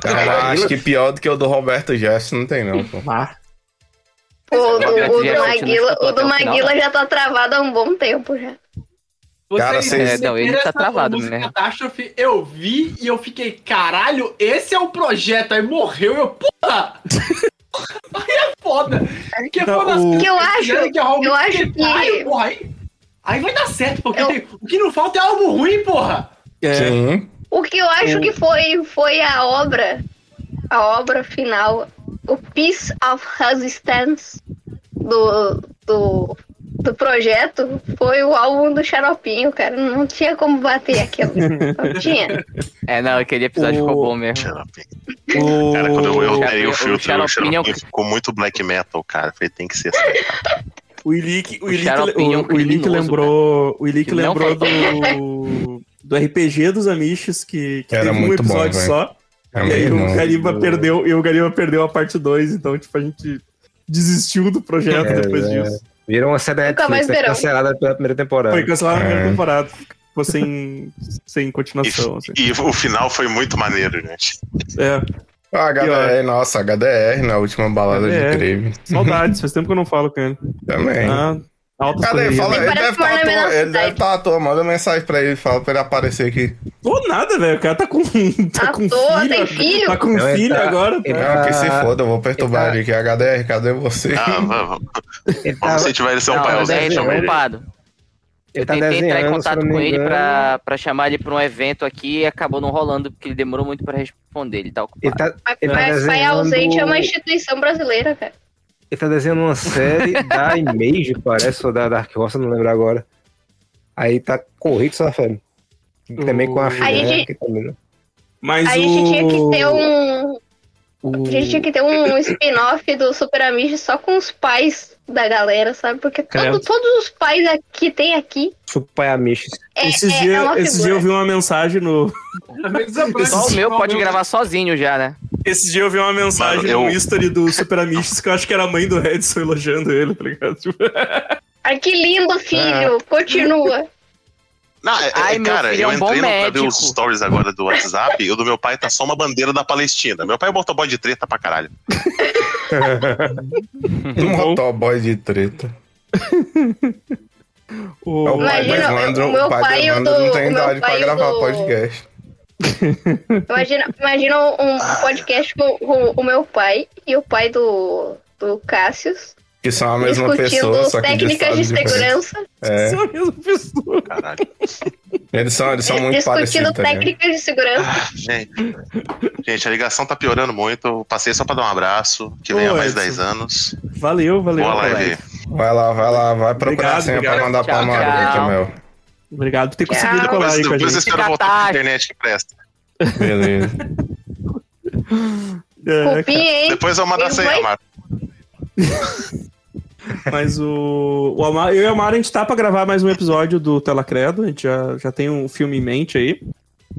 Speaker 7: Cara, acho que pior do que o do Roberto Jefferson não tem, não, pô.
Speaker 3: O, o- o
Speaker 2: Geralmente
Speaker 3: do
Speaker 2: não
Speaker 3: Maguila,
Speaker 2: escutou
Speaker 3: o
Speaker 2: até
Speaker 3: do
Speaker 2: o final,
Speaker 3: Maguila já tá travado há um bom tempo já.
Speaker 7: Cara, vocês-
Speaker 2: É, não, ele tá
Speaker 8: Essa
Speaker 2: travado,
Speaker 8: música
Speaker 2: né?
Speaker 8: Catástrofe, eu vi e eu fiquei, caralho, esse é o projeto. Aí morreu, eu, porra! aí é foda. Que é
Speaker 1: Não,
Speaker 8: foda
Speaker 1: o-
Speaker 3: Que eu acho-
Speaker 8: que é álbum
Speaker 3: eu acho
Speaker 8: tem
Speaker 3: que-
Speaker 8: Caralho, porra, aí, aí vai dar certo, porque
Speaker 3: Eu-
Speaker 8: tem- o que não falta é álbum ruim, porra.
Speaker 1: É,
Speaker 7: Sim.
Speaker 3: O que eu acho que foi, foi a obra, a obra final, o Peace of Resistance do, do do projeto foi o álbum do Xaropinho, cara. Não tinha como bater aquilo. Não tinha.
Speaker 2: É, não, aquele episódio
Speaker 1: O-
Speaker 2: ficou bom mesmo.
Speaker 4: Xaropinho.
Speaker 1: O-
Speaker 4: Cara, quando eu errei
Speaker 2: O
Speaker 4: o filtro,
Speaker 2: Xaropinho
Speaker 4: o Xaropinho
Speaker 2: é o-
Speaker 4: ficou muito black metal, cara. Eu Falei, tem que ser assim.
Speaker 1: O Ilic, o
Speaker 2: O
Speaker 1: Ilic,
Speaker 2: xaropinho é um
Speaker 1: o, o Ilic
Speaker 2: criminoso,
Speaker 1: lembrou, o Ilic
Speaker 2: Que não
Speaker 1: lembrou do, do RPG dos Amish que, que
Speaker 7: Era
Speaker 1: teve um
Speaker 7: muito bom,
Speaker 1: episódio
Speaker 7: velho.
Speaker 1: só.
Speaker 7: É
Speaker 1: e aí
Speaker 7: muito
Speaker 1: o
Speaker 7: bom.
Speaker 1: Gariba perdeu, e o Gariba perdeu a parte 2, então tipo a gente desistiu do projeto
Speaker 5: É,
Speaker 1: depois
Speaker 5: é. tá.
Speaker 1: disso.
Speaker 5: Virou uma série da
Speaker 3: Nunca mais
Speaker 5: Netflix, né,
Speaker 3: verão.
Speaker 5: cancelada pela primeira temporada.
Speaker 1: Foi cancelado na primeira
Speaker 7: É.
Speaker 1: temporada. Ficou sem, sem continuação. assim.
Speaker 4: E o final foi muito maneiro, gente.
Speaker 1: É,
Speaker 7: Ah, HDR, nossa, HDR na última balada
Speaker 1: HDR.
Speaker 7: de crime.
Speaker 1: saudades, faz tempo que eu não falo com ele.
Speaker 5: É.
Speaker 7: Também.
Speaker 1: Ah, altas
Speaker 7: Cadê?
Speaker 1: correrias.
Speaker 7: Fala,
Speaker 3: Nem
Speaker 7: ele
Speaker 3: parece
Speaker 7: deve
Speaker 3: que mora na
Speaker 7: estar
Speaker 3: mesma
Speaker 7: Ele deve
Speaker 3: cidade.
Speaker 7: estar à toa. Manda mensagem pra ele. Fala pra ele aparecer aqui.
Speaker 1: Ou nada, velho. O cara tá com. Tá
Speaker 3: À
Speaker 1: com
Speaker 3: toa,
Speaker 1: filho.
Speaker 3: tem filho?
Speaker 1: Tá com
Speaker 5: Não, ele
Speaker 1: filho
Speaker 5: tá-
Speaker 1: agora.
Speaker 5: ele
Speaker 1: tá.
Speaker 5: tá-
Speaker 7: Não, que se
Speaker 5: Ah,
Speaker 7: foda, eu vou perturbar
Speaker 5: tá.
Speaker 7: ele aqui. HDR, cadê você?
Speaker 4: Ah, vamos,
Speaker 5: Ele
Speaker 4: vamos
Speaker 5: tava-
Speaker 4: incentivar ele a ser
Speaker 2: Não,
Speaker 4: um pai
Speaker 2: mas aí ele tá
Speaker 4: ausente.
Speaker 5: desenhando.
Speaker 4: chama ele.
Speaker 2: ocupado.
Speaker 5: ele
Speaker 2: Eu
Speaker 5: tá
Speaker 2: tentei entrar em
Speaker 5: desenhando, se eu
Speaker 2: contato
Speaker 5: não me
Speaker 2: com ele
Speaker 5: engano.
Speaker 2: pra, pra chamar ele pra um evento aqui e acabou não rolando, porque ele demorou muito pra responder. Ele tá ocupado.
Speaker 5: Ele tá,
Speaker 3: Mas
Speaker 5: Ele tá
Speaker 3: mas pai
Speaker 5: desenhando-
Speaker 3: ausente é uma instituição brasileira, cara.
Speaker 5: ele tá desenhando uma série da Image, parece, ou da Dark Horse, não lembro agora. Aí tá corrido, só fé. Também com a filha,
Speaker 3: gente-
Speaker 5: né, que também, né?
Speaker 1: Mas
Speaker 3: a gente tinha que ter um. A gente tinha que ter um spin-off do Super Amish só com os pais da galera, sabe? Porque todo-
Speaker 1: Credo.
Speaker 3: todos os pais aqui tem aqui.
Speaker 5: Chupa a Mish.
Speaker 3: É,
Speaker 1: Esses
Speaker 3: é- é
Speaker 1: dias
Speaker 3: uma
Speaker 1: esses dias
Speaker 3: figura.
Speaker 1: eu vi uma mensagem no.
Speaker 2: Só o meu
Speaker 3: é
Speaker 2: pode gravar sozinho já, né?
Speaker 1: Esse dia eu vi uma mensagem
Speaker 4: Mano, eu-
Speaker 1: no history do Super Amishes que eu acho que era a mãe do Edson elogiando ele, tá ligado? Tipo,
Speaker 3: Ai, que lindo, filho!
Speaker 1: Ah.
Speaker 3: Continua.
Speaker 4: Não, é, é-
Speaker 2: Ai, meu
Speaker 4: cara,
Speaker 2: filho é
Speaker 4: eu
Speaker 2: um bom
Speaker 4: entrei no, pra ver
Speaker 2: médico.
Speaker 4: os stories agora do WhatsApp e o do meu pai tá só uma bandeira da Palestina. Meu pai é motoboy de treta pra caralho.
Speaker 7: Um motoboy de treta. É
Speaker 1: o-
Speaker 7: o pai do
Speaker 3: Imagina,
Speaker 7: Evandro.
Speaker 3: o meu
Speaker 7: O pai
Speaker 3: pai e
Speaker 7: do
Speaker 3: o
Speaker 7: Evandro
Speaker 3: do-
Speaker 7: não
Speaker 3: o
Speaker 7: tem
Speaker 3: meu
Speaker 7: idade pra
Speaker 3: pai e o
Speaker 7: gravar
Speaker 3: do-
Speaker 7: podcast.
Speaker 3: Imagina, imagina um
Speaker 1: Ah.
Speaker 3: podcast com, com o meu pai e o pai do, do Cassius
Speaker 7: Que são a mesma
Speaker 3: discutindo
Speaker 7: pessoa, só que de
Speaker 3: técnicas
Speaker 7: estado
Speaker 3: de
Speaker 7: diferente.
Speaker 3: segurança.
Speaker 7: É.
Speaker 1: São a mesma pessoa.
Speaker 4: Caralho.
Speaker 7: Eles são, eles são muito
Speaker 3: discutindo
Speaker 7: parecidos. tá ligado?
Speaker 3: técnicas de segurança.
Speaker 4: Ah, Gente, gente, a ligação tá piorando muito. Eu passei só pra dar um abraço. Que
Speaker 1: Ô,
Speaker 4: venha mais
Speaker 1: Edson.
Speaker 4: 10 anos.
Speaker 1: Valeu, valeu.
Speaker 4: Boa live.
Speaker 7: Vai lá, vai lá, vai
Speaker 1: Obrigado,
Speaker 7: procurar a senha
Speaker 1: obrigado.
Speaker 7: pra mandar pra
Speaker 2: Tchau,
Speaker 7: Margarita,
Speaker 2: tchau.
Speaker 7: meu.
Speaker 1: Obrigado por ter conseguido
Speaker 3: Tchau.
Speaker 1: colar
Speaker 4: Depois,
Speaker 1: aí com a
Speaker 4: depois eu
Speaker 1: gente.
Speaker 4: espero voltar pra
Speaker 2: Catástrofe.
Speaker 4: internet que presta.
Speaker 7: Beleza.
Speaker 1: É,
Speaker 3: Cupim, hein?
Speaker 4: Depois eu mando a
Speaker 3: Eu
Speaker 4: senha,
Speaker 3: vou-
Speaker 4: Marco.
Speaker 1: mas o. o Amar, eu e o Amaro, a gente tá pra gravar mais um episódio do Telacredo. A gente já, já tem um filme em mente aí.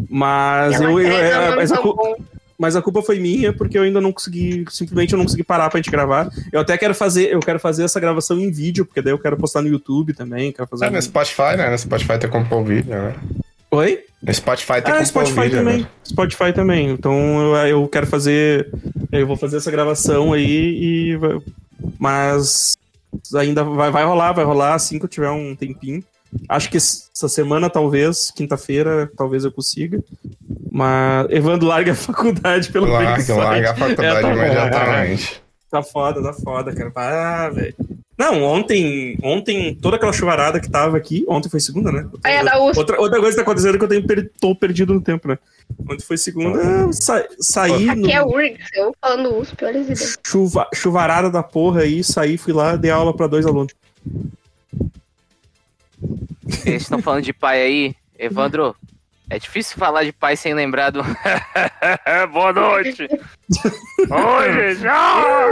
Speaker 1: Mas eu. eu- é,
Speaker 3: um
Speaker 1: mas a cu- mas a culpa foi minha porque eu ainda não consegui, simplesmente eu não consegui parar pra gente gravar. Eu até quero fazer, eu quero fazer essa gravação em vídeo, porque daí eu quero postar no YouTube também, quero fazer.
Speaker 7: É,
Speaker 1: um-
Speaker 7: no Spotify, né? No Spotify tem como pôr vídeo, né?
Speaker 1: Oi?
Speaker 7: No Spotify tem
Speaker 1: Ah,
Speaker 7: como pôr
Speaker 1: Spotify
Speaker 7: vídeo,
Speaker 1: também.
Speaker 7: né?
Speaker 1: Spotify também. Então eu, eu quero fazer, eu vou fazer essa gravação aí e vai- mas ainda vai, vai rolar, vai rolar assim que eu tiver um tempinho. Acho que es- essa semana talvez, quinta-feira, talvez eu consiga. Mas Evandro larga a faculdade pelo menos.
Speaker 7: Larga, larga a
Speaker 1: É,
Speaker 7: faculdade
Speaker 1: tá bom,
Speaker 7: imediatamente.
Speaker 1: Tá foda, tá foda, cara. Ah, velho. Não, ontem, ontem, toda aquela chuvarada que tava aqui, ontem foi segunda, né?
Speaker 3: Ah, é da USP.
Speaker 1: Outra, outra coisa que tá acontecendo é que eu tenho per- tô perdido no tempo, né? Ontem foi segunda, eu sa- saí no
Speaker 3: Aqui é URGS, eu falando USP, olha as ideias.
Speaker 1: chuva, chuvarada da porra aí, saí, fui lá, dei aula pra dois alunos.
Speaker 2: Vocês estão falando de pai aí, Evandro. É difícil falar de pai sem lembrar do. É, Boa noite! Oi, gente! Ah!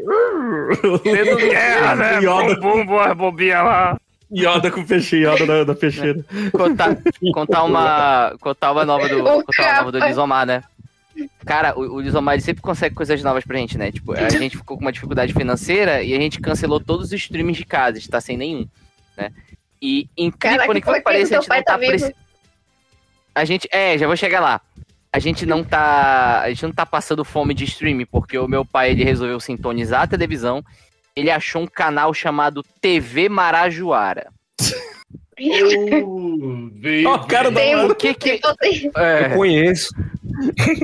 Speaker 2: Tendo guerra, né?
Speaker 1: Yoda.
Speaker 2: Bum, bum, boa bobinha lá.
Speaker 1: Yoda com peixe, Yoda da, da peixeira.
Speaker 2: Contar, contar uma. Contar uma nova do.
Speaker 3: O
Speaker 2: Contar uma nova do
Speaker 3: capa.
Speaker 2: Lisomar, né? Cara, o, o Lisomar ele sempre consegue coisas novas pra gente, né? Tipo, a gente ficou com uma dificuldade financeira e a gente cancelou todos os streams de casa, a gente tá sem nenhum, né? E incrível, por
Speaker 3: Caraca, por
Speaker 2: enquanto
Speaker 3: que que
Speaker 2: parece, a
Speaker 3: teu
Speaker 2: gente não
Speaker 3: pai
Speaker 2: tá
Speaker 3: tá vivo?
Speaker 2: precisando. A gente. É, já vou chegar lá. A gente não tá. A gente não tá passando fome de streaming, porque o meu pai ele resolveu sintonizar a televisão. Ele achou um canal chamado TV Marajoara.
Speaker 1: Ó, o cara da
Speaker 3: Tem um
Speaker 1: Amaro.
Speaker 2: O que que.
Speaker 3: Tem, poten-
Speaker 5: Eu
Speaker 2: É,
Speaker 5: conheço.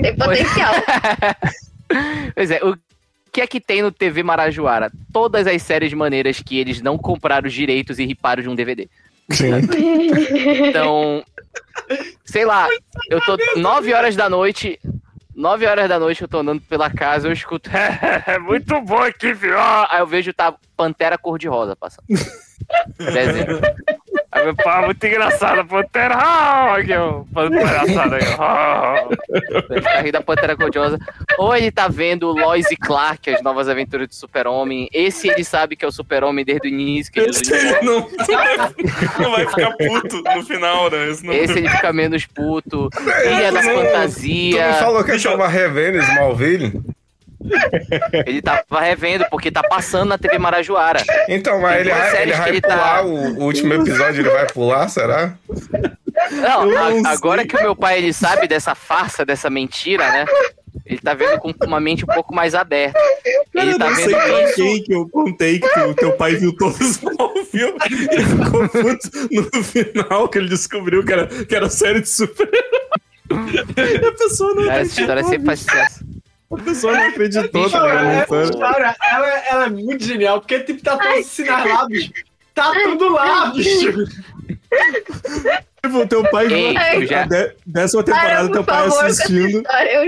Speaker 3: tem potencial.
Speaker 2: pois é, o que é que tem no TV Marajoara? Todas as séries maneiras que eles não compraram os direitos e riparam de um DVD.
Speaker 7: Sim.
Speaker 2: Então, sei lá, eu tô 9 horas da noite, 9 horas da noite eu tô andando pela casa, eu escuto. É, muito bom aqui, viu? Aí eu vejo tá Pantera Cor-de-Rosa passando. Desenho. Aí meu pá, muito engraçado, Pantera. ah, Aqui, ó, Pantera engraçado aí. ah. Carrinho da Pantera Cor-de-Rosa. Ou ele tá vendo Lois e Clark, as novas aventuras do Super-Homem. Esse ele sabe que é o Super-Homem desde o início.
Speaker 3: um
Speaker 2: Que ele
Speaker 6: Esse ele não, não vai ficar puto no final, né? Esse não-
Speaker 2: Esse ele fica menos puto.
Speaker 1: É,
Speaker 2: Ilha das
Speaker 7: não- Tu não
Speaker 2: Fantasias.
Speaker 7: falou que ele tava revendo Smallville?
Speaker 2: Ele tava revendo, porque tá passando na TV Marajoara.
Speaker 7: Então, mas
Speaker 2: Tem
Speaker 7: ele,
Speaker 2: duas
Speaker 7: vai- ele
Speaker 2: séries
Speaker 7: vai
Speaker 2: que ele tá-
Speaker 7: pular o, o último episódio, ele vai pular, será?
Speaker 2: Não,
Speaker 1: Eu
Speaker 2: a-
Speaker 1: não sei.
Speaker 2: agora que o meu pai ele sabe dessa farsa, dessa mentira, né? Ele tá vendo com uma mente um pouco mais aberta.
Speaker 1: Cara,
Speaker 2: Ele tá
Speaker 1: eu não sei
Speaker 2: vendo
Speaker 1: pra
Speaker 2: isso.
Speaker 1: quem que eu contei que o teu pai viu todos no filme e ficou puto no final que ele descobriu que era, que era série de super E a pessoa não
Speaker 2: Cara, É, essa
Speaker 1: acreditou.
Speaker 2: história sempre faz sucesso.
Speaker 1: A pessoa não acreditou, tá
Speaker 8: essa
Speaker 1: ligado? Sério.
Speaker 8: história, É, ela, ela é muito genial, porque tipo, tá todos os sinais lá, bicho. Tá tudo lá, bicho.
Speaker 1: Tipo, o teu pai
Speaker 2: Ei, eu
Speaker 1: viu a
Speaker 2: já-
Speaker 1: dé- décima
Speaker 3: Para,
Speaker 1: temporada,
Speaker 3: por
Speaker 1: teu pai
Speaker 3: favor, com essa
Speaker 1: assistindo.
Speaker 3: história. Eu,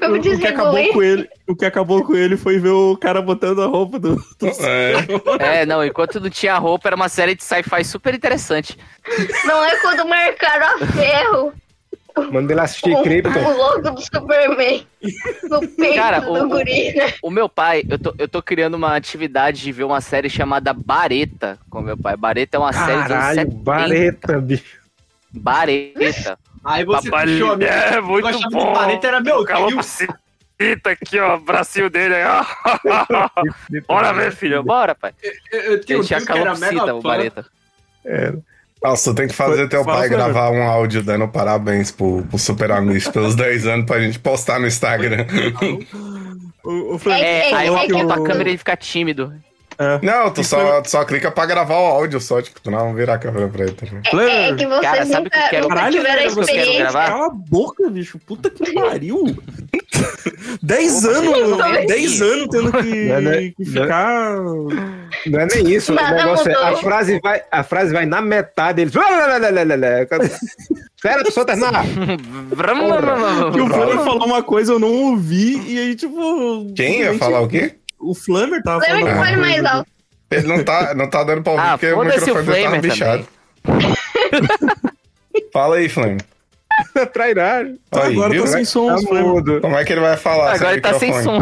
Speaker 3: eu me
Speaker 1: O que, acabou
Speaker 3: desregulei.
Speaker 1: com ele, o que acabou com ele foi ver o cara botando a roupa do. do...
Speaker 7: É.
Speaker 2: É, não, enquanto não tinha roupa, era uma série de sci-fi super interessante.
Speaker 3: Não é quando marcaram a ferro
Speaker 5: Manda ele assistir
Speaker 3: o,
Speaker 5: Krypton.
Speaker 3: o logo do Superman no peito
Speaker 2: Cara,
Speaker 3: do
Speaker 2: o-
Speaker 3: guri, né?
Speaker 2: O meu pai, eu tô, eu tô criando uma atividade de ver uma série chamada Bareta com meu pai. Bareta é uma série
Speaker 5: Caralho,
Speaker 2: de
Speaker 5: bareta, bicho.
Speaker 2: Bareta.
Speaker 8: Aí você puxou a minha.
Speaker 2: é
Speaker 8: Eu gostava de parente, era meu um- tio.
Speaker 2: Eita, aqui, ó, bracinho dele aí, ó. Bora ver, filho, bora, pai.
Speaker 8: Eu, eu tinha um
Speaker 2: Ele tinha
Speaker 8: tio que era
Speaker 2: calopsita,
Speaker 8: mega
Speaker 2: o
Speaker 8: fã.
Speaker 2: Bareta.
Speaker 7: Nossa, tem que fazer teu
Speaker 1: Fala,
Speaker 7: pai
Speaker 1: Fernando.
Speaker 7: gravar um áudio dando parabéns pro, pro Super Amigos pelos 10 anos pra gente postar no Instagram.
Speaker 1: O, o Fran-
Speaker 2: É,
Speaker 3: É,
Speaker 2: aí
Speaker 3: é,
Speaker 2: eu
Speaker 3: é
Speaker 2: aponto
Speaker 3: que
Speaker 2: a
Speaker 3: eu-
Speaker 2: câmera e ele fica tímido.
Speaker 7: Não, tu só, tu só clica pra gravar o áudio só, tipo, tu não virar a câmera pra ele. tá ligado?
Speaker 3: É que vocês
Speaker 2: Ah, Cara, sabe o que eu
Speaker 3: nunca,
Speaker 2: quero?
Speaker 3: nunca
Speaker 1: Caralho,
Speaker 3: tiveram a
Speaker 1: velho, vocês
Speaker 2: quero
Speaker 3: experiência.
Speaker 2: gravar?
Speaker 1: Cala a boca, bicho. Puta que pariu. 10
Speaker 2: Opa,
Speaker 1: anos,
Speaker 2: gente.
Speaker 1: 10 anos tendo que,
Speaker 5: Não é, né?
Speaker 1: que ficar.
Speaker 5: Não é nem isso.
Speaker 3: Nada
Speaker 5: o negócio é. A
Speaker 3: mudou.
Speaker 5: frase, vai, a frase vai na metade. Eles. Espera a pessoa terminar.
Speaker 1: Que o Flamer falou uma coisa, eu não ouvi, e aí, tipo.
Speaker 7: Quem ia
Speaker 1: simplesmente
Speaker 7: falar o quê?
Speaker 1: O Flamer tava
Speaker 3: Lembra
Speaker 1: falando.
Speaker 3: que
Speaker 1: alguma
Speaker 3: foi mais
Speaker 1: coisa.
Speaker 3: alto?
Speaker 7: Ele não tá, não tá dando pra ouvir
Speaker 2: Ah,
Speaker 7: porque o
Speaker 2: foda-se o
Speaker 7: microfone dele tá
Speaker 2: Flamer
Speaker 7: bichado.
Speaker 2: também.
Speaker 7: Fala aí, Flamengo.
Speaker 5: Trairagem.
Speaker 1: Tá,
Speaker 7: Aí,
Speaker 1: agora
Speaker 7: viu? né?
Speaker 1: tá sem som,
Speaker 5: Tá
Speaker 1: os Flamer.
Speaker 5: mudo.
Speaker 7: Como é que ele vai falar?
Speaker 2: Agora ele tá sem som.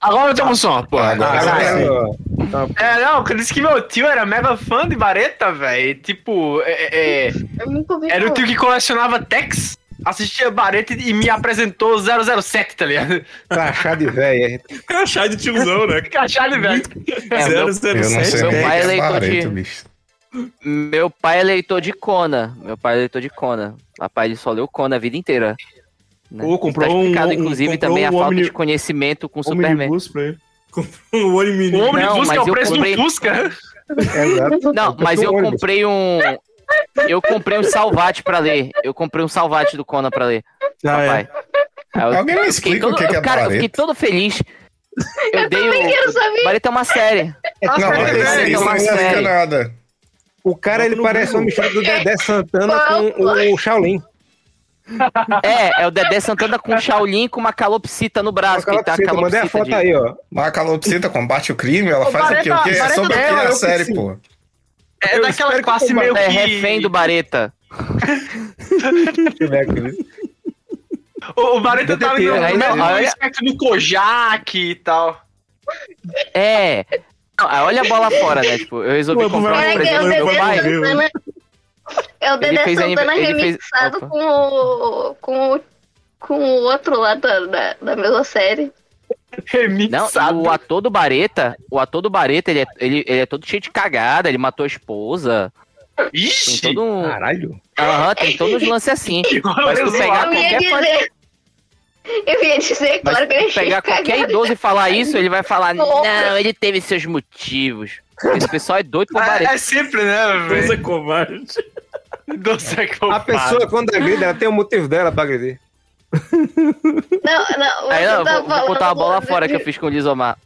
Speaker 9: Agora temos som, pô.
Speaker 2: Ah,
Speaker 7: Agora
Speaker 5: Tá
Speaker 7: vai.
Speaker 5: vendo, ó?
Speaker 9: É, não, eu disse que meu tio era mega fã de Bareta, velho. Tipo, é, é,
Speaker 3: Eu nunca ouvi
Speaker 9: era o
Speaker 3: falar.
Speaker 9: tio que colecionava Tex, assistia Bareta e me apresentou 007, tá ligado?
Speaker 5: Pra achar de velho.
Speaker 6: Crachá de tiozão, né?
Speaker 9: Cachalho, velho.
Speaker 2: É, meu,
Speaker 6: 007.
Speaker 7: Eu não sei
Speaker 2: Meu
Speaker 1: né?
Speaker 7: nem o
Speaker 2: pai leitor de-
Speaker 7: que é Barreto, bicho.
Speaker 2: meu pai é leitor de Conan. Meu pai é leitor de Conan. Papai ele só leu Conan a vida inteira. né?
Speaker 1: Pô, comprou
Speaker 2: tá
Speaker 1: um-
Speaker 2: explicado,
Speaker 1: um-
Speaker 2: inclusive,
Speaker 1: comprou
Speaker 2: também a
Speaker 1: um
Speaker 2: falta
Speaker 1: Omni-
Speaker 2: de conhecimento com o Superman.
Speaker 1: Omnibus pra ele. Comprou um Omnibus.
Speaker 9: O homem
Speaker 2: Não,
Speaker 9: Fusca é
Speaker 2: mas
Speaker 9: o
Speaker 2: eu
Speaker 9: preço
Speaker 2: comprei-
Speaker 9: do Fusca.
Speaker 5: Exato.
Speaker 2: Não, mas eu comprei um. Eu comprei um Salvate pra ler. Eu comprei um Salvate do Conan pra ler.
Speaker 1: Ah, é.
Speaker 2: papai. Aí eu-
Speaker 7: Alguém me
Speaker 2: eu fiquei
Speaker 7: explica o que
Speaker 2: todo-
Speaker 7: que é
Speaker 2: Cara, eu fiquei
Speaker 7: Barreto.
Speaker 2: todo feliz. Eu, dei
Speaker 3: Eu
Speaker 2: o.
Speaker 3: quero saber.
Speaker 2: Bareta é uma série.
Speaker 7: Não, mas
Speaker 2: velho,
Speaker 7: isso-
Speaker 2: é
Speaker 7: isso não
Speaker 2: uma
Speaker 7: explica
Speaker 2: série.
Speaker 7: nada.
Speaker 5: O cara, ele
Speaker 1: Não,
Speaker 5: parece
Speaker 1: não.
Speaker 5: uma mistura do Dedé Santana com o Shaolin.
Speaker 2: É, é o Dedé Santana com o Shaolin com uma calopsita no braço. que tá a
Speaker 5: Calopsita, Mandei a
Speaker 2: calopsita
Speaker 5: foto
Speaker 2: de-
Speaker 5: aí, ó.
Speaker 7: Mas a calopsita combate o crime, ela
Speaker 9: Ô,
Speaker 7: faz o quê? O
Speaker 9: Barreto-
Speaker 7: quê? É
Speaker 9: Barreto
Speaker 7: sobre o quê
Speaker 9: dela,
Speaker 7: a
Speaker 9: eu
Speaker 3: assim.
Speaker 7: série,
Speaker 5: consigo.
Speaker 7: pô?
Speaker 9: É daquela classe meio que...
Speaker 2: É refém do Bareta.
Speaker 5: Deixa eu ver aqui.
Speaker 9: O, o Bareta tava no,
Speaker 5: Detetive,
Speaker 9: no,
Speaker 2: aí não,
Speaker 9: no
Speaker 2: aí-
Speaker 9: espectro do Kojak e tal.
Speaker 2: É. Não, ah, olha a bola fora, né? Tipo, eu resolvi
Speaker 1: Ué,
Speaker 2: comprar
Speaker 1: vai-
Speaker 2: um
Speaker 3: Caraca, é
Speaker 2: presente
Speaker 3: o
Speaker 2: pro
Speaker 1: vai-
Speaker 3: Dedé
Speaker 2: meu
Speaker 1: vai-
Speaker 2: pai.
Speaker 1: vai-
Speaker 3: Santana. É o
Speaker 2: Ele
Speaker 3: Dedé
Speaker 2: fez a-
Speaker 3: Santana
Speaker 2: ele fez-
Speaker 3: remixado
Speaker 2: Opa.
Speaker 3: com o. com o. com o outro lá da, da, da mesma série.
Speaker 2: Não, e
Speaker 9: Remixado.
Speaker 2: o ator do Bareta, o ator do Bareta, ele é, ele, ele é todo cheio de cagada, ele matou a esposa. Tem
Speaker 9: Ixi!
Speaker 2: todo um.
Speaker 5: Caralho.
Speaker 2: Aham, tem todos os lances assim. Mas tu pegar
Speaker 3: Eu ia
Speaker 2: qualquer fan-
Speaker 3: dizer. Eu ia dizer,
Speaker 2: Mas
Speaker 3: claro que ele
Speaker 2: tu pegar qualquer idoso e falar isso, ele vai falar, não, ele teve seus motivos. Esse pessoal é doido pro
Speaker 9: É,
Speaker 2: Bareta.
Speaker 9: é sempre, né, velho?
Speaker 1: Coisa covarde.
Speaker 9: Doce é
Speaker 5: A pessoa, quando agride, ela tem um motivo dela pra agredir.
Speaker 3: Não, não,
Speaker 2: Aí
Speaker 3: você
Speaker 2: não, eu
Speaker 3: tá
Speaker 2: vou, vou
Speaker 3: falando
Speaker 2: botar uma bola fora que eu
Speaker 3: de-
Speaker 2: fiz com o Lizomar.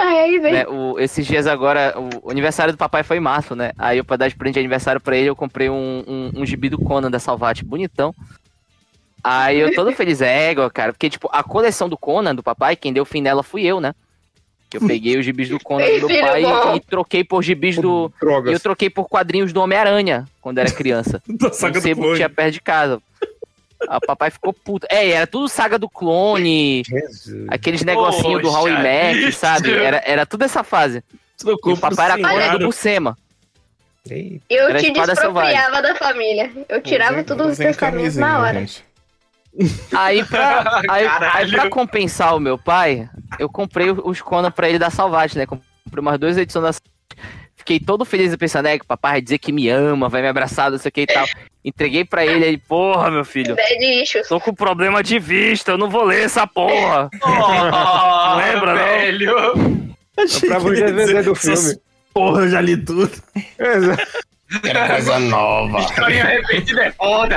Speaker 3: Ai, aí vem.
Speaker 2: né? O- esses dias agora, o aniversário do papai foi em março, né? Aí eu, pra dar de presente de aniversário pra ele, eu comprei um, um, um gibi do Conan da Salvati, bonitão. Aí eu todo feliz, égua, cara, porque, tipo, a coleção do Conan, do papai, quem deu fim nela fui eu, né? Que eu peguei os gibis do Conan do meu
Speaker 3: Filho
Speaker 2: pai
Speaker 3: bom.
Speaker 2: e, troquei por gibis do. E eu
Speaker 5: Drogas.
Speaker 2: troquei por quadrinhos do Homem-Aranha quando era criança.
Speaker 1: Da saga
Speaker 2: um
Speaker 1: do
Speaker 2: sebo que
Speaker 1: clone.
Speaker 2: tinha perto de casa. A papai ficou puto. É, era tudo saga do clone,
Speaker 5: Jesus.
Speaker 2: aqueles negocinho do
Speaker 9: Poxa
Speaker 2: Howie Mac, sabe?
Speaker 9: vida.
Speaker 2: Era, era tudo essa fase. E
Speaker 1: Trocou
Speaker 2: o papai era
Speaker 1: pro
Speaker 2: clone do
Speaker 1: Senhor.
Speaker 2: Bucema.
Speaker 5: Eita,
Speaker 3: Eu
Speaker 2: Era
Speaker 3: te
Speaker 2: espada
Speaker 3: despropriava da família. Eu tirava tudo os testamentos na hora.
Speaker 2: Aí pra, aí, aí
Speaker 9: Caralho.
Speaker 2: pra compensar o meu pai, eu comprei os Conan pra ele da Salvate, né? Comprei umas duas edições da Salvate. Fiquei todo feliz pensando, né? Que o papai vai dizer que me ama, vai me abraçar, não sei o que e tal. Entreguei pra ele, ele, porra, meu filho,
Speaker 3: Bad issues.
Speaker 2: tô com problema de vista, eu não vou ler essa porra.
Speaker 9: Oh,
Speaker 2: Lembra, não?
Speaker 9: velho.
Speaker 5: pra
Speaker 7: é
Speaker 5: você
Speaker 1: Quer dizer,
Speaker 5: vender do
Speaker 1: essas
Speaker 5: filme.
Speaker 1: Porra, eu já li tudo.
Speaker 5: Exato.
Speaker 7: Era coisa nova.
Speaker 9: Historinha arrependida é foda.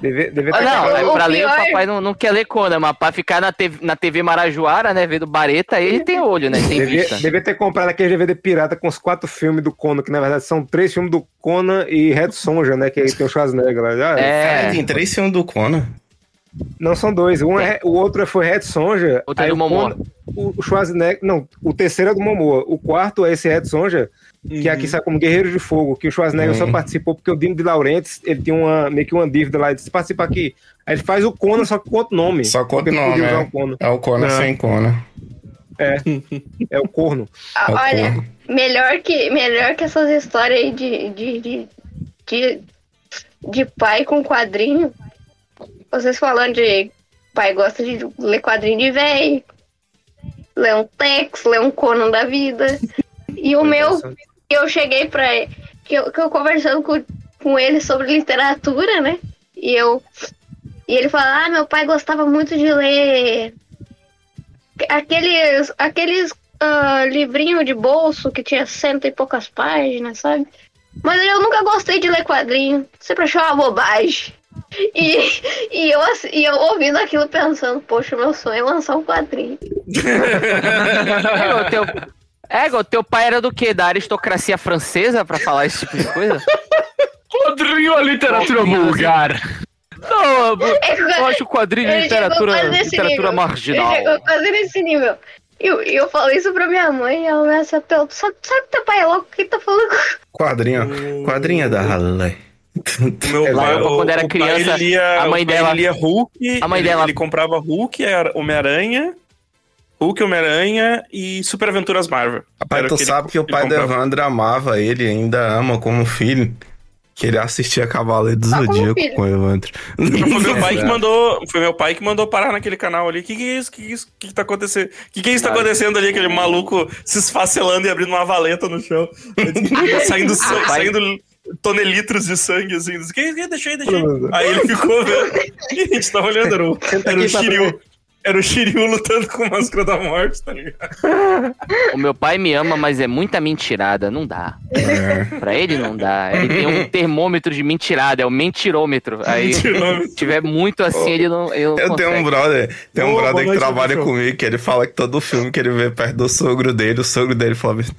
Speaker 5: Deve, deve
Speaker 2: Ah,
Speaker 5: ter
Speaker 2: não,
Speaker 3: O-
Speaker 2: aí
Speaker 3: o
Speaker 2: pra ler, o
Speaker 3: pior- é
Speaker 2: papai não, não quer ler Conan, mas pra ficar na TV, na TV Marajoara, né? Vendo Bareta, aí ele tem olho, né? Tem
Speaker 5: Devia,
Speaker 2: vista.
Speaker 5: devia ter comprado aquele DVD pirata com os quatro filmes do Conan, que na verdade são três filmes do Conan e Red Sonja, né? Que aí tem o Schwarzenegger lá. Já-
Speaker 2: É.
Speaker 7: Tem três filmes do Conan.
Speaker 5: Não, são dois. Um é- o outro foi Red Sonja.
Speaker 2: Outro é
Speaker 5: aí
Speaker 2: do
Speaker 5: o
Speaker 2: Momoa.
Speaker 5: Conan- o Schwarzenegger. Não, o terceiro é do Momoa. O quarto é esse Red Sonja, que é aqui sai como Guerreiro de Fogo, que o Schwarzenegger
Speaker 7: Hum.
Speaker 5: só participou porque o Dino de Laurentiis, ele tinha uma, meio que uma dívida lá, ele disse, participa aqui. Aí ele faz o Conan, só que com outro nome.
Speaker 7: Só com outro
Speaker 5: Porque não podia
Speaker 7: nome,
Speaker 5: usar
Speaker 7: é.
Speaker 5: o Conan.
Speaker 7: É o Conan
Speaker 5: Não.
Speaker 7: sem Conan.
Speaker 5: É o corno.
Speaker 2: Tá
Speaker 3: Ah,
Speaker 7: É o
Speaker 3: Olha,
Speaker 7: Conan.
Speaker 3: melhor que, melhor que essas histórias aí de, de, de, de, de pai com quadrinho. Vocês falando de pai gosta de ler quadrinho de véi, ler um Tex, ler um Conan da vida. E o meu, eu cheguei pra ele, que eu, que eu conversando com, com ele sobre literatura, né? E eu. E ele fala, ah, meu pai gostava muito de ler aqueles, aqueles ah, livrinho de bolso que tinha cento e poucas páginas, sabe? Mas eu nunca gostei de ler quadrinho, sempre achei uma bobagem. E, e, eu, ass- e eu ouvindo aquilo pensando, poxa, meu sonho é lançar um quadrinho.
Speaker 2: É, igual, teu... é, igual, teu pai era do quê? Da aristocracia francesa pra falar esse tipo de coisa?
Speaker 9: Quadrinho a literatura vulgar.
Speaker 2: Não, eu,
Speaker 3: Ele-
Speaker 2: eu acho o quadrinho de
Speaker 3: ele chegou
Speaker 2: literatura,
Speaker 3: quase nesse
Speaker 2: literatura
Speaker 3: nível.
Speaker 2: marginal.
Speaker 3: Ele chegou quase nesse nível. E eu, e eu falei isso pra minha mãe e ela me acertou. Sabe, sabe que teu pai é louco? O que tá falando com
Speaker 7: Quadrinho. Quadrinho da Halle.
Speaker 1: O meu
Speaker 5: É,
Speaker 1: pai,
Speaker 2: lá,
Speaker 1: o-
Speaker 2: quando era
Speaker 1: o pai,
Speaker 2: criança,
Speaker 1: ele lia,
Speaker 2: a mãe
Speaker 1: o pai,
Speaker 2: dela-
Speaker 1: ele lia Hulk,
Speaker 2: a mãe
Speaker 1: ele,
Speaker 2: dela-
Speaker 1: ele comprava Hulk, era Homem-Aranha, Hulk, Homem-Aranha e Super Aventuras Marvel.
Speaker 7: Rapaz,
Speaker 1: Era
Speaker 7: tu
Speaker 1: aquele-
Speaker 7: sabe que o pai do
Speaker 1: ele comprava.
Speaker 7: Evandro amava ele, ainda ama como filho. Que ele assistia Cavaleiro do
Speaker 3: Só como
Speaker 7: Zodíaco
Speaker 3: filho.
Speaker 7: com o Evandro.
Speaker 1: Foi meu, pai que
Speaker 5: né?
Speaker 7: Exato.
Speaker 1: mandou, foi meu pai que mandou parar naquele canal ali. Que que é isso? Que que, é isso? que, que tá acontecendo? Que que é isso que tá acontecendo ali? Aquele maluco se esfacelando e abrindo uma valeta no chão. saindo sa-
Speaker 2: Rapaz.
Speaker 1: saindo tonelitros de sangue, assim. Que, que, deixa aí, deixa aí. Aí ele ficou vendo. E a gente tava olhando, era o, era o Shiryu. Era o Shiryu lutando com a máscara da morte, tá ligado?
Speaker 2: O meu pai me ama, mas é muita mentirada. Não dá.
Speaker 7: É.
Speaker 2: Pra ele não dá. Ele tem um termômetro de mentirada, é o mentirômetro. Aí, se
Speaker 1: Mentirômetro.
Speaker 2: tiver muito assim, ele não. Ele não
Speaker 7: Eu tenho um
Speaker 2: consegue.
Speaker 7: brother, tem um
Speaker 1: Boa,
Speaker 7: brother
Speaker 1: boa
Speaker 7: que
Speaker 1: noite,
Speaker 7: trabalha
Speaker 1: bicho.
Speaker 7: comigo, que ele fala que todo filme que ele vê perto do sogro dele, o sogro dele fala: "Esse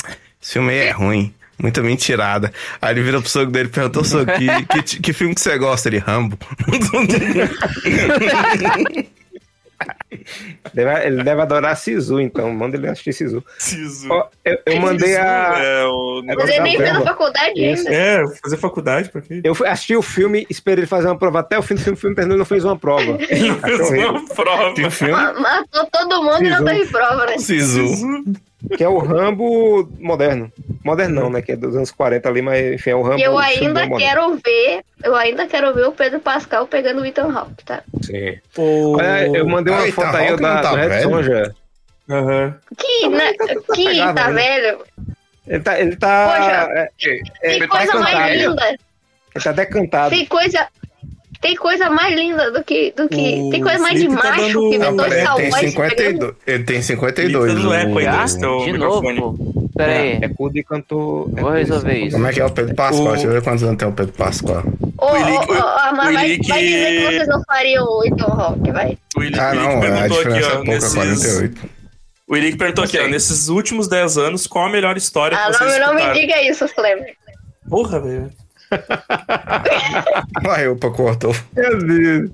Speaker 7: filme aí é ruim, muita mentirada. Aí ele vira pro sogro dele e pergunta: "Ô, sogro, que, que, ti- que filme que você gosta? Ele, Rambo.
Speaker 5: Deve- ele deve adorar Sisu, então. Manda ele assistir Sisu.
Speaker 1: Sisu.
Speaker 5: Ó, eu, eu mandei a.
Speaker 1: É, o-
Speaker 5: É
Speaker 3: Mas ele nem
Speaker 5: Tá
Speaker 3: fez a
Speaker 5: vendo?
Speaker 3: faculdade
Speaker 5: Isso.
Speaker 3: ainda.
Speaker 1: É, fazer faculdade pra quê?
Speaker 5: Eu fui- assisti o filme, esperei ele fazer uma prova até o fim do filme, o filme terminou e não fez uma prova.
Speaker 1: Ele não fez
Speaker 5: horrível.
Speaker 1: uma prova.
Speaker 7: Que
Speaker 5: um
Speaker 7: filme?
Speaker 3: Ma- Matou todo mundo e não teve prova, né?
Speaker 7: Sisu.
Speaker 5: Que é o Rambo moderno. Moderno não, né? Que é dos anos 40 ali, mas enfim, é o Rambo.
Speaker 3: E eu
Speaker 5: filme
Speaker 3: ainda
Speaker 5: moderno.
Speaker 3: quero ver, eu ainda quero ver o Pedro Pascal pegando o Ethan Hawke, tá?
Speaker 5: Sim.
Speaker 1: Pô.
Speaker 5: Olha, eu mandei uma
Speaker 7: Ah,
Speaker 5: foto
Speaker 7: Ethan
Speaker 5: aí
Speaker 7: Hawke
Speaker 5: da
Speaker 7: não tá
Speaker 5: do Red
Speaker 7: velho?
Speaker 5: Sonja.
Speaker 1: Aham.
Speaker 3: Que, né, que
Speaker 5: tá pegado,
Speaker 3: tá
Speaker 5: né?
Speaker 3: velho.
Speaker 5: Ele tá. Ele tá,
Speaker 3: Poxa.
Speaker 5: é, é,
Speaker 3: Tem
Speaker 5: ele tá
Speaker 3: coisa mais
Speaker 5: decantado.
Speaker 3: linda.
Speaker 5: Ele tá decantado.
Speaker 3: Tem coisa. Tem coisa mais linda do que. Do que
Speaker 1: O
Speaker 3: tem coisa mais de
Speaker 1: Felipe tá
Speaker 3: macho
Speaker 1: dando-
Speaker 3: que ver
Speaker 1: Não,
Speaker 3: dois
Speaker 1: peraí,
Speaker 7: ele tem
Speaker 8: tá
Speaker 3: cowboys se pegando.
Speaker 7: 52. Ele tem 52.
Speaker 1: Ele tá dando
Speaker 7: o-
Speaker 1: eco aí,
Speaker 2: Ah,
Speaker 1: Esse é o
Speaker 2: de
Speaker 1: microfone.
Speaker 2: novo, pô. Pera aí.
Speaker 5: É cu de cantor. é
Speaker 2: Vou
Speaker 5: cu de
Speaker 2: resolver
Speaker 5: cantor.
Speaker 2: isso.
Speaker 7: Como é que é o Pedro Pascoal?
Speaker 1: O-
Speaker 7: Deixa eu ver quantos anos tem o Pedro Pascoal.
Speaker 3: Ô, ô,
Speaker 1: O Eli-
Speaker 3: ô, ó, mas
Speaker 1: o
Speaker 3: vai,
Speaker 1: Eli
Speaker 3: vai dizer que
Speaker 1: que- é
Speaker 3: vocês não fariam o Ethan Hawke, vai.
Speaker 1: O Eli,
Speaker 7: Ah,
Speaker 1: Eli
Speaker 7: não,
Speaker 1: que
Speaker 7: a
Speaker 1: perguntou
Speaker 7: diferença
Speaker 1: um, aqui, ó.
Speaker 7: é pouca,
Speaker 1: nesses-
Speaker 7: 48.
Speaker 1: O O Henrique perguntou aqui, ó, nesses últimos 10 anos, qual a melhor história
Speaker 3: Ah,
Speaker 1: que vocês
Speaker 3: não, não me
Speaker 1: escutaram?
Speaker 3: diga isso, Flamengo.
Speaker 1: Porra, velho.
Speaker 7: Vai, opa, cortou.
Speaker 5: Meu Deus.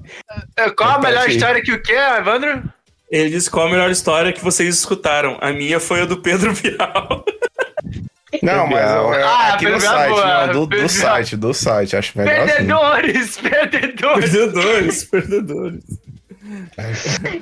Speaker 8: É, Qual a
Speaker 7: Então,
Speaker 8: melhor
Speaker 7: sim.
Speaker 8: história que o quê, Evandro?
Speaker 1: Ele disse qual a melhor história que vocês escutaram. A minha foi a do Pedro Bial.
Speaker 7: Não, mas ó, é
Speaker 8: Ah,
Speaker 7: aqui no
Speaker 8: perdeu a
Speaker 7: site,
Speaker 8: boa,
Speaker 7: não, do, do
Speaker 8: perdeu.
Speaker 7: site, do site, acho melhor assim.
Speaker 8: Perdedores, perdedores.
Speaker 1: perdedores, perdedores.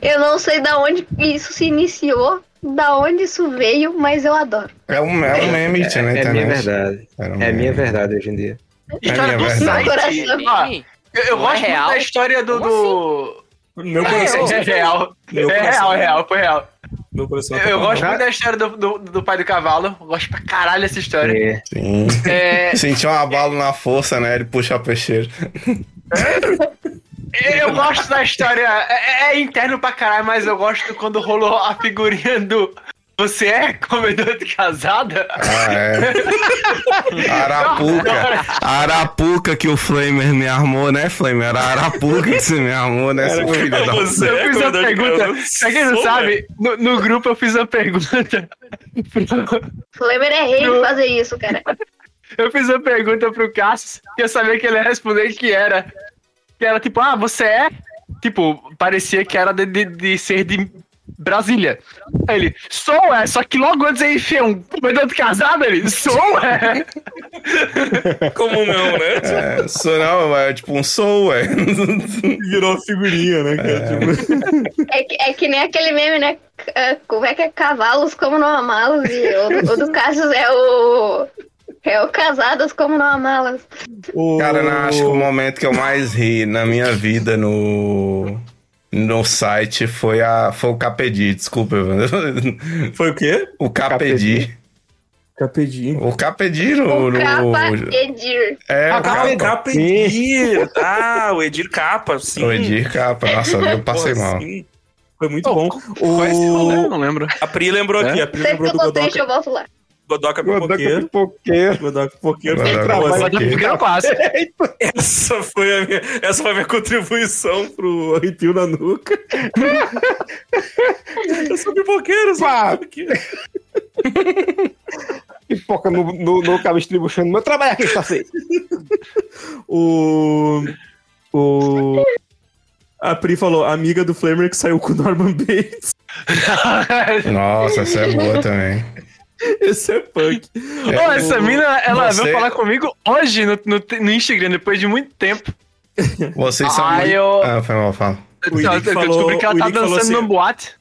Speaker 3: Eu não sei da onde isso se iniciou, da onde isso veio, mas eu adoro.
Speaker 7: É um, é um meme, tinha na
Speaker 5: É, é
Speaker 7: internet.
Speaker 5: minha verdade.
Speaker 7: Era um
Speaker 5: É
Speaker 7: meme.
Speaker 5: minha verdade hoje em dia.
Speaker 8: História
Speaker 7: minha
Speaker 8: do
Speaker 7: verdade.
Speaker 8: site. Ó,
Speaker 2: Ih,
Speaker 8: Eu, eu
Speaker 2: Não é
Speaker 8: gosto muito
Speaker 2: real?
Speaker 8: da história do.
Speaker 2: Como assim?
Speaker 8: do...
Speaker 1: Meu
Speaker 8: É,
Speaker 1: coração.
Speaker 8: é real.
Speaker 1: Meu
Speaker 8: é
Speaker 1: coração.
Speaker 8: real, é real, foi real.
Speaker 1: Meu coração.
Speaker 8: Eu,
Speaker 1: tá
Speaker 8: eu
Speaker 1: bom.
Speaker 8: gosto muito da história do, do, do pai do cavalo. Eu gosto pra caralho dessa história.
Speaker 5: É.
Speaker 7: Sim.
Speaker 8: É,
Speaker 7: Sentiu um abalo na força, né? Ele puxa a peixeira.
Speaker 8: eu gosto da história. É, é interno pra caralho, mas eu gosto quando rolou a figurinha do. Você é comedor de casada?
Speaker 7: Ah, é. Arapuca. Arapuca que o Flamer me armou, né, Flamer? Era Arapuca que você me armou, né, seu filho da...
Speaker 1: Você
Speaker 8: eu
Speaker 1: é
Speaker 8: fiz uma
Speaker 1: comedor de
Speaker 8: pergunta.
Speaker 1: canudos?
Speaker 8: Pra quem não
Speaker 1: Sou, velho.
Speaker 8: sabe, no, no grupo eu fiz uma pergunta. pro-
Speaker 3: Flamengo é rei de
Speaker 8: Eu-
Speaker 3: fazer isso, cara.
Speaker 8: Eu fiz uma pergunta pro Cassius e eu sabia que ele ia responder que era. Que era tipo, ah, você é? Tipo, parecia que era de, de- de ser de Brasília. Aí ele, sou é, só que logo antes ele enfia um comedor de casado, ele, sou é.
Speaker 1: Como não, né?
Speaker 7: É, sou não, é tipo um sou, ué.
Speaker 1: Virou figurinha, né, cara? Tipo,
Speaker 3: É que, é que nem aquele meme, né? C- é, Como é que é cavalos como não amá-los? E o, do- o do Cassius é o. É o casados como não amá-los.
Speaker 1: o-
Speaker 7: Um Cara, não, acho que o momento que eu mais ri na minha vida no... No site foi, a, foi o KPD, desculpa, Evandro.
Speaker 1: Foi o quê?
Speaker 7: O KPD.
Speaker 10: Capedinho.
Speaker 7: O KPD no.
Speaker 3: O capa
Speaker 7: no-
Speaker 3: Edir.
Speaker 7: É,
Speaker 1: Ah,
Speaker 7: o
Speaker 1: o
Speaker 7: Capa.
Speaker 1: Capa Edir. Ah, o Edir Capa, sim.
Speaker 7: O Edir Capa. Nossa, eu passei
Speaker 1: Porra,
Speaker 7: mal.
Speaker 1: sim. Foi muito bom.
Speaker 8: Eu
Speaker 2: né?
Speaker 1: O...
Speaker 8: não lembro.
Speaker 1: A Pri lembrou
Speaker 7: É?
Speaker 1: aqui, a Pri
Speaker 3: Sempre
Speaker 1: lembrou
Speaker 3: que eu
Speaker 1: do
Speaker 3: tô triste,
Speaker 1: Godoka,
Speaker 3: eu volto lá.
Speaker 1: Godoka
Speaker 5: Godoka
Speaker 1: Pipoqueiro.
Speaker 5: pipoqueiro.
Speaker 1: Godoka Pipoqueiro.
Speaker 7: Godoka é
Speaker 1: Foi boa,
Speaker 7: Pipoqueiro.
Speaker 8: Mas eu fiquei no clássico.
Speaker 1: Essa foi, a minha, essa foi a minha contribuição pro arrepio na nuca. eu sou pipoqueiro, eu sou
Speaker 5: Pá.
Speaker 1: pipoqueiro.
Speaker 5: Pipoca no, no, no cabo estribuchando. Meu trabalho é aqui assim. está feito.
Speaker 1: O. O. A Pri falou, a amiga do Flamer que saiu com o Norman Bates.
Speaker 7: Nossa, essa é boa também.
Speaker 1: Esse é punk.
Speaker 8: Ô, essa mina, ela
Speaker 7: você-
Speaker 8: veio falar comigo hoje no, no- no Instagram, depois de muito tempo.
Speaker 7: Vocês são.
Speaker 8: Ai,
Speaker 7: muito-
Speaker 8: eu-
Speaker 7: Ah, foi mal, fala.
Speaker 1: O
Speaker 8: eu,
Speaker 1: Henrique falou-
Speaker 8: descobri
Speaker 1: o
Speaker 8: que ela tá
Speaker 1: Henrique falou
Speaker 8: dançando
Speaker 1: assim-
Speaker 8: numa boate.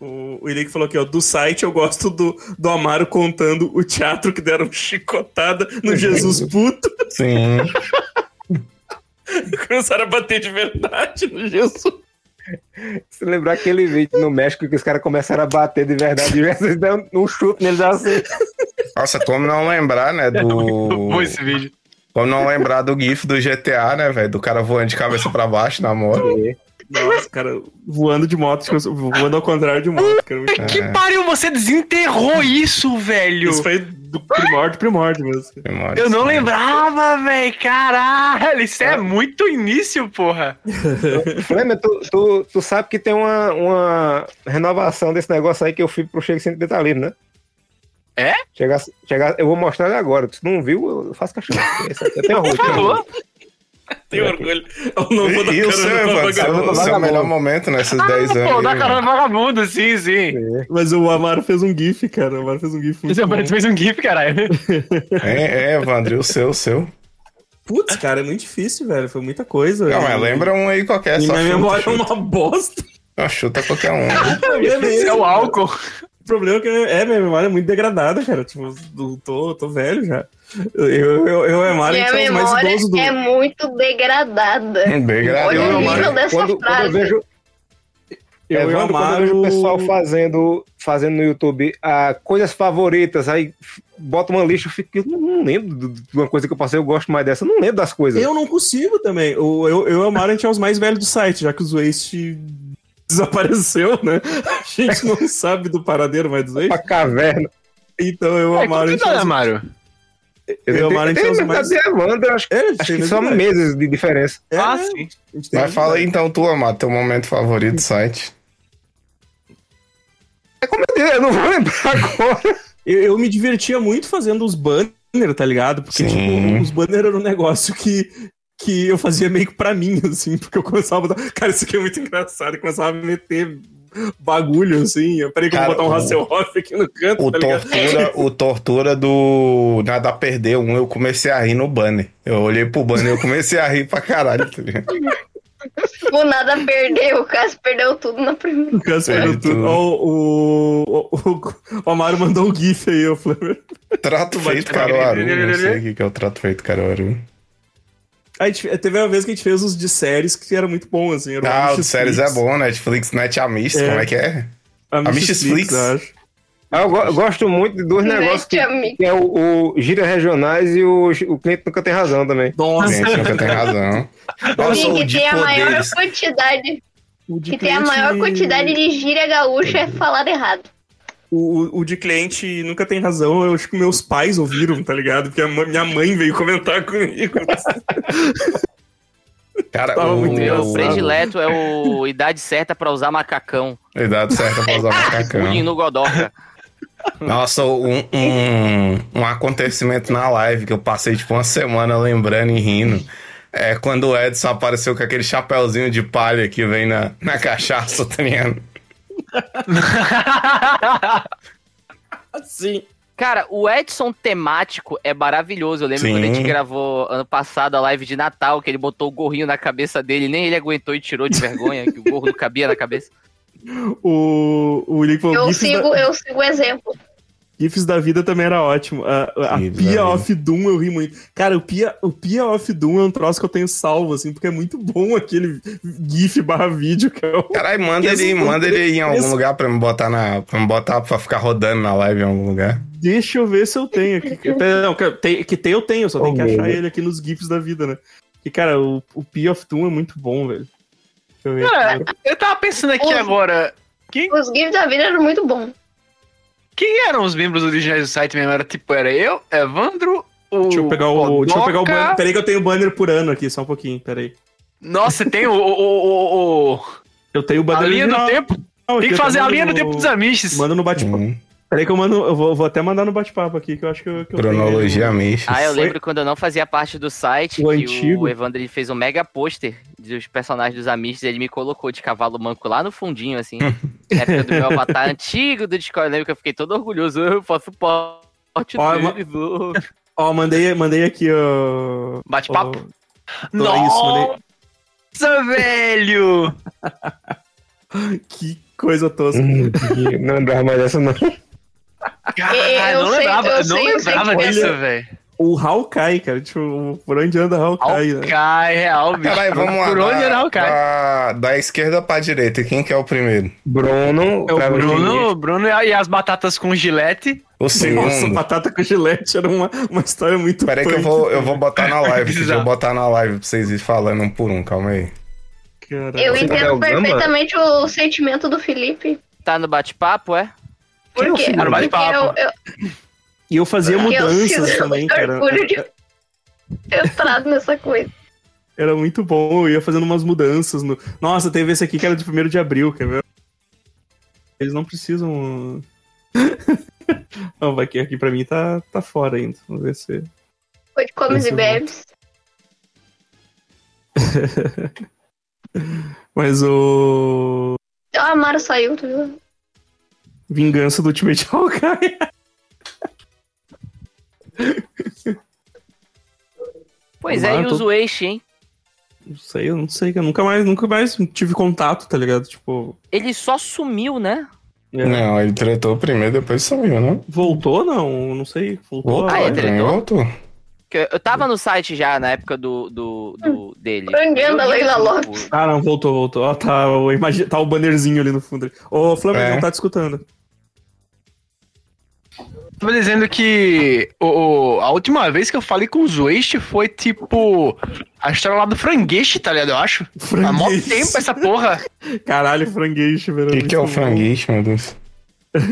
Speaker 1: O, o Henrique falou aqui, ó, do site eu gosto do, do Amaro contando o teatro que deram chicotada no Jesus puto.
Speaker 7: Sim.
Speaker 1: Começaram a bater de verdade no Jesus.
Speaker 5: Se lembrar aquele vídeo no México que os caras começaram a bater de verdade, e vocês dão um chute neles assim.
Speaker 7: Nossa, como não lembrar, né? Do.
Speaker 8: É Bom esse vídeo.
Speaker 7: Como não lembrar do GIF do GTA, né, velho? Do cara voando de cabeça pra baixo na moto.
Speaker 1: Nossa, cara, voando de moto, tipo, voando ao contrário de moto. Cara, muito...
Speaker 8: Que pariu, você desenterrou isso, velho!
Speaker 1: Isso foi do primórdio, primórdio mesmo.
Speaker 7: Memória,
Speaker 8: Eu não
Speaker 7: sim.
Speaker 8: lembrava, velho. Caralho, isso
Speaker 1: Tá.
Speaker 8: é muito início, porra.
Speaker 5: Flamengo, tu, tu, tu sabe que tem uma, uma renovação desse negócio aí que eu fui pro Chega Sem Detalhismo, né?
Speaker 8: É?
Speaker 5: Chegar, chegar, eu vou mostrar ele agora. Se tu não viu, eu faço cachorro. Eu tenho
Speaker 8: Por
Speaker 5: orgulho.
Speaker 8: favor.
Speaker 1: Tenho orgulho. Eu não vou dar
Speaker 7: E, e o
Speaker 1: carona
Speaker 7: seu,
Speaker 1: pra
Speaker 7: Evandro?
Speaker 1: vagabundo.
Speaker 7: Seu, seu
Speaker 5: Vagabundo.
Speaker 7: melhor momento nesses 10 anos.
Speaker 8: Ah, Pô,
Speaker 7: aí,
Speaker 8: dá carona
Speaker 7: velho?
Speaker 8: É vagabundo, sim, sim.
Speaker 1: Mas o Amaro fez um gif, cara. O Amaro fez um gif muito
Speaker 8: Você
Speaker 1: bom.
Speaker 8: fez um gif, caralho.
Speaker 7: É, é, Evandro, e o seu, o seu.
Speaker 1: Putz, cara, é muito difícil, velho. Foi muita coisa.
Speaker 7: Não,
Speaker 5: é,
Speaker 7: mas
Speaker 1: Eu-
Speaker 7: lembra um aí qualquer,
Speaker 1: E
Speaker 7: só
Speaker 1: minha
Speaker 7: chuta,
Speaker 1: memória é
Speaker 7: chuta.
Speaker 1: uma bosta.
Speaker 7: Ah, chuta qualquer um.
Speaker 1: O problema é
Speaker 8: Isso
Speaker 1: esse.
Speaker 8: é o álcool.
Speaker 1: O problema é que é, minha memória é muito degradada, cara. Tipo, eu tô, tô velho já. Eu, eu, eu, eu e o Amaro, a gente
Speaker 3: Minha
Speaker 1: somos mais
Speaker 3: memória
Speaker 1: idosos do...
Speaker 3: é muito degradada.
Speaker 7: Bem
Speaker 3: Olha
Speaker 7: gradinho,
Speaker 3: o
Speaker 7: né?
Speaker 3: nível dessa
Speaker 5: Quando, quando eu
Speaker 3: frase.
Speaker 5: vejo,
Speaker 1: Eu,
Speaker 5: Evandro,
Speaker 1: e o
Speaker 5: quando eu
Speaker 1: Amaro...
Speaker 5: vejo o pessoal fazendo, fazendo no YouTube ah, coisas favoritas, aí f- bota uma lista, eu fico, eu não- não lembro do- de uma coisa que eu passei, eu gosto mais dessa, eu não lembro das coisas.
Speaker 1: Eu não consigo também. O, eu, eu e o Amaro, a gente é os mais velhos do site, já que os Waste desapareceu, né? A gente não sabe do paradeiro mais dos
Speaker 5: Pra
Speaker 1: Waste.
Speaker 5: caverna.
Speaker 1: Então eu e o Amaro, a gente é os-
Speaker 8: Mário?
Speaker 1: Eu e o Amaro, a gente
Speaker 5: tenho
Speaker 1: é os
Speaker 5: lembro
Speaker 1: mais...
Speaker 5: da Evandro, acho,
Speaker 1: É, a gente
Speaker 5: acho
Speaker 1: tem
Speaker 5: que
Speaker 1: a
Speaker 5: só
Speaker 1: mesma idade.
Speaker 5: meses de diferença.
Speaker 1: É,
Speaker 8: Ah,
Speaker 1: né?
Speaker 8: sim.
Speaker 1: A gente tem a mesma
Speaker 7: Mas fala aí
Speaker 1: idade.
Speaker 7: então tu, Amado, teu momento favorito do site.
Speaker 5: É Meu Deus, eu não vou lembrar agora.
Speaker 1: Eu, eu me divertia muito fazendo os banners, tá ligado? Porque,
Speaker 7: Sim.
Speaker 1: tipo, os banners eram um negócio que, que eu fazia meio que pra mim, assim, porque eu começava a botar. Cara, isso aqui é muito engraçado. Eu começava a meter bagulho, assim. Eu, peraí que
Speaker 7: Cara,
Speaker 1: eu vou botar um
Speaker 7: o-
Speaker 1: Hasselhoff aqui no canto,
Speaker 7: O
Speaker 1: tá ligado?
Speaker 7: tortura, o tortura do Nada a Perder um, eu comecei a rir no banner. Eu olhei pro banner e eu comecei a rir pra caralho. Tá ligado?
Speaker 3: O nada perdeu, o Cássio perdeu tudo na primeira.
Speaker 1: O Cássio perdeu
Speaker 7: É,
Speaker 1: tudo.
Speaker 7: tu-
Speaker 1: Ó, o, o, o- o Amaro mandou um GIF aí, eu falei.
Speaker 7: Trato feito Caruaru.
Speaker 1: né?
Speaker 7: Não sei o que que é o trato feito Caruaru.
Speaker 1: A gente, teve uma vez que a gente fez os de séries que era muito bom, assim. Era
Speaker 7: Ah, o de
Speaker 1: Netflix.
Speaker 7: séries é bom, Netflix, Net Amis,
Speaker 1: É.
Speaker 7: como é que é?
Speaker 1: A
Speaker 7: Mrs. Flix.
Speaker 1: eu acho.
Speaker 5: Ah, Eu, go- eu gosto muito de dois
Speaker 3: Net
Speaker 5: negócios Um que,
Speaker 3: Amigo.
Speaker 5: que é o, o Gira Regionais e o, o Cliente Nunca Tem Razão também.
Speaker 1: Nossa,
Speaker 7: Gente, nunca tem razão. Nossa, o
Speaker 3: que
Speaker 7: de
Speaker 3: tem a maior
Speaker 7: poderes.
Speaker 3: quantidade.
Speaker 1: o de
Speaker 3: Que tem a
Speaker 1: cliente-
Speaker 3: maior quantidade de gíria gaúcha é falada errado.
Speaker 1: O, o- o de cliente nunca tem razão. Eu acho que meus pais ouviram, tá ligado? Porque a ma- minha mãe veio comentar comigo.
Speaker 7: Cara,
Speaker 1: Tava muito
Speaker 2: Meu
Speaker 7: o...
Speaker 2: predileto é o idade certa pra usar macacão.
Speaker 7: Idade certa pra usar macacão.
Speaker 2: Pudim no Godoca.
Speaker 7: Nossa, um, um, um acontecimento na live que eu passei tipo uma semana lembrando e rindo. É quando o Edson apareceu com aquele chapéuzinho de palha que vem na, na cachaça, tá ligado?
Speaker 1: Assim.
Speaker 2: Cara, o Edson temático é maravilhoso. Eu lembro
Speaker 7: Sim.
Speaker 2: quando a gente gravou ano passado a live de Natal, que ele botou o gorrinho na cabeça dele, nem ele aguentou e tirou de vergonha, que o gorro não cabia na cabeça.
Speaker 1: O, o Link falou,
Speaker 3: Eu
Speaker 1: GIFs,
Speaker 3: sigo,
Speaker 1: da,
Speaker 3: eu sigo o exemplo.
Speaker 1: GIFs da vida também era ótimo. A, a- a
Speaker 7: Gifs da
Speaker 1: Pia
Speaker 7: vida.
Speaker 1: Off Doom eu ri muito. Cara, o Pia, o Pia Off Doom é um troço que eu tenho salvo, assim, porque é muito bom aquele GIF barra vídeo que é o-
Speaker 7: Caralho, manda
Speaker 1: Esse
Speaker 7: ele,
Speaker 1: foi
Speaker 7: manda ele ir em algum
Speaker 1: esse-
Speaker 7: lugar pra me botar na. pra me botar pra ficar rodando na live em algum lugar.
Speaker 1: Deixa eu ver se eu tenho aqui. Que- Não, que tem, que tem eu tenho, só tem
Speaker 5: Oh,
Speaker 1: que
Speaker 5: meu
Speaker 1: achar
Speaker 5: Deus.
Speaker 1: ele aqui nos GIFs da vida, né? E, cara, o, o P of Doom é muito bom, velho. Deixa eu ver.
Speaker 9: Cara,
Speaker 1: aqui.
Speaker 9: eu tava pensando aqui
Speaker 3: Usa.
Speaker 9: agora.
Speaker 3: Os GIFs da vida eram muito bons.
Speaker 9: Quem eram os membros originais do site mesmo? Era tipo, era eu, Evandro, o.
Speaker 1: Deixa eu pegar o. Deixa eu pegar o
Speaker 9: Godoca.
Speaker 1: banner. Peraí que eu tenho o banner por ano aqui, só um pouquinho, peraí.
Speaker 9: Nossa, tem o. o, o, o, o-
Speaker 1: Eu tenho o banner
Speaker 9: a linha do
Speaker 1: original
Speaker 9: tempo.
Speaker 1: aqui,
Speaker 9: Tem que
Speaker 1: eu
Speaker 9: fazer a
Speaker 1: mando
Speaker 9: linha do
Speaker 1: no-
Speaker 9: tempo dos amiches.
Speaker 1: Manda no bate-papo.
Speaker 7: Hum,
Speaker 1: Peraí que eu mando. Eu vou, vou até mandar no bate-papo aqui, que eu acho que eu. Que eu tenho um-
Speaker 7: cronologia
Speaker 1: ele.
Speaker 7: mexe.
Speaker 2: Ah, eu
Speaker 1: Foi-
Speaker 2: lembro quando eu não fazia parte do site,
Speaker 1: O
Speaker 2: que
Speaker 1: antigo.
Speaker 2: o Evandro ele fez um mega pôster dos personagens dos Amistes, ele me colocou de cavalo manco lá no fundinho, assim. na época do meu avatar antigo do Discord, eu lembro que eu fiquei todo orgulhoso. Eu faço parte
Speaker 1: Ó,
Speaker 2: deles. oh.
Speaker 1: Ó, mandei, mandei aqui, ó. ó
Speaker 9: Bate-papo.
Speaker 1: então é isso, mandei-
Speaker 9: Nossa, velho!
Speaker 1: Que coisa tosca.
Speaker 5: Hum, que- não lembrava mais dessa, não.
Speaker 9: Cara,
Speaker 3: eu
Speaker 9: Ah, não
Speaker 3: sei-
Speaker 9: lembrava,
Speaker 3: eu
Speaker 9: não
Speaker 3: sei- eu sei
Speaker 9: lembrava
Speaker 3: que é.
Speaker 9: disso, velho.
Speaker 1: O Hawkeye, cara. Tipo, por onde anda Hawkeye, né?
Speaker 9: Hawkeye, real, bicho.
Speaker 7: Caralho, vamos lá.
Speaker 9: Por onde
Speaker 7: da-
Speaker 9: era Hawkeye?
Speaker 7: Da, da esquerda pra direita. Quem que é o primeiro?
Speaker 5: Bruno,
Speaker 1: É o
Speaker 5: pra você-
Speaker 9: Bruno, Bruno e as batatas com gilete.
Speaker 7: O
Speaker 1: Nossa, tá
Speaker 7: segundo.
Speaker 1: batata com gilete era uma, uma história muito
Speaker 7: Peraí que eu
Speaker 1: punk,
Speaker 7: vou, eu vou botar na live. que
Speaker 9: Precisava.
Speaker 7: eu vou botar na live pra vocês irem falando um por um, calma aí.
Speaker 1: cara.
Speaker 3: Eu
Speaker 5: Você tá
Speaker 3: entendo
Speaker 5: jogando, mano?
Speaker 3: perfeitamente o sentimento do Felipe.
Speaker 2: Tá no bate-papo, é?
Speaker 3: Por quê?
Speaker 9: Era o
Speaker 3: Porque eu,
Speaker 9: bate-papo.
Speaker 3: eu,
Speaker 1: E eu fazia
Speaker 3: porque eu
Speaker 1: mudanças
Speaker 3: sinto
Speaker 1: também,
Speaker 3: muito
Speaker 1: cara.
Speaker 3: orgulho de ter entrado nessa coisa.
Speaker 1: Era muito bom, eu ia fazendo umas mudanças. No... Nossa, teve esse aqui que era de 1 de abril, quer ver? Eles não precisam. não, vai que aqui pra mim tá, tá fora ainda. Vamos ver se.
Speaker 3: Foi de comes
Speaker 1: Esse
Speaker 3: e
Speaker 1: eu
Speaker 3: bebes.
Speaker 1: Mas o.
Speaker 3: Então, a Mara saiu, tu viu?
Speaker 1: Vingança do Ultimate Hawkeye.
Speaker 2: Pois é, e
Speaker 1: Claro,
Speaker 2: o
Speaker 1: tô-
Speaker 2: Zueishi, hein?
Speaker 1: Não sei, eu não sei, eu nunca mais, nunca mais tive contato, tá ligado? Tipo.
Speaker 2: Ele só sumiu, né?
Speaker 1: é.
Speaker 7: Não, ele tretou primeiro, depois sumiu, né?
Speaker 1: Voltou, não? Não sei. Voltou.
Speaker 7: Voltou,
Speaker 2: Ah, é,
Speaker 7: ele
Speaker 2: tretou?
Speaker 7: voltou.
Speaker 2: Que eu- Eu tava no site já na época do, do, do- dele.
Speaker 3: Por onde anda
Speaker 2: Eu vi
Speaker 3: Leila
Speaker 2: o grupo.
Speaker 3: Lopes?
Speaker 1: Ah, não, voltou, voltou. Ó, tá, o, imagi- tá o bannerzinho ali no fundo. Ô, Flamengo,
Speaker 7: É.
Speaker 1: não tá te escutando.
Speaker 9: Tava dizendo que o, o- a última vez que eu falei com o Zueste foi tipo a história lá do frangueixe, tá ligado? Eu acho. Há mó tempo essa porra.
Speaker 1: Caralho, frangueixe, velho.
Speaker 7: O que, que é o
Speaker 1: Muito bom.
Speaker 7: franguiche, meu Deus?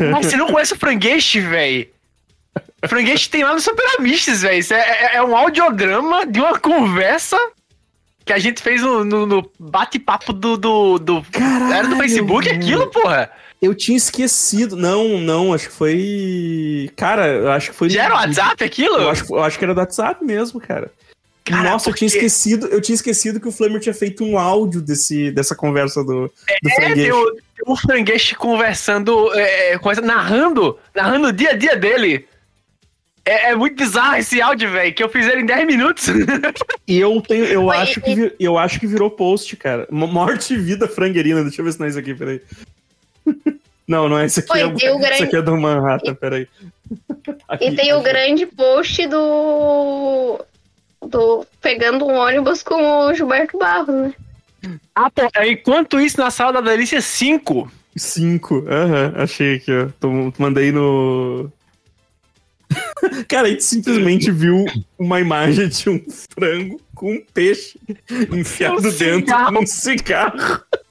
Speaker 9: Nossa, você não conhece o frangueixe, velho? Frangueixe tem lá no Super Amistes, velho. Isso é, é- é um audiograma de uma conversa que a gente fez no, no- no bate-papo do, do, do-
Speaker 1: Caralho,
Speaker 9: Era do Facebook
Speaker 1: velho.
Speaker 9: aquilo, porra?
Speaker 1: Eu tinha esquecido. Não, não, acho que foi. Cara, eu acho que foi.
Speaker 9: Já era o WhatsApp aquilo?
Speaker 1: Eu acho, eu acho que era do WhatsApp mesmo, cara.
Speaker 9: Cara,
Speaker 1: Nossa, eu tinha
Speaker 9: porque-
Speaker 1: esquecido, eu tinha esquecido que o Flamer tinha feito um áudio desse, dessa conversa do, do
Speaker 9: É,
Speaker 1: franguês.
Speaker 9: tem o, tem o Frangueste conversando, é, conversa- narrando, narrando o dia a dia dele. É, é muito bizarro esse áudio, velho, que eu fiz ele em 10 minutos.
Speaker 1: E eu tenho, eu
Speaker 3: Foi-
Speaker 1: acho que vi- eu acho que virou post, cara. Mo- Morte e vida franguerina. Deixa eu ver se não é isso aqui, peraí. Não, não é isso aqui.
Speaker 3: Foi,
Speaker 1: é,
Speaker 3: tem o grande-
Speaker 1: Isso aqui é do Manhattan, peraí. Aqui,
Speaker 3: E tem o
Speaker 1: aqui.
Speaker 3: grande post do. do pegando um ônibus com o Gilberto Barros, né?
Speaker 9: Ah, pô, enquanto isso, na sala da Delícia 5.
Speaker 1: Cinco. Aham, achei aqui, ó. Tô- mandei no. Cara, a gente simplesmente viu uma imagem de um frango com um peixe enfiado
Speaker 9: Um
Speaker 1: dentro
Speaker 9: cigarro.
Speaker 1: de um cigarro.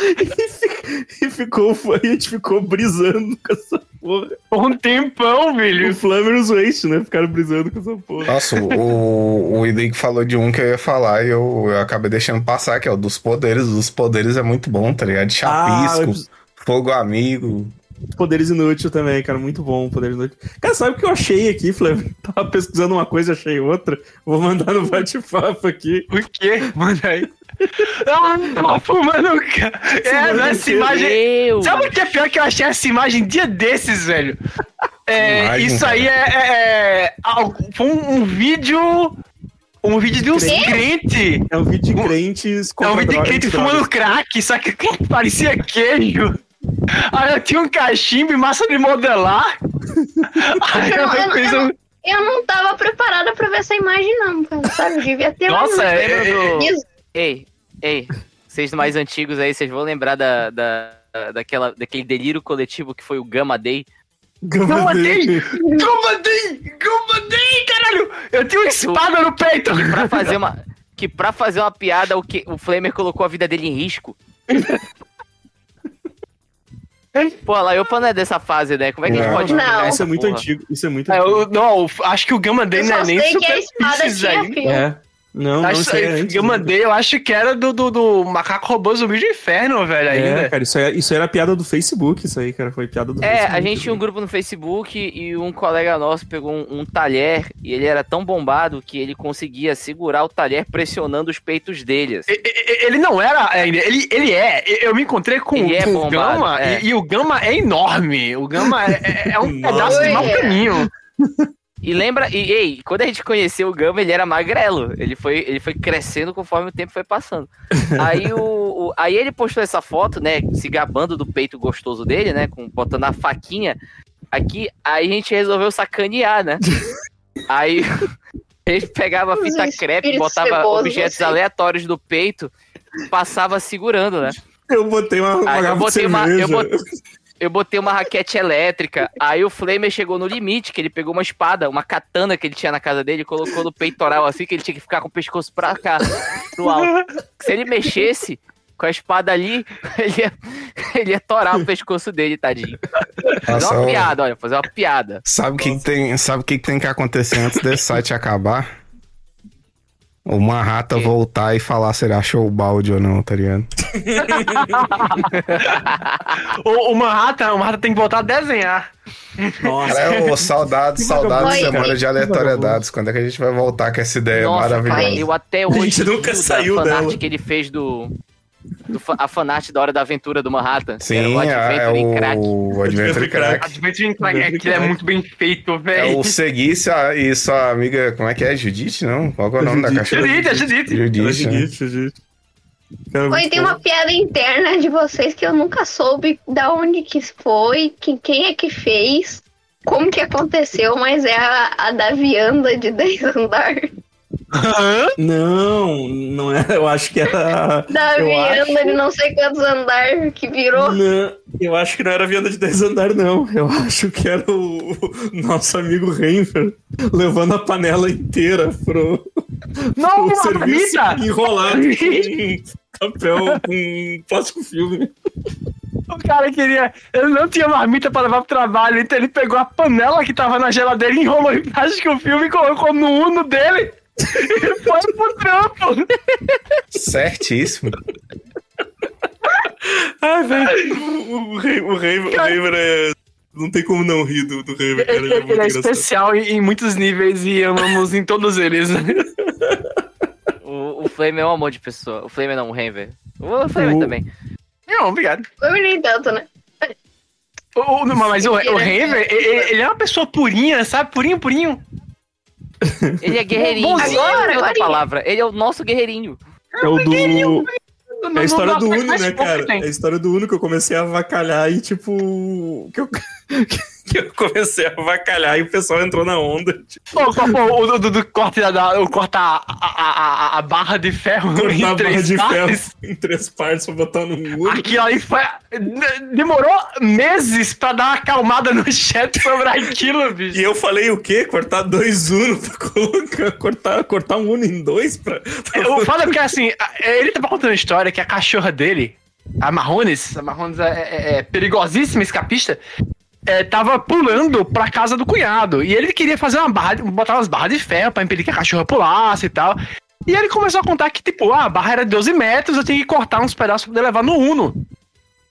Speaker 1: E, fi- e ficou, a gente ficou brisando com essa porra.
Speaker 9: Por um tempão,
Speaker 1: E o
Speaker 9: velho.
Speaker 1: Flammer e os Waste, né? Ficaram brisando com essa porra.
Speaker 7: Nossa, o, o Idei que falou de um que eu ia falar e eu, eu acabei deixando passar, que é o dos poderes. Dos poderes é muito bom, tá ligado? De chapisco, fogo amigo.
Speaker 1: Poderes Inútil também, cara. Muito bom, Poderes Inútil. Cara, sabe o que eu achei aqui, Flamer? Tava pesquisando uma coisa, achei outra. Vou mandar no bate-papo aqui.
Speaker 9: O quê? Manda aí. Ah, tô fumando. ca- É,
Speaker 1: Fumando
Speaker 9: essa
Speaker 1: o quê?
Speaker 9: imagem.
Speaker 2: Meu!
Speaker 9: Sabe o que é pior que eu achei essa imagem dia desses, velho? É,
Speaker 7: Imagem,
Speaker 9: isso aí é, é- é al- foi um, um vídeo. Um vídeo de um
Speaker 1: Crente?
Speaker 9: crente.
Speaker 1: É um vídeo de
Speaker 9: Um-
Speaker 1: crentes
Speaker 9: É um
Speaker 1: contra
Speaker 9: vídeo de
Speaker 1: drogas,
Speaker 9: crente
Speaker 1: drogas.
Speaker 9: fumando crack, só que parecia queijo. Aí eu tinha um cachimbo e massa de modelar. Aí
Speaker 3: Eu, eu-
Speaker 9: eu fiz
Speaker 3: eu-
Speaker 9: um.
Speaker 3: eu não tava preparada pra ver essa imagem, não, cara. Sabe? Devia ter
Speaker 9: Nossa,
Speaker 3: mais.
Speaker 9: é- é- é-
Speaker 3: Isso.
Speaker 2: Ei, ei, vocês mais antigos aí, vocês vão lembrar da, da, daquela, daquele delírio coletivo que foi o Gamma Day?
Speaker 1: Gama
Speaker 9: Não
Speaker 1: Day.
Speaker 9: mandei! Não mandei! Não mandei, caralho! Eu tenho uma espada no peito!
Speaker 2: Pra fazer uma, que pra fazer uma piada, o, que, o Flamer colocou a vida dele em risco. Pô, a Laiopa não é dessa fase, né? Como é que a gente
Speaker 7: Não.
Speaker 2: pode...
Speaker 3: Não.
Speaker 2: combinar
Speaker 1: Isso
Speaker 2: essa
Speaker 1: é muito
Speaker 2: porra?
Speaker 1: antigo. Isso é muito
Speaker 9: É,
Speaker 1: antigo.
Speaker 9: eu- não, eu acho que o Gamma Day
Speaker 3: Eu
Speaker 9: não é
Speaker 3: só
Speaker 9: nem
Speaker 3: sei que a
Speaker 9: Super
Speaker 3: espada
Speaker 9: Pieces
Speaker 3: tinha
Speaker 9: ainda.
Speaker 3: fio.
Speaker 1: É. Não, não,
Speaker 9: Acho,
Speaker 1: isso aí é antes,
Speaker 9: Gamma
Speaker 1: né?
Speaker 9: Day, eu acho que era do, do, do Macaco Robô Zumbi do Inferno, velho,
Speaker 1: É,
Speaker 9: ainda.
Speaker 1: cara, isso, aí, isso aí era piada do Facebook, isso aí, cara. Foi piada do
Speaker 2: É,
Speaker 1: Facebook.
Speaker 2: a gente tinha um
Speaker 1: né?
Speaker 2: grupo no Facebook e um colega nosso pegou um, um talher e ele era tão bombado que ele conseguia segurar o talher pressionando os peitos dele. assim.
Speaker 9: E- e- e- Ele não era ainda, ele, ele é. E- Eu me encontrei com,
Speaker 2: Ele é
Speaker 9: com o
Speaker 2: bombado,
Speaker 9: Gama
Speaker 2: é.
Speaker 9: e, e o Gama é enorme. O Gama é, é- é um
Speaker 1: Nossa.
Speaker 9: pedaço de mau
Speaker 3: Olha.
Speaker 9: caminho.
Speaker 2: E lembra, e ei, quando a gente conheceu o Gama, ele era magrelo. Ele foi, ele foi crescendo conforme o tempo foi passando. Aí, o, o- aí ele postou essa foto, né? Se gabando do peito gostoso dele, né? Com, botando a faquinha aqui. Aí a gente resolveu sacanear, né? Aí ele pegava a fita
Speaker 3: Os
Speaker 2: crepe,
Speaker 3: espíritos
Speaker 2: botava
Speaker 3: cebosos,
Speaker 2: objetos
Speaker 3: assim.
Speaker 2: aleatórios do peito, passava segurando, né?
Speaker 1: Eu botei uma, uma
Speaker 2: Aí Ah, eu
Speaker 1: garrafa de
Speaker 2: botei uma-
Speaker 1: cerveja.
Speaker 2: eu botei- Eu botei uma raquete elétrica, aí o Flamer chegou no limite, que ele pegou uma espada, uma katana que ele tinha na casa dele, colocou no peitoral assim, que ele tinha que ficar com o pescoço pra cá, pro alto. Se ele mexesse com a espada ali, ele ia, ele ia torar o pescoço dele, tadinho. Fazer
Speaker 7: Nossa,
Speaker 2: uma
Speaker 7: eu-
Speaker 2: piada, olha, fazer uma piada.
Speaker 7: Sabe o que, que tem, sabe o que, que tem que acontecer antes desse site acabar? O Manhattan
Speaker 2: O quê?
Speaker 7: voltar e falar se ele achou o balde ou não, tá ligado?
Speaker 9: O, o Manhattan, o Manhattan tem que voltar a desenhar.
Speaker 1: Nossa,
Speaker 7: Cara, é ô, saudades, saudades,
Speaker 3: vagabundo,
Speaker 7: semana
Speaker 3: cara.
Speaker 7: de aleatoriedades. Quando é que a gente vai voltar com essa ideia
Speaker 2: Nossa, cara,
Speaker 7: maravilhosa?
Speaker 2: eu até hoje
Speaker 1: gente nunca
Speaker 2: rio da
Speaker 1: saiu
Speaker 2: fanart
Speaker 1: dela.
Speaker 2: que ele fez do... do fa- a fanart da Hora da Aventura do Manhattan. que era
Speaker 7: Sim,
Speaker 2: o
Speaker 7: é, é
Speaker 2: Adventure em Crack.
Speaker 7: o Adventure
Speaker 1: Adventure Crack.
Speaker 7: Crack.
Speaker 9: Adventure Crack, aquilo é muito bem feito,
Speaker 7: É
Speaker 9: velho.
Speaker 7: o Seguisse a- e sua amiga, como é que é? Judite, não? Qual que é o nome da
Speaker 1: Judite.
Speaker 7: cachorra?
Speaker 9: Judite, é Judite.
Speaker 1: Era
Speaker 7: Judite, né?
Speaker 1: gigante, gigante. Cara,
Speaker 3: Oi,
Speaker 1: muito
Speaker 3: tem
Speaker 1: bom.
Speaker 3: uma piada interna de vocês que eu nunca soube da onde que foi, que, quem é que fez, como que aconteceu, mas é a, a da vianda de 10 andar.
Speaker 1: Não, não é. Eu acho que era.
Speaker 3: Da
Speaker 1: Eu
Speaker 3: vianda de não sei quantos andar que virou.
Speaker 1: Não, eu acho que não era a vianda de 10 andar, não. Eu acho que era o, o nosso amigo Renfer levando a panela inteira pro,
Speaker 9: Não,
Speaker 1: pro
Speaker 9: a
Speaker 1: serviço
Speaker 9: marmita!
Speaker 1: enrolado em papel com plástico filme.
Speaker 9: O cara queria. Ele não tinha marmita pra levar pro trabalho, então ele pegou a panela que tava na geladeira, enrolou em plástico o filme e colocou no uno dele.
Speaker 1: É
Speaker 9: E foi pro trampo.
Speaker 7: Certíssimo.
Speaker 6: Ai, velho. O, o, Ra- o, Raven- o Raven é. Não tem como não rir do, do Raven, cara.
Speaker 9: Ele,
Speaker 6: Ele é muito
Speaker 9: ele é
Speaker 6: engraçado.
Speaker 9: especial em, em muitos níveis e amamos em todos eles.
Speaker 2: O, o Flamer é um amor de pessoa. O Flamer não, o Renver. O Flamer
Speaker 5: O-
Speaker 2: também.
Speaker 9: Não, obrigado.
Speaker 3: Eu nem tanto, né?
Speaker 9: O, o- não, mas o, o Raver, ele, ele é uma pessoa purinha, sabe? Purinho, purinho.
Speaker 2: Ele é guerreirinho.
Speaker 9: Bonzinho,
Speaker 2: Agora, outra
Speaker 3: agora.
Speaker 2: palavra. Ele é o nosso guerreirinho.
Speaker 1: É o do.
Speaker 9: Não-
Speaker 1: É
Speaker 9: não-
Speaker 1: a história
Speaker 9: não-
Speaker 1: do
Speaker 9: não-
Speaker 1: Uno,
Speaker 9: mais
Speaker 1: né,
Speaker 9: pouco
Speaker 1: cara?
Speaker 9: que tem.
Speaker 1: É a história do Uno que eu comecei a avacalhar e, tipo. Que eu,
Speaker 6: Que eu comecei a avacalhar e o pessoal entrou na onda.
Speaker 9: Pô, pô, O do corta, da- o corta a, a, a, a barra de ferro em
Speaker 1: Cortar a barra
Speaker 9: três
Speaker 1: de
Speaker 9: partes.
Speaker 1: ferro em três partes pra botar no muro.
Speaker 9: Aquilo ali foi. n- Demorou meses pra dar uma acalmada no chat sobre aquilo, bicho.
Speaker 6: E eu falei o quê? Cortar dois Uno pra colocar. Cortar, cortar um Uno em dois pra. pra-
Speaker 9: O foda é porque assim, a- ele tava contando a história que a cachorra dele, a Marrones, a Marrones é, é- é perigosíssima escapista, é, tava pulando pra casa do cunhado. E ele queria fazer uma barra, de- botar umas barras de ferro pra impedir que a cachorra pulasse e tal. E ele começou a contar que, tipo, ah, a barra era de 12 metros, eu tinha que cortar uns pedaços pra poder levar no Uno.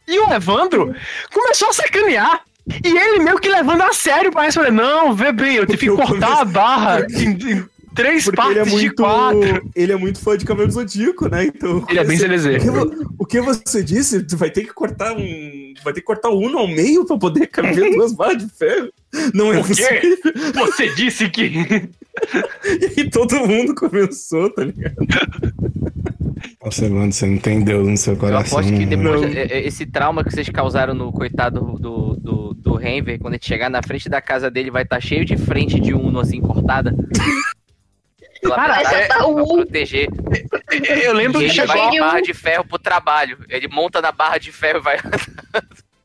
Speaker 9: E o Evandro começou a sacanear. E ele meio que levando a sério pra responder: Não, vê bem, eu tive que
Speaker 1: Porque eu
Speaker 9: cortar a barra em, em três
Speaker 1: Porque
Speaker 9: partes
Speaker 1: ele é
Speaker 9: de
Speaker 1: muito.
Speaker 9: quatro.
Speaker 1: Ele é muito fã de Cabelo Zodíaco, né? Então.
Speaker 9: Ele é bem
Speaker 1: O que,
Speaker 9: CLZ.
Speaker 1: vo- o que você disse? Tu vai ter que cortar um. Vai ter que cortar o Uno ao meio pra poder caber duas barras de ferro. Não é
Speaker 9: O
Speaker 1: possível.
Speaker 9: quê? Você disse que.
Speaker 1: E todo mundo começou, tá ligado?
Speaker 7: Nossa, mano, você não tem Deus no seu
Speaker 2: Eu
Speaker 7: coração. né?
Speaker 2: aposto que
Speaker 7: mano.
Speaker 2: depois é, é, esse trauma que vocês causaram no coitado do, do, do Renver, quando a gente chegar na frente da casa dele, vai estar cheio de frente de Uno assim cortada. Pela
Speaker 9: Cara,
Speaker 3: Vai
Speaker 2: metade, pra
Speaker 3: soltar tá o U.
Speaker 2: proteger.
Speaker 9: Eu lembro
Speaker 2: E
Speaker 9: que
Speaker 2: ele
Speaker 9: chegou.
Speaker 2: vai
Speaker 3: cheio de
Speaker 2: com a barra
Speaker 3: U.
Speaker 2: de ferro pro trabalho. Ele monta na barra de ferro e vai.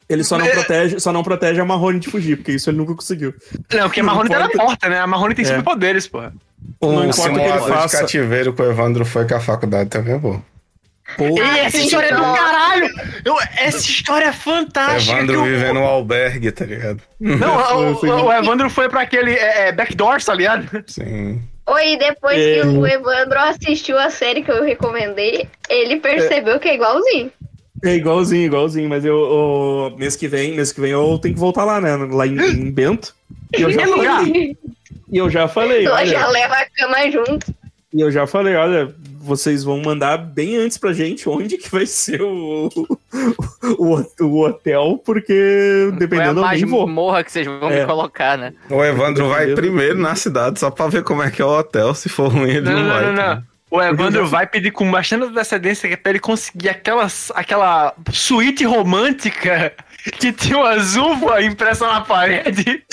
Speaker 1: Ele só não protege, só não protege a Marrone de fugir, porque isso ele nunca conseguiu.
Speaker 9: Não, porque a Marrone tá na porta, né? A Marrone tem
Speaker 1: É.
Speaker 9: superpoderes, porra.
Speaker 1: não
Speaker 7: Um
Speaker 1: importa o que ele
Speaker 7: simulador de
Speaker 1: faça.
Speaker 7: cativeiro com o Evandro foi com a faculdade também, pô.
Speaker 1: Pô,
Speaker 9: E essa
Speaker 3: sim,
Speaker 9: história é do
Speaker 3: não.
Speaker 9: caralho! Eu- essa história é fantástica. que
Speaker 7: Evandro
Speaker 9: o-
Speaker 7: vivendo no albergue, tá ligado?
Speaker 9: Não,
Speaker 1: Foi-
Speaker 9: o,
Speaker 1: foi
Speaker 9: o-
Speaker 1: muito-
Speaker 9: o Evandro foi pra aquele é, é, backdoor, tá ligado?
Speaker 7: Sim.
Speaker 3: Oi, depois
Speaker 1: É.
Speaker 3: que o Evandro assistiu a série que eu recomendei, ele percebeu que é igualzinho.
Speaker 1: É igualzinho, igualzinho, mas eu, eu- mês que vem, mês que vem eu tenho que voltar lá, né? Lá em, em Bento. E eu já
Speaker 9: lugar.
Speaker 1: falei. E eu já falei,
Speaker 3: Então já
Speaker 1: Ah, olha,
Speaker 3: leva a cama junto.
Speaker 1: e eu já falei, olha, vocês vão mandar bem antes pra gente onde que vai ser o, o, o- o hotel, porque dependendo
Speaker 2: Foi
Speaker 1: eu
Speaker 2: a mais
Speaker 1: nem vou.
Speaker 2: morra que vocês vão
Speaker 1: É.
Speaker 2: me colocar, né?
Speaker 7: O Evandro vai
Speaker 1: Entendeu?
Speaker 7: primeiro na cidade só pra ver como é que é o hotel. Se for ruim, ele
Speaker 9: Não,
Speaker 7: não,
Speaker 9: não,
Speaker 7: vai. tá
Speaker 9: não, não. O Evandro vai pedir com bastante antecedência que é pra ele conseguir aquela, aquela suíte romântica que tinha umas uvas impressa na parede.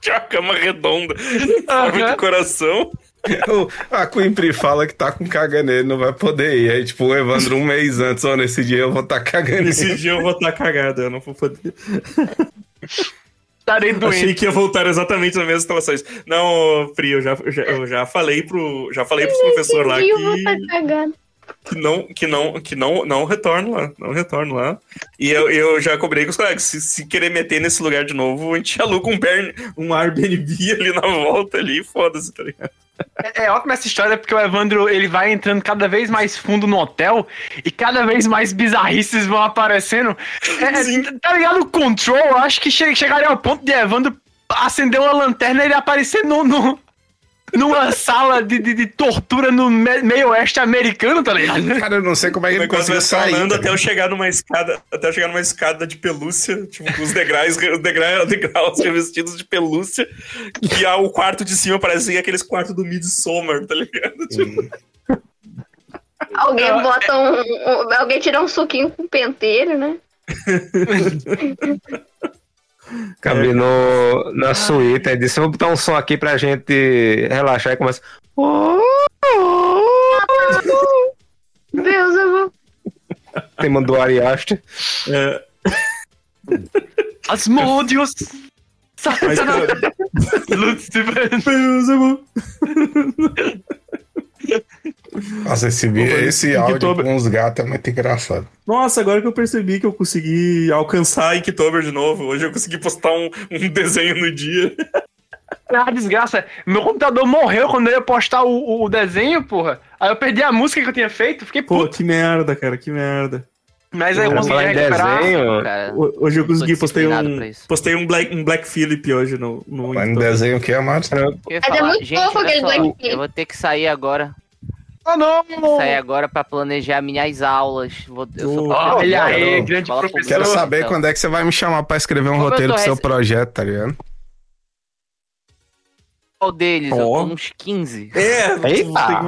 Speaker 6: Tinha uma cama redonda. Forma de coração.
Speaker 7: O- A Quimpri fala que tá com caganeiro, não vai poder ir. Aí, tipo, o Evandro um mês antes, ó, nesse dia eu vou estar tá caganeiro.
Speaker 1: Nesse dia eu vou estar cagado, eu não vou poder.
Speaker 9: Estarei doente.
Speaker 6: Achei que ia voltar exatamente nas mesmas situações. Não, Pri, eu já, eu já, eu já falei pro. Já falei pros professores lá
Speaker 3: E eu vou
Speaker 6: que.
Speaker 3: estar cagando.
Speaker 6: que não, que não, que não, não retorno lá, não retorno lá. E eu, eu já cobrei com os colegas, se, se querer meter nesse lugar de novo, a gente aluga um, Bern, um Airbnb ali na volta ali, foda-se, tá ligado?
Speaker 9: É ótima essa história porque o Evandro ele vai entrando cada vez mais fundo no hotel e cada vez mais bizarrices vão aparecendo. É,
Speaker 6: Sim.
Speaker 9: tá ligado? O control, eu acho que che chegaria ao ponto de Evandro acender uma lanterna e ele aparecer no, no- numa sala de, de- de tortura no me- meio oeste americano, tá ligado?
Speaker 7: Cara, eu não sei como é que
Speaker 6: O
Speaker 7: ele
Speaker 6: um negócio
Speaker 7: conseguiu
Speaker 6: vai
Speaker 7: sair.
Speaker 6: escalando
Speaker 7: tá
Speaker 6: até eu chegar numa escada, até eu chegar numa escada de pelúcia, tipo, com os degraus, os degraus, degraus revestidos de pelúcia, que ah, o quarto de cima parece aqueles quartos do Midsommar, tá ligado? Tipo,
Speaker 7: ligado?
Speaker 3: Alguém bota um, um- Alguém tira um suquinho com penteiro, né?
Speaker 5: Cabe no,
Speaker 9: Ah.
Speaker 5: na suíte, aí disse, vou botar um som aqui pra gente relaxar e começa. "Oh, oh",
Speaker 3: Deus, eu vou.
Speaker 5: Tem mandou Ariaste.
Speaker 1: É,
Speaker 9: Asmodeus!
Speaker 1: mas, cara,
Speaker 9: Lucifer.
Speaker 1: Beelzebub.
Speaker 7: Nossa, esse, bi-
Speaker 1: Ô,
Speaker 7: esse
Speaker 1: mano,
Speaker 7: áudio
Speaker 1: Inktober-
Speaker 7: com os gatos é muito engraçado.
Speaker 1: Nossa, agora que eu percebi que eu consegui alcançar
Speaker 6: a Inktober de novo, hoje eu consegui postar um, um desenho no dia.
Speaker 9: Ah, desgraça. Meu computador morreu quando eu ia postar o, o desenho, porra. Aí eu perdi a música que eu tinha feito, fiquei
Speaker 1: Pô,
Speaker 9: puto.
Speaker 1: que merda, cara, que merda.
Speaker 9: Mas é aí eu
Speaker 5: Pra
Speaker 9: consegui
Speaker 5: falar em
Speaker 9: recuperar.
Speaker 5: desenho,
Speaker 2: Cara,
Speaker 1: Hoje eu
Speaker 2: É, não tô
Speaker 1: consegui, postei
Speaker 2: disciplinado
Speaker 1: um,
Speaker 2: pra isso.
Speaker 1: postei um Black, um Black Philip hoje no, no
Speaker 7: Lá no
Speaker 1: Insta.
Speaker 7: desenho que é, Márcio?
Speaker 2: Eu ia
Speaker 3: Mas é
Speaker 2: falar,
Speaker 3: muito
Speaker 2: gente,
Speaker 3: fofo
Speaker 2: olha
Speaker 3: aquele
Speaker 2: só,
Speaker 3: Black Phillip.
Speaker 2: Eu vou ter que sair agora.
Speaker 9: Ah, não!
Speaker 2: Sair agora pra planejar minhas aulas. Vou, eu sou
Speaker 1: Oh,
Speaker 2: professor.
Speaker 9: olha aí,
Speaker 2: Fala
Speaker 9: grande
Speaker 2: comigo,
Speaker 9: professor.
Speaker 7: Quero
Speaker 2: então.
Speaker 7: saber quando é que você vai me chamar pra escrever um
Speaker 2: Como eu
Speaker 7: roteiro
Speaker 2: tô
Speaker 7: pro seu
Speaker 2: rece-
Speaker 7: projeto, tá ligado?
Speaker 2: Qual deles? Eu
Speaker 1: Ó.
Speaker 2: tô uns 15.
Speaker 1: É, tu
Speaker 5: Eita!
Speaker 1: tem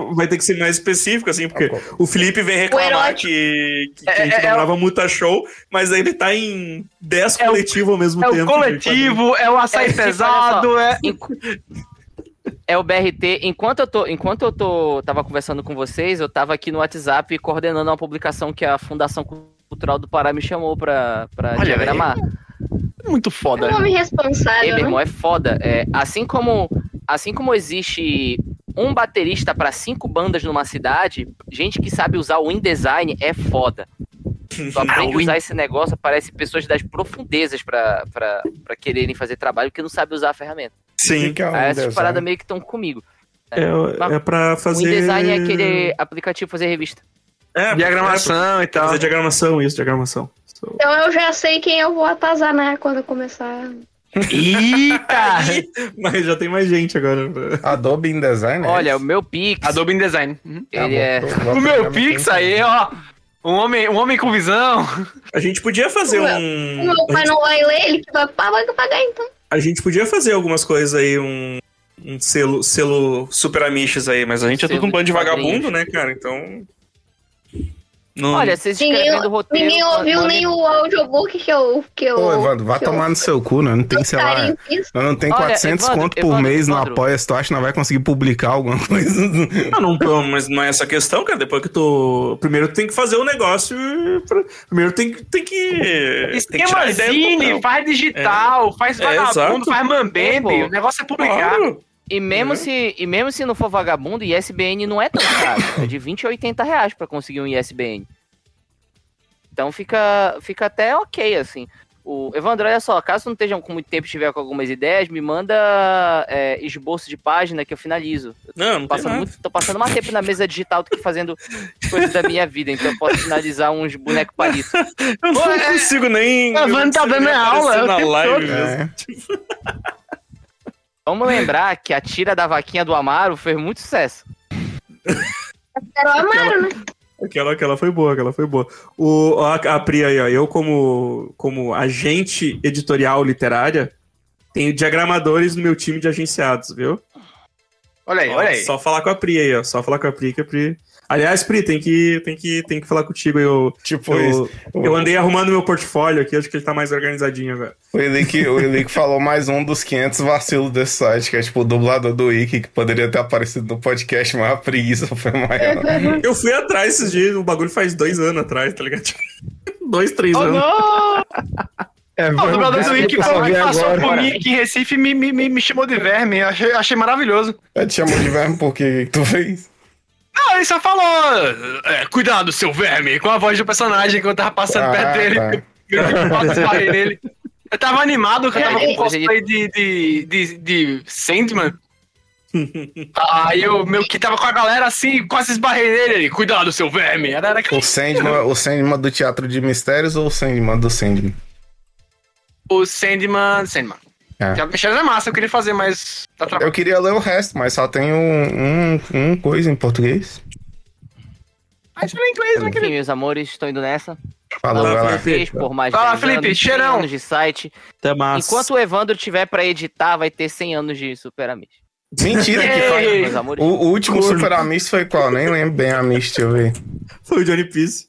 Speaker 1: que- vai ter que ser mais específico, assim, porque o Felipe vem
Speaker 3: O
Speaker 1: reclamar
Speaker 3: herói.
Speaker 1: que, que, que a
Speaker 9: É,
Speaker 1: gente
Speaker 9: é,
Speaker 1: não
Speaker 9: é o-
Speaker 1: grava muita show, mas ele tá em 10
Speaker 9: É o-
Speaker 1: coletivos ao mesmo
Speaker 9: É
Speaker 1: tempo.
Speaker 9: o
Speaker 1: de
Speaker 9: coletivo, é o açaí
Speaker 2: É, tipo, olha
Speaker 9: pesado, é.
Speaker 2: Enqu- É o BRT. Enquanto eu tô, enquanto eu tô, tava conversando com vocês, eu tava aqui no WhatsApp coordenando uma publicação que a Fundação Cultural do Pará me chamou pra, pra
Speaker 9: Olha aí.
Speaker 2: diagramar.
Speaker 3: É
Speaker 9: Muito
Speaker 3: um
Speaker 9: foda.
Speaker 3: homem
Speaker 2: Ei,
Speaker 3: responsável.
Speaker 2: meu
Speaker 3: né?
Speaker 2: irmão, é foda. É, assim, como, assim como existe um baterista pra cinco bandas numa cidade, gente que sabe usar o InDesign é foda. Tu aprende a usar esse negócio, parece pessoas das profundezas pra, pra, pra quererem fazer trabalho que não sabe usar a ferramenta.
Speaker 1: Sim,
Speaker 7: que é um
Speaker 2: Aí essas
Speaker 7: desenho?
Speaker 2: paradas meio que estão comigo.
Speaker 1: é, é pra fazer.
Speaker 2: O InDesign é aquele aplicativo pra fazer revista.
Speaker 1: É, é
Speaker 9: Diagramação então. e
Speaker 1: pra
Speaker 9: tal.
Speaker 1: fazer diagramação, isso, diagramação. So-
Speaker 3: Então eu já sei quem eu vou atazanar quando eu começar.
Speaker 1: um
Speaker 9: Eita!
Speaker 1: Mas já tem mais gente agora.
Speaker 7: Adobe InDesign? é
Speaker 2: Olha, o
Speaker 7: isso?
Speaker 2: meu Pix,
Speaker 9: Adobe InDesign. Uhum.
Speaker 7: Tá
Speaker 2: ele
Speaker 7: bom,
Speaker 2: é...
Speaker 7: tô- vou
Speaker 9: O
Speaker 7: pegar
Speaker 9: meu Pix aí, ó. Um homem, um homem com visão.
Speaker 1: A gente podia fazer
Speaker 3: Ué, é
Speaker 1: um.
Speaker 3: Meu
Speaker 1: a
Speaker 3: pai
Speaker 1: gente-
Speaker 3: não vai ler, ele que vai pagar, vai pagar então.
Speaker 1: A gente podia fazer algumas coisas aí, um, um selo, selo super amiches aí, mas a gente é
Speaker 2: Selo
Speaker 1: tudo um bando de
Speaker 2: de quadrinhos.
Speaker 1: vagabundo, né, cara? Então. Não...
Speaker 2: Olha, vocês
Speaker 3: Ninguém-
Speaker 2: escrevendo o roteiro...
Speaker 3: Ninguém ouviu nem o audiobook que eu. Que eu
Speaker 7: Ô, Evandro, vá
Speaker 3: que
Speaker 7: tomar no seu cu, né? Não tem, sei lá.
Speaker 3: carinho fiz.
Speaker 7: Nós não tem
Speaker 2: Olha,
Speaker 7: 400
Speaker 2: Evandro,
Speaker 7: conto por
Speaker 2: Evandro,
Speaker 7: mês no
Speaker 2: Evandro.
Speaker 7: Apoia-se, tu acha que nós vai conseguir publicar alguma coisa?
Speaker 1: Ah, não, pô, mas não é essa questão, cara. Depois que tu. Primeiro tu tem que fazer o negócio. e pra- Primeiro tem, que- tem que. É, tem que tirar a ideia do
Speaker 9: Esquemazine,
Speaker 1: papel.
Speaker 9: faz digital, faz
Speaker 1: É,
Speaker 9: vagabundo,
Speaker 1: exato.
Speaker 9: faz
Speaker 2: É,
Speaker 9: mambembe.
Speaker 2: pô.
Speaker 9: O negócio é publicar.
Speaker 1: Claro.
Speaker 2: E mesmo,
Speaker 1: Uhum.
Speaker 2: se, e mesmo se não for vagabundo, ISBN não é tão caro. é de 20 a 80 reais pra conseguir um ISBN. Então fica, fica até ok, assim. O, Evandro, olha só, caso não esteja com muito tempo e estiver com algumas ideias, me manda é, esboço de página que eu finalizo. Eu
Speaker 1: Não, não
Speaker 2: tô
Speaker 1: passa
Speaker 2: passando,
Speaker 1: muito.
Speaker 2: muito, tô passando mais tempo na mesa digital do que fazendo coisas da minha vida, então eu posso finalizar uns bonecos palito.
Speaker 1: Eu não
Speaker 9: Pô, é-
Speaker 1: consigo nem.
Speaker 9: A
Speaker 1: eu não
Speaker 9: Van tá
Speaker 1: consigo
Speaker 9: dando
Speaker 1: nem
Speaker 9: aula,
Speaker 1: aparecer
Speaker 9: eu
Speaker 1: na
Speaker 9: tenho
Speaker 1: live
Speaker 9: todo.
Speaker 1: mesmo.
Speaker 7: É.
Speaker 2: Vamos lembrar que a tira da vaquinha do Amaro fez muito sucesso.
Speaker 3: Era o Amaro, né?
Speaker 1: Aquela, aquela foi boa, aquela foi boa. O, ó, a, a Pri aí, ó, eu como, como agente editorial literária, tenho diagramadores no meu time de agenciados, viu?
Speaker 9: Olha aí,
Speaker 1: Ó,
Speaker 9: olha aí.
Speaker 1: Só falar com a Pri aí, ó. Só falar com a Pri, que a Pri... Aliás, Pri, tem que, tem que, tem que falar contigo. Eu,
Speaker 7: Tipo isso.
Speaker 1: eu, eu andei arrumando meu portfólio aqui, acho que ele tá mais organizadinho agora.
Speaker 7: O Elick, o Elick falou mais um dos 500 vacilos desse site, que é tipo o dublador do Wiki, que poderia ter aparecido no podcast, mas a preguiça foi maior.
Speaker 1: Eu fui atrás esses dias, o bagulho faz dois anos atrás, tá ligado? dois, três
Speaker 9: Oh,
Speaker 1: anos.
Speaker 9: não!
Speaker 5: É,
Speaker 9: O
Speaker 5: vamos ver
Speaker 9: dublador do
Speaker 5: se
Speaker 9: Wiki
Speaker 5: eu só vi
Speaker 9: passou
Speaker 5: agora.
Speaker 9: por mim aqui em Recife e me, me, me, me chamou de verme. Eu Achei, achei maravilhoso.
Speaker 7: Eu te chamo de verme porque tu fez.
Speaker 9: Não, ele só falou. é, cuidado, seu verme, com a voz do personagem que eu tava passando
Speaker 1: Ah,
Speaker 9: perto dele.
Speaker 7: tá.
Speaker 9: Eu esbarrei nele. Eu tava animado, que eu tava
Speaker 2: É,
Speaker 9: com
Speaker 2: coisa de-
Speaker 9: cosplay de, de, de, de Sandman. Aí eu meio que tava com a galera assim, quase esbarrei nele. Ele, Cuidado, seu verme. Era, era
Speaker 7: O Sandman, o Sandman do Teatro de Mistérios ou o Sandman do Sandman?
Speaker 9: o Sandman. Sandman.
Speaker 7: É.
Speaker 9: Já mexeram na massa, eu queria fazer, mas tá atrapalhado.
Speaker 7: Eu queria ler o resto, mas só tem um, um, um coisa em português.
Speaker 9: Mas falei inglês, né,
Speaker 2: Enfim,
Speaker 9: querido?
Speaker 2: meus amores, estou indo nessa.
Speaker 7: Falou,
Speaker 1: Fala,
Speaker 7: vai lá.
Speaker 1: Felipe.
Speaker 2: Fez por mais
Speaker 9: Fala,
Speaker 2: 10
Speaker 9: Felipe,
Speaker 2: anos, 100
Speaker 9: cheirão.
Speaker 2: anos de site.
Speaker 1: Até mais.
Speaker 2: Enquanto o Evandro tiver pra editar, vai ter 100 anos de Super Amigos.
Speaker 7: Mentira que
Speaker 9: Ei.
Speaker 7: foi.
Speaker 2: Meus amores.
Speaker 7: O, o último
Speaker 1: Corno.
Speaker 7: Super Amish foi qual? Nem lembro bem Amish, deixa eu ver.
Speaker 1: Foi o Johnny Peace.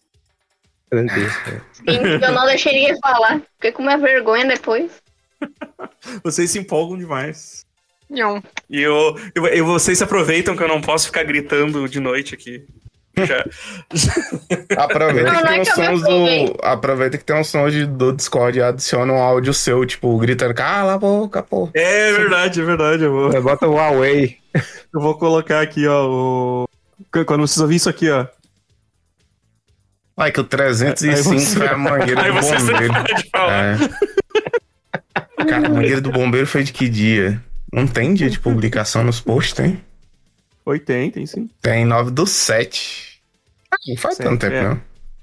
Speaker 3: Sim, eu não deixei ninguém falar. Fiquei com uma vergonha depois.
Speaker 1: Vocês se empolgam demais.
Speaker 9: Não.
Speaker 1: E eu, eu, eu- vocês se aproveitam que eu não posso ficar gritando de noite aqui. Já.
Speaker 7: Aproveita
Speaker 3: Não,
Speaker 7: que
Speaker 3: não
Speaker 7: tem
Speaker 3: é
Speaker 7: uns
Speaker 3: que eu me
Speaker 7: sons
Speaker 3: empolguei.
Speaker 7: do. Aproveita que tem uns sons de- do Discord e adiciona um áudio seu, tipo, gritando, cala a boca, pô.
Speaker 1: é verdade, é verdade. Eu vou,
Speaker 5: Bota o Huawei.
Speaker 1: eu vou colocar aqui, ó. O... Qu- Quando vocês ouvirem isso aqui, ó.
Speaker 7: Ai, que o 305
Speaker 1: Aí você-
Speaker 7: foi a mangueira
Speaker 1: Aí
Speaker 7: do
Speaker 1: você
Speaker 7: bombeiro.
Speaker 1: para de falar.
Speaker 7: É. Cara, a mangueira do bombeiro foi de que dia? Não tem dia de publicação nos posts, tem?
Speaker 1: Oi, tem, tem sim.
Speaker 7: Tem 9 do 7. Não faz
Speaker 1: Certo,
Speaker 7: tanto tempo, né?
Speaker 1: é.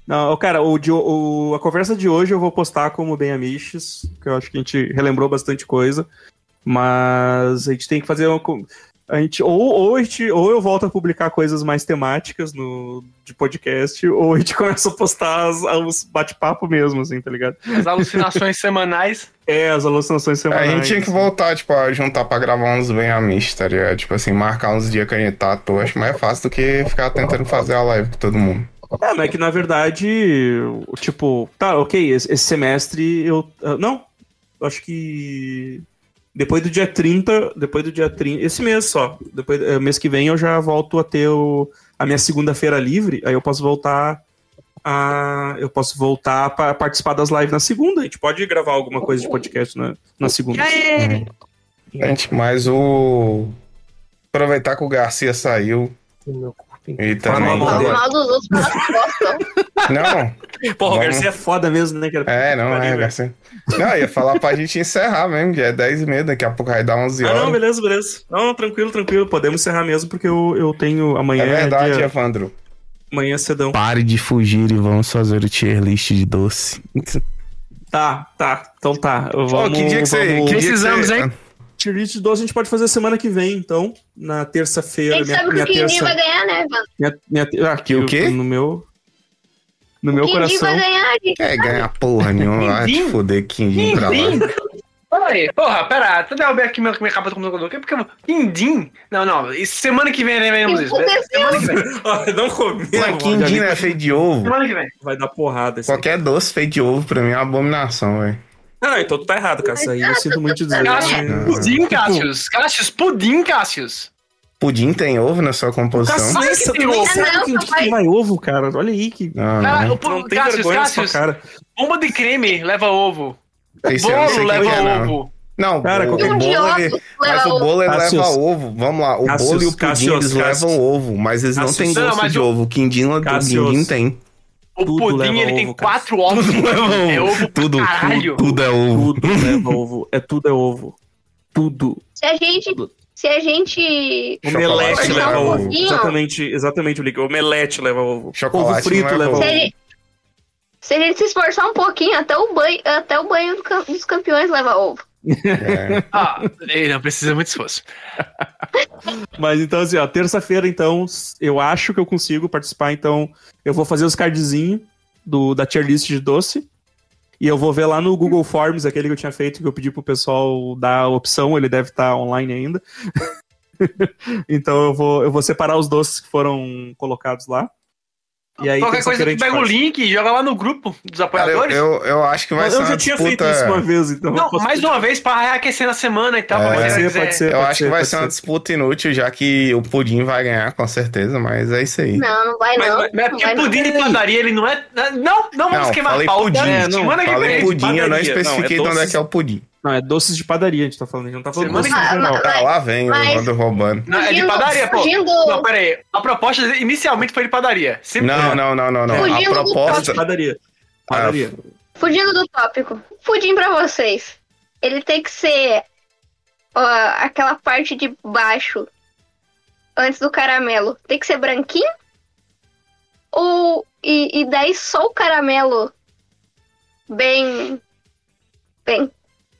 Speaker 7: não.
Speaker 1: Não, cara, o, de- o- a conversa de hoje eu vou postar como bem amiches, que eu acho que a gente relembrou bastante coisa. Mas a gente tem que fazer uma. co- A gente, ou, ou, a gente, ou eu volto a publicar coisas mais temáticas no, de podcast, ou a gente começa a postar as- os bate-papo mesmo, assim, tá ligado?
Speaker 9: As alucinações semanais.
Speaker 1: É, as alucinações
Speaker 7: A
Speaker 1: semanais.
Speaker 7: gente tinha que voltar, tipo, a juntar pra gravar uns bem amistos, tá ligado? Tipo assim, marcar uns dias que a gente tá à toa. Acho mais fácil do que ficar tentando fazer a live com todo mundo.
Speaker 1: É, mas é que na verdade, o- tipo, tá, ok, esse esse semestre eu. ah, Não, eu acho que. Depois do dia 30, depois do dia 30, esse mês só, depois eh, mês que vem eu já volto a ter o- a minha segunda-feira livre, aí eu posso voltar a eu posso voltar para participar das lives na segunda, a gente pode gravar alguma coisa de podcast na, na segunda.
Speaker 3: É.
Speaker 1: Uhum.
Speaker 7: Gente, mas o. Aproveitar que o Garcia saiu. E também.
Speaker 1: Fala
Speaker 3: Fala mal dos outros pelas costas.
Speaker 7: Não,
Speaker 1: Porra,
Speaker 7: Vamos.
Speaker 1: o Garcia é foda mesmo, né, cara?
Speaker 7: é, não, é, Garcia. Não, eu ia falar pra gente encerrar mesmo, já é 10 e meia, daqui a pouco vai dar 11
Speaker 1: Ah,
Speaker 7: horas.
Speaker 1: não, beleza, beleza. Não, tranquilo, tranquilo. Podemos encerrar mesmo, porque eu, eu tenho amanhã.
Speaker 7: é verdade,
Speaker 1: dia-
Speaker 7: Evandro.
Speaker 1: Amanhã cedão.
Speaker 7: Pare de fugir e vamos fazer o tier list de doce.
Speaker 1: Tá, tá. Então tá. Vamos,
Speaker 7: Pô, que dia que você.
Speaker 1: vamos...
Speaker 7: que dia que
Speaker 9: Precisamos,
Speaker 7: você-
Speaker 9: hein?
Speaker 1: Tier list de 12 a gente pode fazer semana que vem, então. Na
Speaker 3: A
Speaker 1: terça-feira.
Speaker 3: gente
Speaker 1: Minha,
Speaker 3: sabe que
Speaker 1: minha
Speaker 3: o Quindim vai
Speaker 1: terça.
Speaker 3: ganhar, né, Ivan?
Speaker 1: Minha, minha, ah,
Speaker 7: Que o quê?
Speaker 1: No meu. No meu
Speaker 3: O Quindim
Speaker 1: coração.
Speaker 3: vai ganhar, gente.
Speaker 7: É, ganhar porra nenhuma. Vai te
Speaker 9: Quindim?
Speaker 7: foder, Quindim pra lá.
Speaker 9: Peraí, porra, pera, tu derrubei aqui meu, minha capa do computador aqui, porque eu... Quindim? Não, não, isso- semana que vem
Speaker 3: né?
Speaker 9: veremos isso. Semana que vem,
Speaker 1: Olha, não comi.
Speaker 7: Ué, Quindim é feio de ovo.
Speaker 9: semana que vem.
Speaker 1: Vai dar porrada. assim. Esse...
Speaker 7: Qualquer doce feito de ovo pra mim é uma abominação, velho.
Speaker 1: Não, não, então tu tá errado, cara. Isso aí eu sinto muito né? dizer.
Speaker 7: Ah,
Speaker 9: Cássio,
Speaker 7: então.
Speaker 1: mas-
Speaker 9: pudim,
Speaker 7: Tipo,
Speaker 9: Cássius. Cássius, pudim, Cássius.
Speaker 7: Pudim tem ovo na sua composição?
Speaker 1: Caciça, tu
Speaker 9: tem
Speaker 1: nem
Speaker 9: ovo.
Speaker 1: sabe
Speaker 3: Não,
Speaker 1: que- que
Speaker 3: papai.
Speaker 1: que vai ovo, cara. Olha aí que.
Speaker 7: Não,
Speaker 9: Cara,
Speaker 7: não.
Speaker 9: o
Speaker 1: Não
Speaker 9: pu-
Speaker 1: tem
Speaker 9: Cássius,
Speaker 1: vergonha na sua
Speaker 9: Cássius,
Speaker 1: cara.
Speaker 9: bomba de creme leva ovo.
Speaker 7: Esse eu não
Speaker 9: Bolo
Speaker 7: sei quem
Speaker 9: leva
Speaker 7: que é, não.
Speaker 9: ovo.
Speaker 7: Não,
Speaker 1: Cara,
Speaker 7: o, o
Speaker 1: qualquer-
Speaker 7: bolo,
Speaker 3: Um de
Speaker 7: ele-
Speaker 3: óculos
Speaker 7: mas
Speaker 3: leva
Speaker 7: o bolo ele
Speaker 1: Cássios.
Speaker 7: leva ovo. Vamos lá, o
Speaker 1: Cássios,
Speaker 7: bolo e o pudim
Speaker 1: Cássios,
Speaker 7: eles
Speaker 1: Cássios.
Speaker 7: levam ovo, mas eles não
Speaker 1: Cássios.
Speaker 7: têm
Speaker 9: Não,
Speaker 7: gosto
Speaker 9: mas
Speaker 7: de
Speaker 9: o-
Speaker 7: ovo. O quindim, o
Speaker 1: Cássios.
Speaker 7: quindim tem.
Speaker 9: O
Speaker 1: Tudo
Speaker 9: pudim,
Speaker 1: leva
Speaker 9: ele tem
Speaker 1: ovo, Cássio.
Speaker 9: quatro ovos. É ovo pra
Speaker 7: Tudo, tudo,
Speaker 9: caralho.
Speaker 7: tudo é ovo.
Speaker 1: Tudo leva ovo. É tudo é ovo. Tudo.
Speaker 3: Se a gente. Se a gente.
Speaker 1: Omelete
Speaker 7: Chocolate
Speaker 1: leva
Speaker 3: não,
Speaker 1: ovo.
Speaker 3: não.
Speaker 1: Exatamente, exatamente, Lick. Omelete leva ovo.
Speaker 7: Chocolate
Speaker 1: ovo frito
Speaker 7: não é
Speaker 1: leva
Speaker 7: ovo.
Speaker 3: Se
Speaker 1: ovo.
Speaker 3: a gente se, a gente se esforçar um pouquinho, até o banho, até o banho do cam- dos campeões leva ovo.
Speaker 7: É.
Speaker 9: Ah, ei, não precisa muito esforço.
Speaker 1: Mas então, assim, ó, terça-feira, então, s- eu acho que eu consigo participar, então eu vou fazer os cardzinhos do, da tier list de doce. E eu vou ver lá no Google Forms, aquele que eu tinha feito, que eu pedi pro pessoal dar a opção, ele deve estar online ainda. então eu vou, eu vou separar os doces que foram colocados lá. E É aí,
Speaker 9: Qualquer coisa,
Speaker 1: terça-feira a
Speaker 9: tu
Speaker 1: gente
Speaker 7: um
Speaker 9: pega o
Speaker 1: faz.
Speaker 9: link e joga lá no grupo
Speaker 7: Cara,
Speaker 9: dos
Speaker 7: eu,
Speaker 9: apoiadores.
Speaker 7: eu, eu acho que vai
Speaker 1: Mas
Speaker 7: ser
Speaker 1: eu
Speaker 7: uma
Speaker 1: já tinha
Speaker 7: disputa...
Speaker 1: feito isso uma vez, então.
Speaker 9: Não,
Speaker 1: eu posso-
Speaker 9: mais uma vez pra reaquecer na semana e tal.
Speaker 7: É.
Speaker 9: pra
Speaker 1: Pode
Speaker 9: galera
Speaker 1: ser,
Speaker 9: quiser.
Speaker 1: pode ser.
Speaker 7: Eu
Speaker 1: pode
Speaker 7: acho
Speaker 1: ser,
Speaker 7: que vai
Speaker 1: pode
Speaker 7: ser uma disputa inútil, já que o pudim vai ganhar, com certeza, mas é isso aí.
Speaker 3: Não, não vai não.
Speaker 9: Mas é
Speaker 3: não
Speaker 9: porque
Speaker 3: vai, não.
Speaker 9: pudim de padaria, ele não é. Não, não vamos
Speaker 7: Não,
Speaker 9: queimar a
Speaker 7: falei
Speaker 9: pauta.
Speaker 7: pudim.
Speaker 9: É,
Speaker 1: não,
Speaker 9: semana que
Speaker 7: Falei
Speaker 9: vem.
Speaker 7: pudim, eu não
Speaker 1: padaria. Não, é
Speaker 7: especifiquei de onde é
Speaker 1: doces.
Speaker 7: que é o pudim.
Speaker 1: Não, é doces de padaria, a gente tá falando. A gente não tá falando
Speaker 9: Semana
Speaker 1: doces em
Speaker 3: que-
Speaker 1: geral.
Speaker 7: Ah, lá vem,
Speaker 3: Mas-
Speaker 7: levando roubando.
Speaker 9: Não, é de
Speaker 3: Fugindo-
Speaker 9: padaria, pô.
Speaker 3: fugindo-
Speaker 9: Não, pera aí. A proposta inicialmente foi de padaria. Sempre
Speaker 7: Não, não, não, não, não. A
Speaker 3: Fugindo do
Speaker 9: é
Speaker 7: proposta.
Speaker 1: Padaria. Padaria.
Speaker 3: Fugindo do tópico. Pudim pra vocês. Ele tem que ser ó, aquela parte de baixo antes do caramelo. Tem que ser branquinho? Ou e, e daí só o caramelo bem bem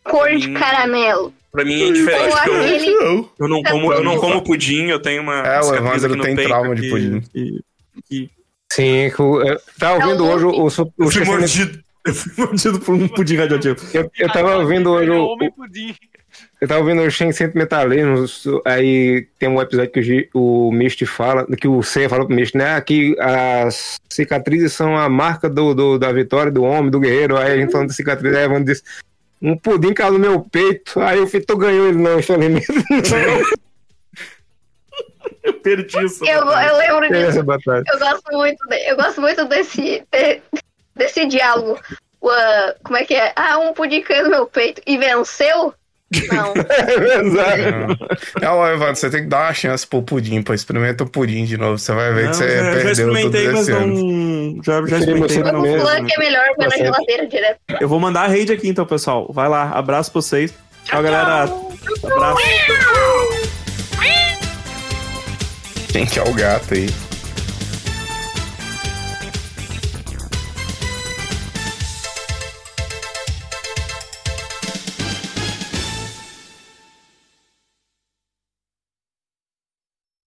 Speaker 3: cor de
Speaker 1: Hum.
Speaker 3: caramelo.
Speaker 1: Pra mim é diferente,
Speaker 3: Ou
Speaker 1: porque eu,
Speaker 3: aquele
Speaker 1: eu não como, eu não como pudim, eu tenho uma.
Speaker 7: É, o
Speaker 1: cicatriz
Speaker 7: Evandro
Speaker 1: aqui no
Speaker 7: tem
Speaker 1: peito
Speaker 7: trauma de
Speaker 1: que-
Speaker 7: pudim.
Speaker 1: que-
Speaker 5: Sim, é que eu, eu tava ouvindo hoje o, o,
Speaker 1: Eu
Speaker 5: o
Speaker 1: fui
Speaker 5: Chefendo-
Speaker 1: mordido. Eu fui mordido por um pudim radioativo.
Speaker 5: eu, eu tava ouvindo hoje o,
Speaker 9: Homem pudim.
Speaker 5: eu tava ouvindo o Shen Sentimentalismo, su- aí tem um episódio que o, Gi- o Misty fala, que o C falou pro Misty, né, que as cicatrizes são a marca do, do- da vitória do homem, do guerreiro, aí a gente falando de cicatriz, aí Evandro disse, um pudim caiu no meu peito, aí o Fito ganhou ele, não, infelizmente,
Speaker 1: Eu perdi isso.
Speaker 3: eu, eu lembro disso.
Speaker 5: essa batalha.
Speaker 3: Eu gosto muito, de- eu gosto muito desse, de- desse diálogo. O, ah, como é que é? Ah, um pudim caiu no meu peito e venceu? Não.
Speaker 5: É Exato.
Speaker 7: Não, Evandro, você tem que dar uma chance pro pudim, pô. Experimenta o pudim de novo. Você vai ver
Speaker 1: Não, é,
Speaker 7: que você
Speaker 1: já, já
Speaker 7: perdeu tudo
Speaker 1: experimentei, mas
Speaker 7: esse ano.
Speaker 1: não. Já, já
Speaker 5: Eu queria
Speaker 1: experimentei,
Speaker 5: você
Speaker 1: mas
Speaker 3: Joga
Speaker 1: não.
Speaker 3: um
Speaker 5: mesmo. Tá
Speaker 1: mesmo,
Speaker 3: flan que é melhor, vai na
Speaker 5: certo.
Speaker 3: geladeira direto.
Speaker 1: Eu vou mandar a rede aqui então, pessoal. Vai lá, abraço pra vocês. Tchau, galera. Abraço.
Speaker 7: Quem que é o gato aí?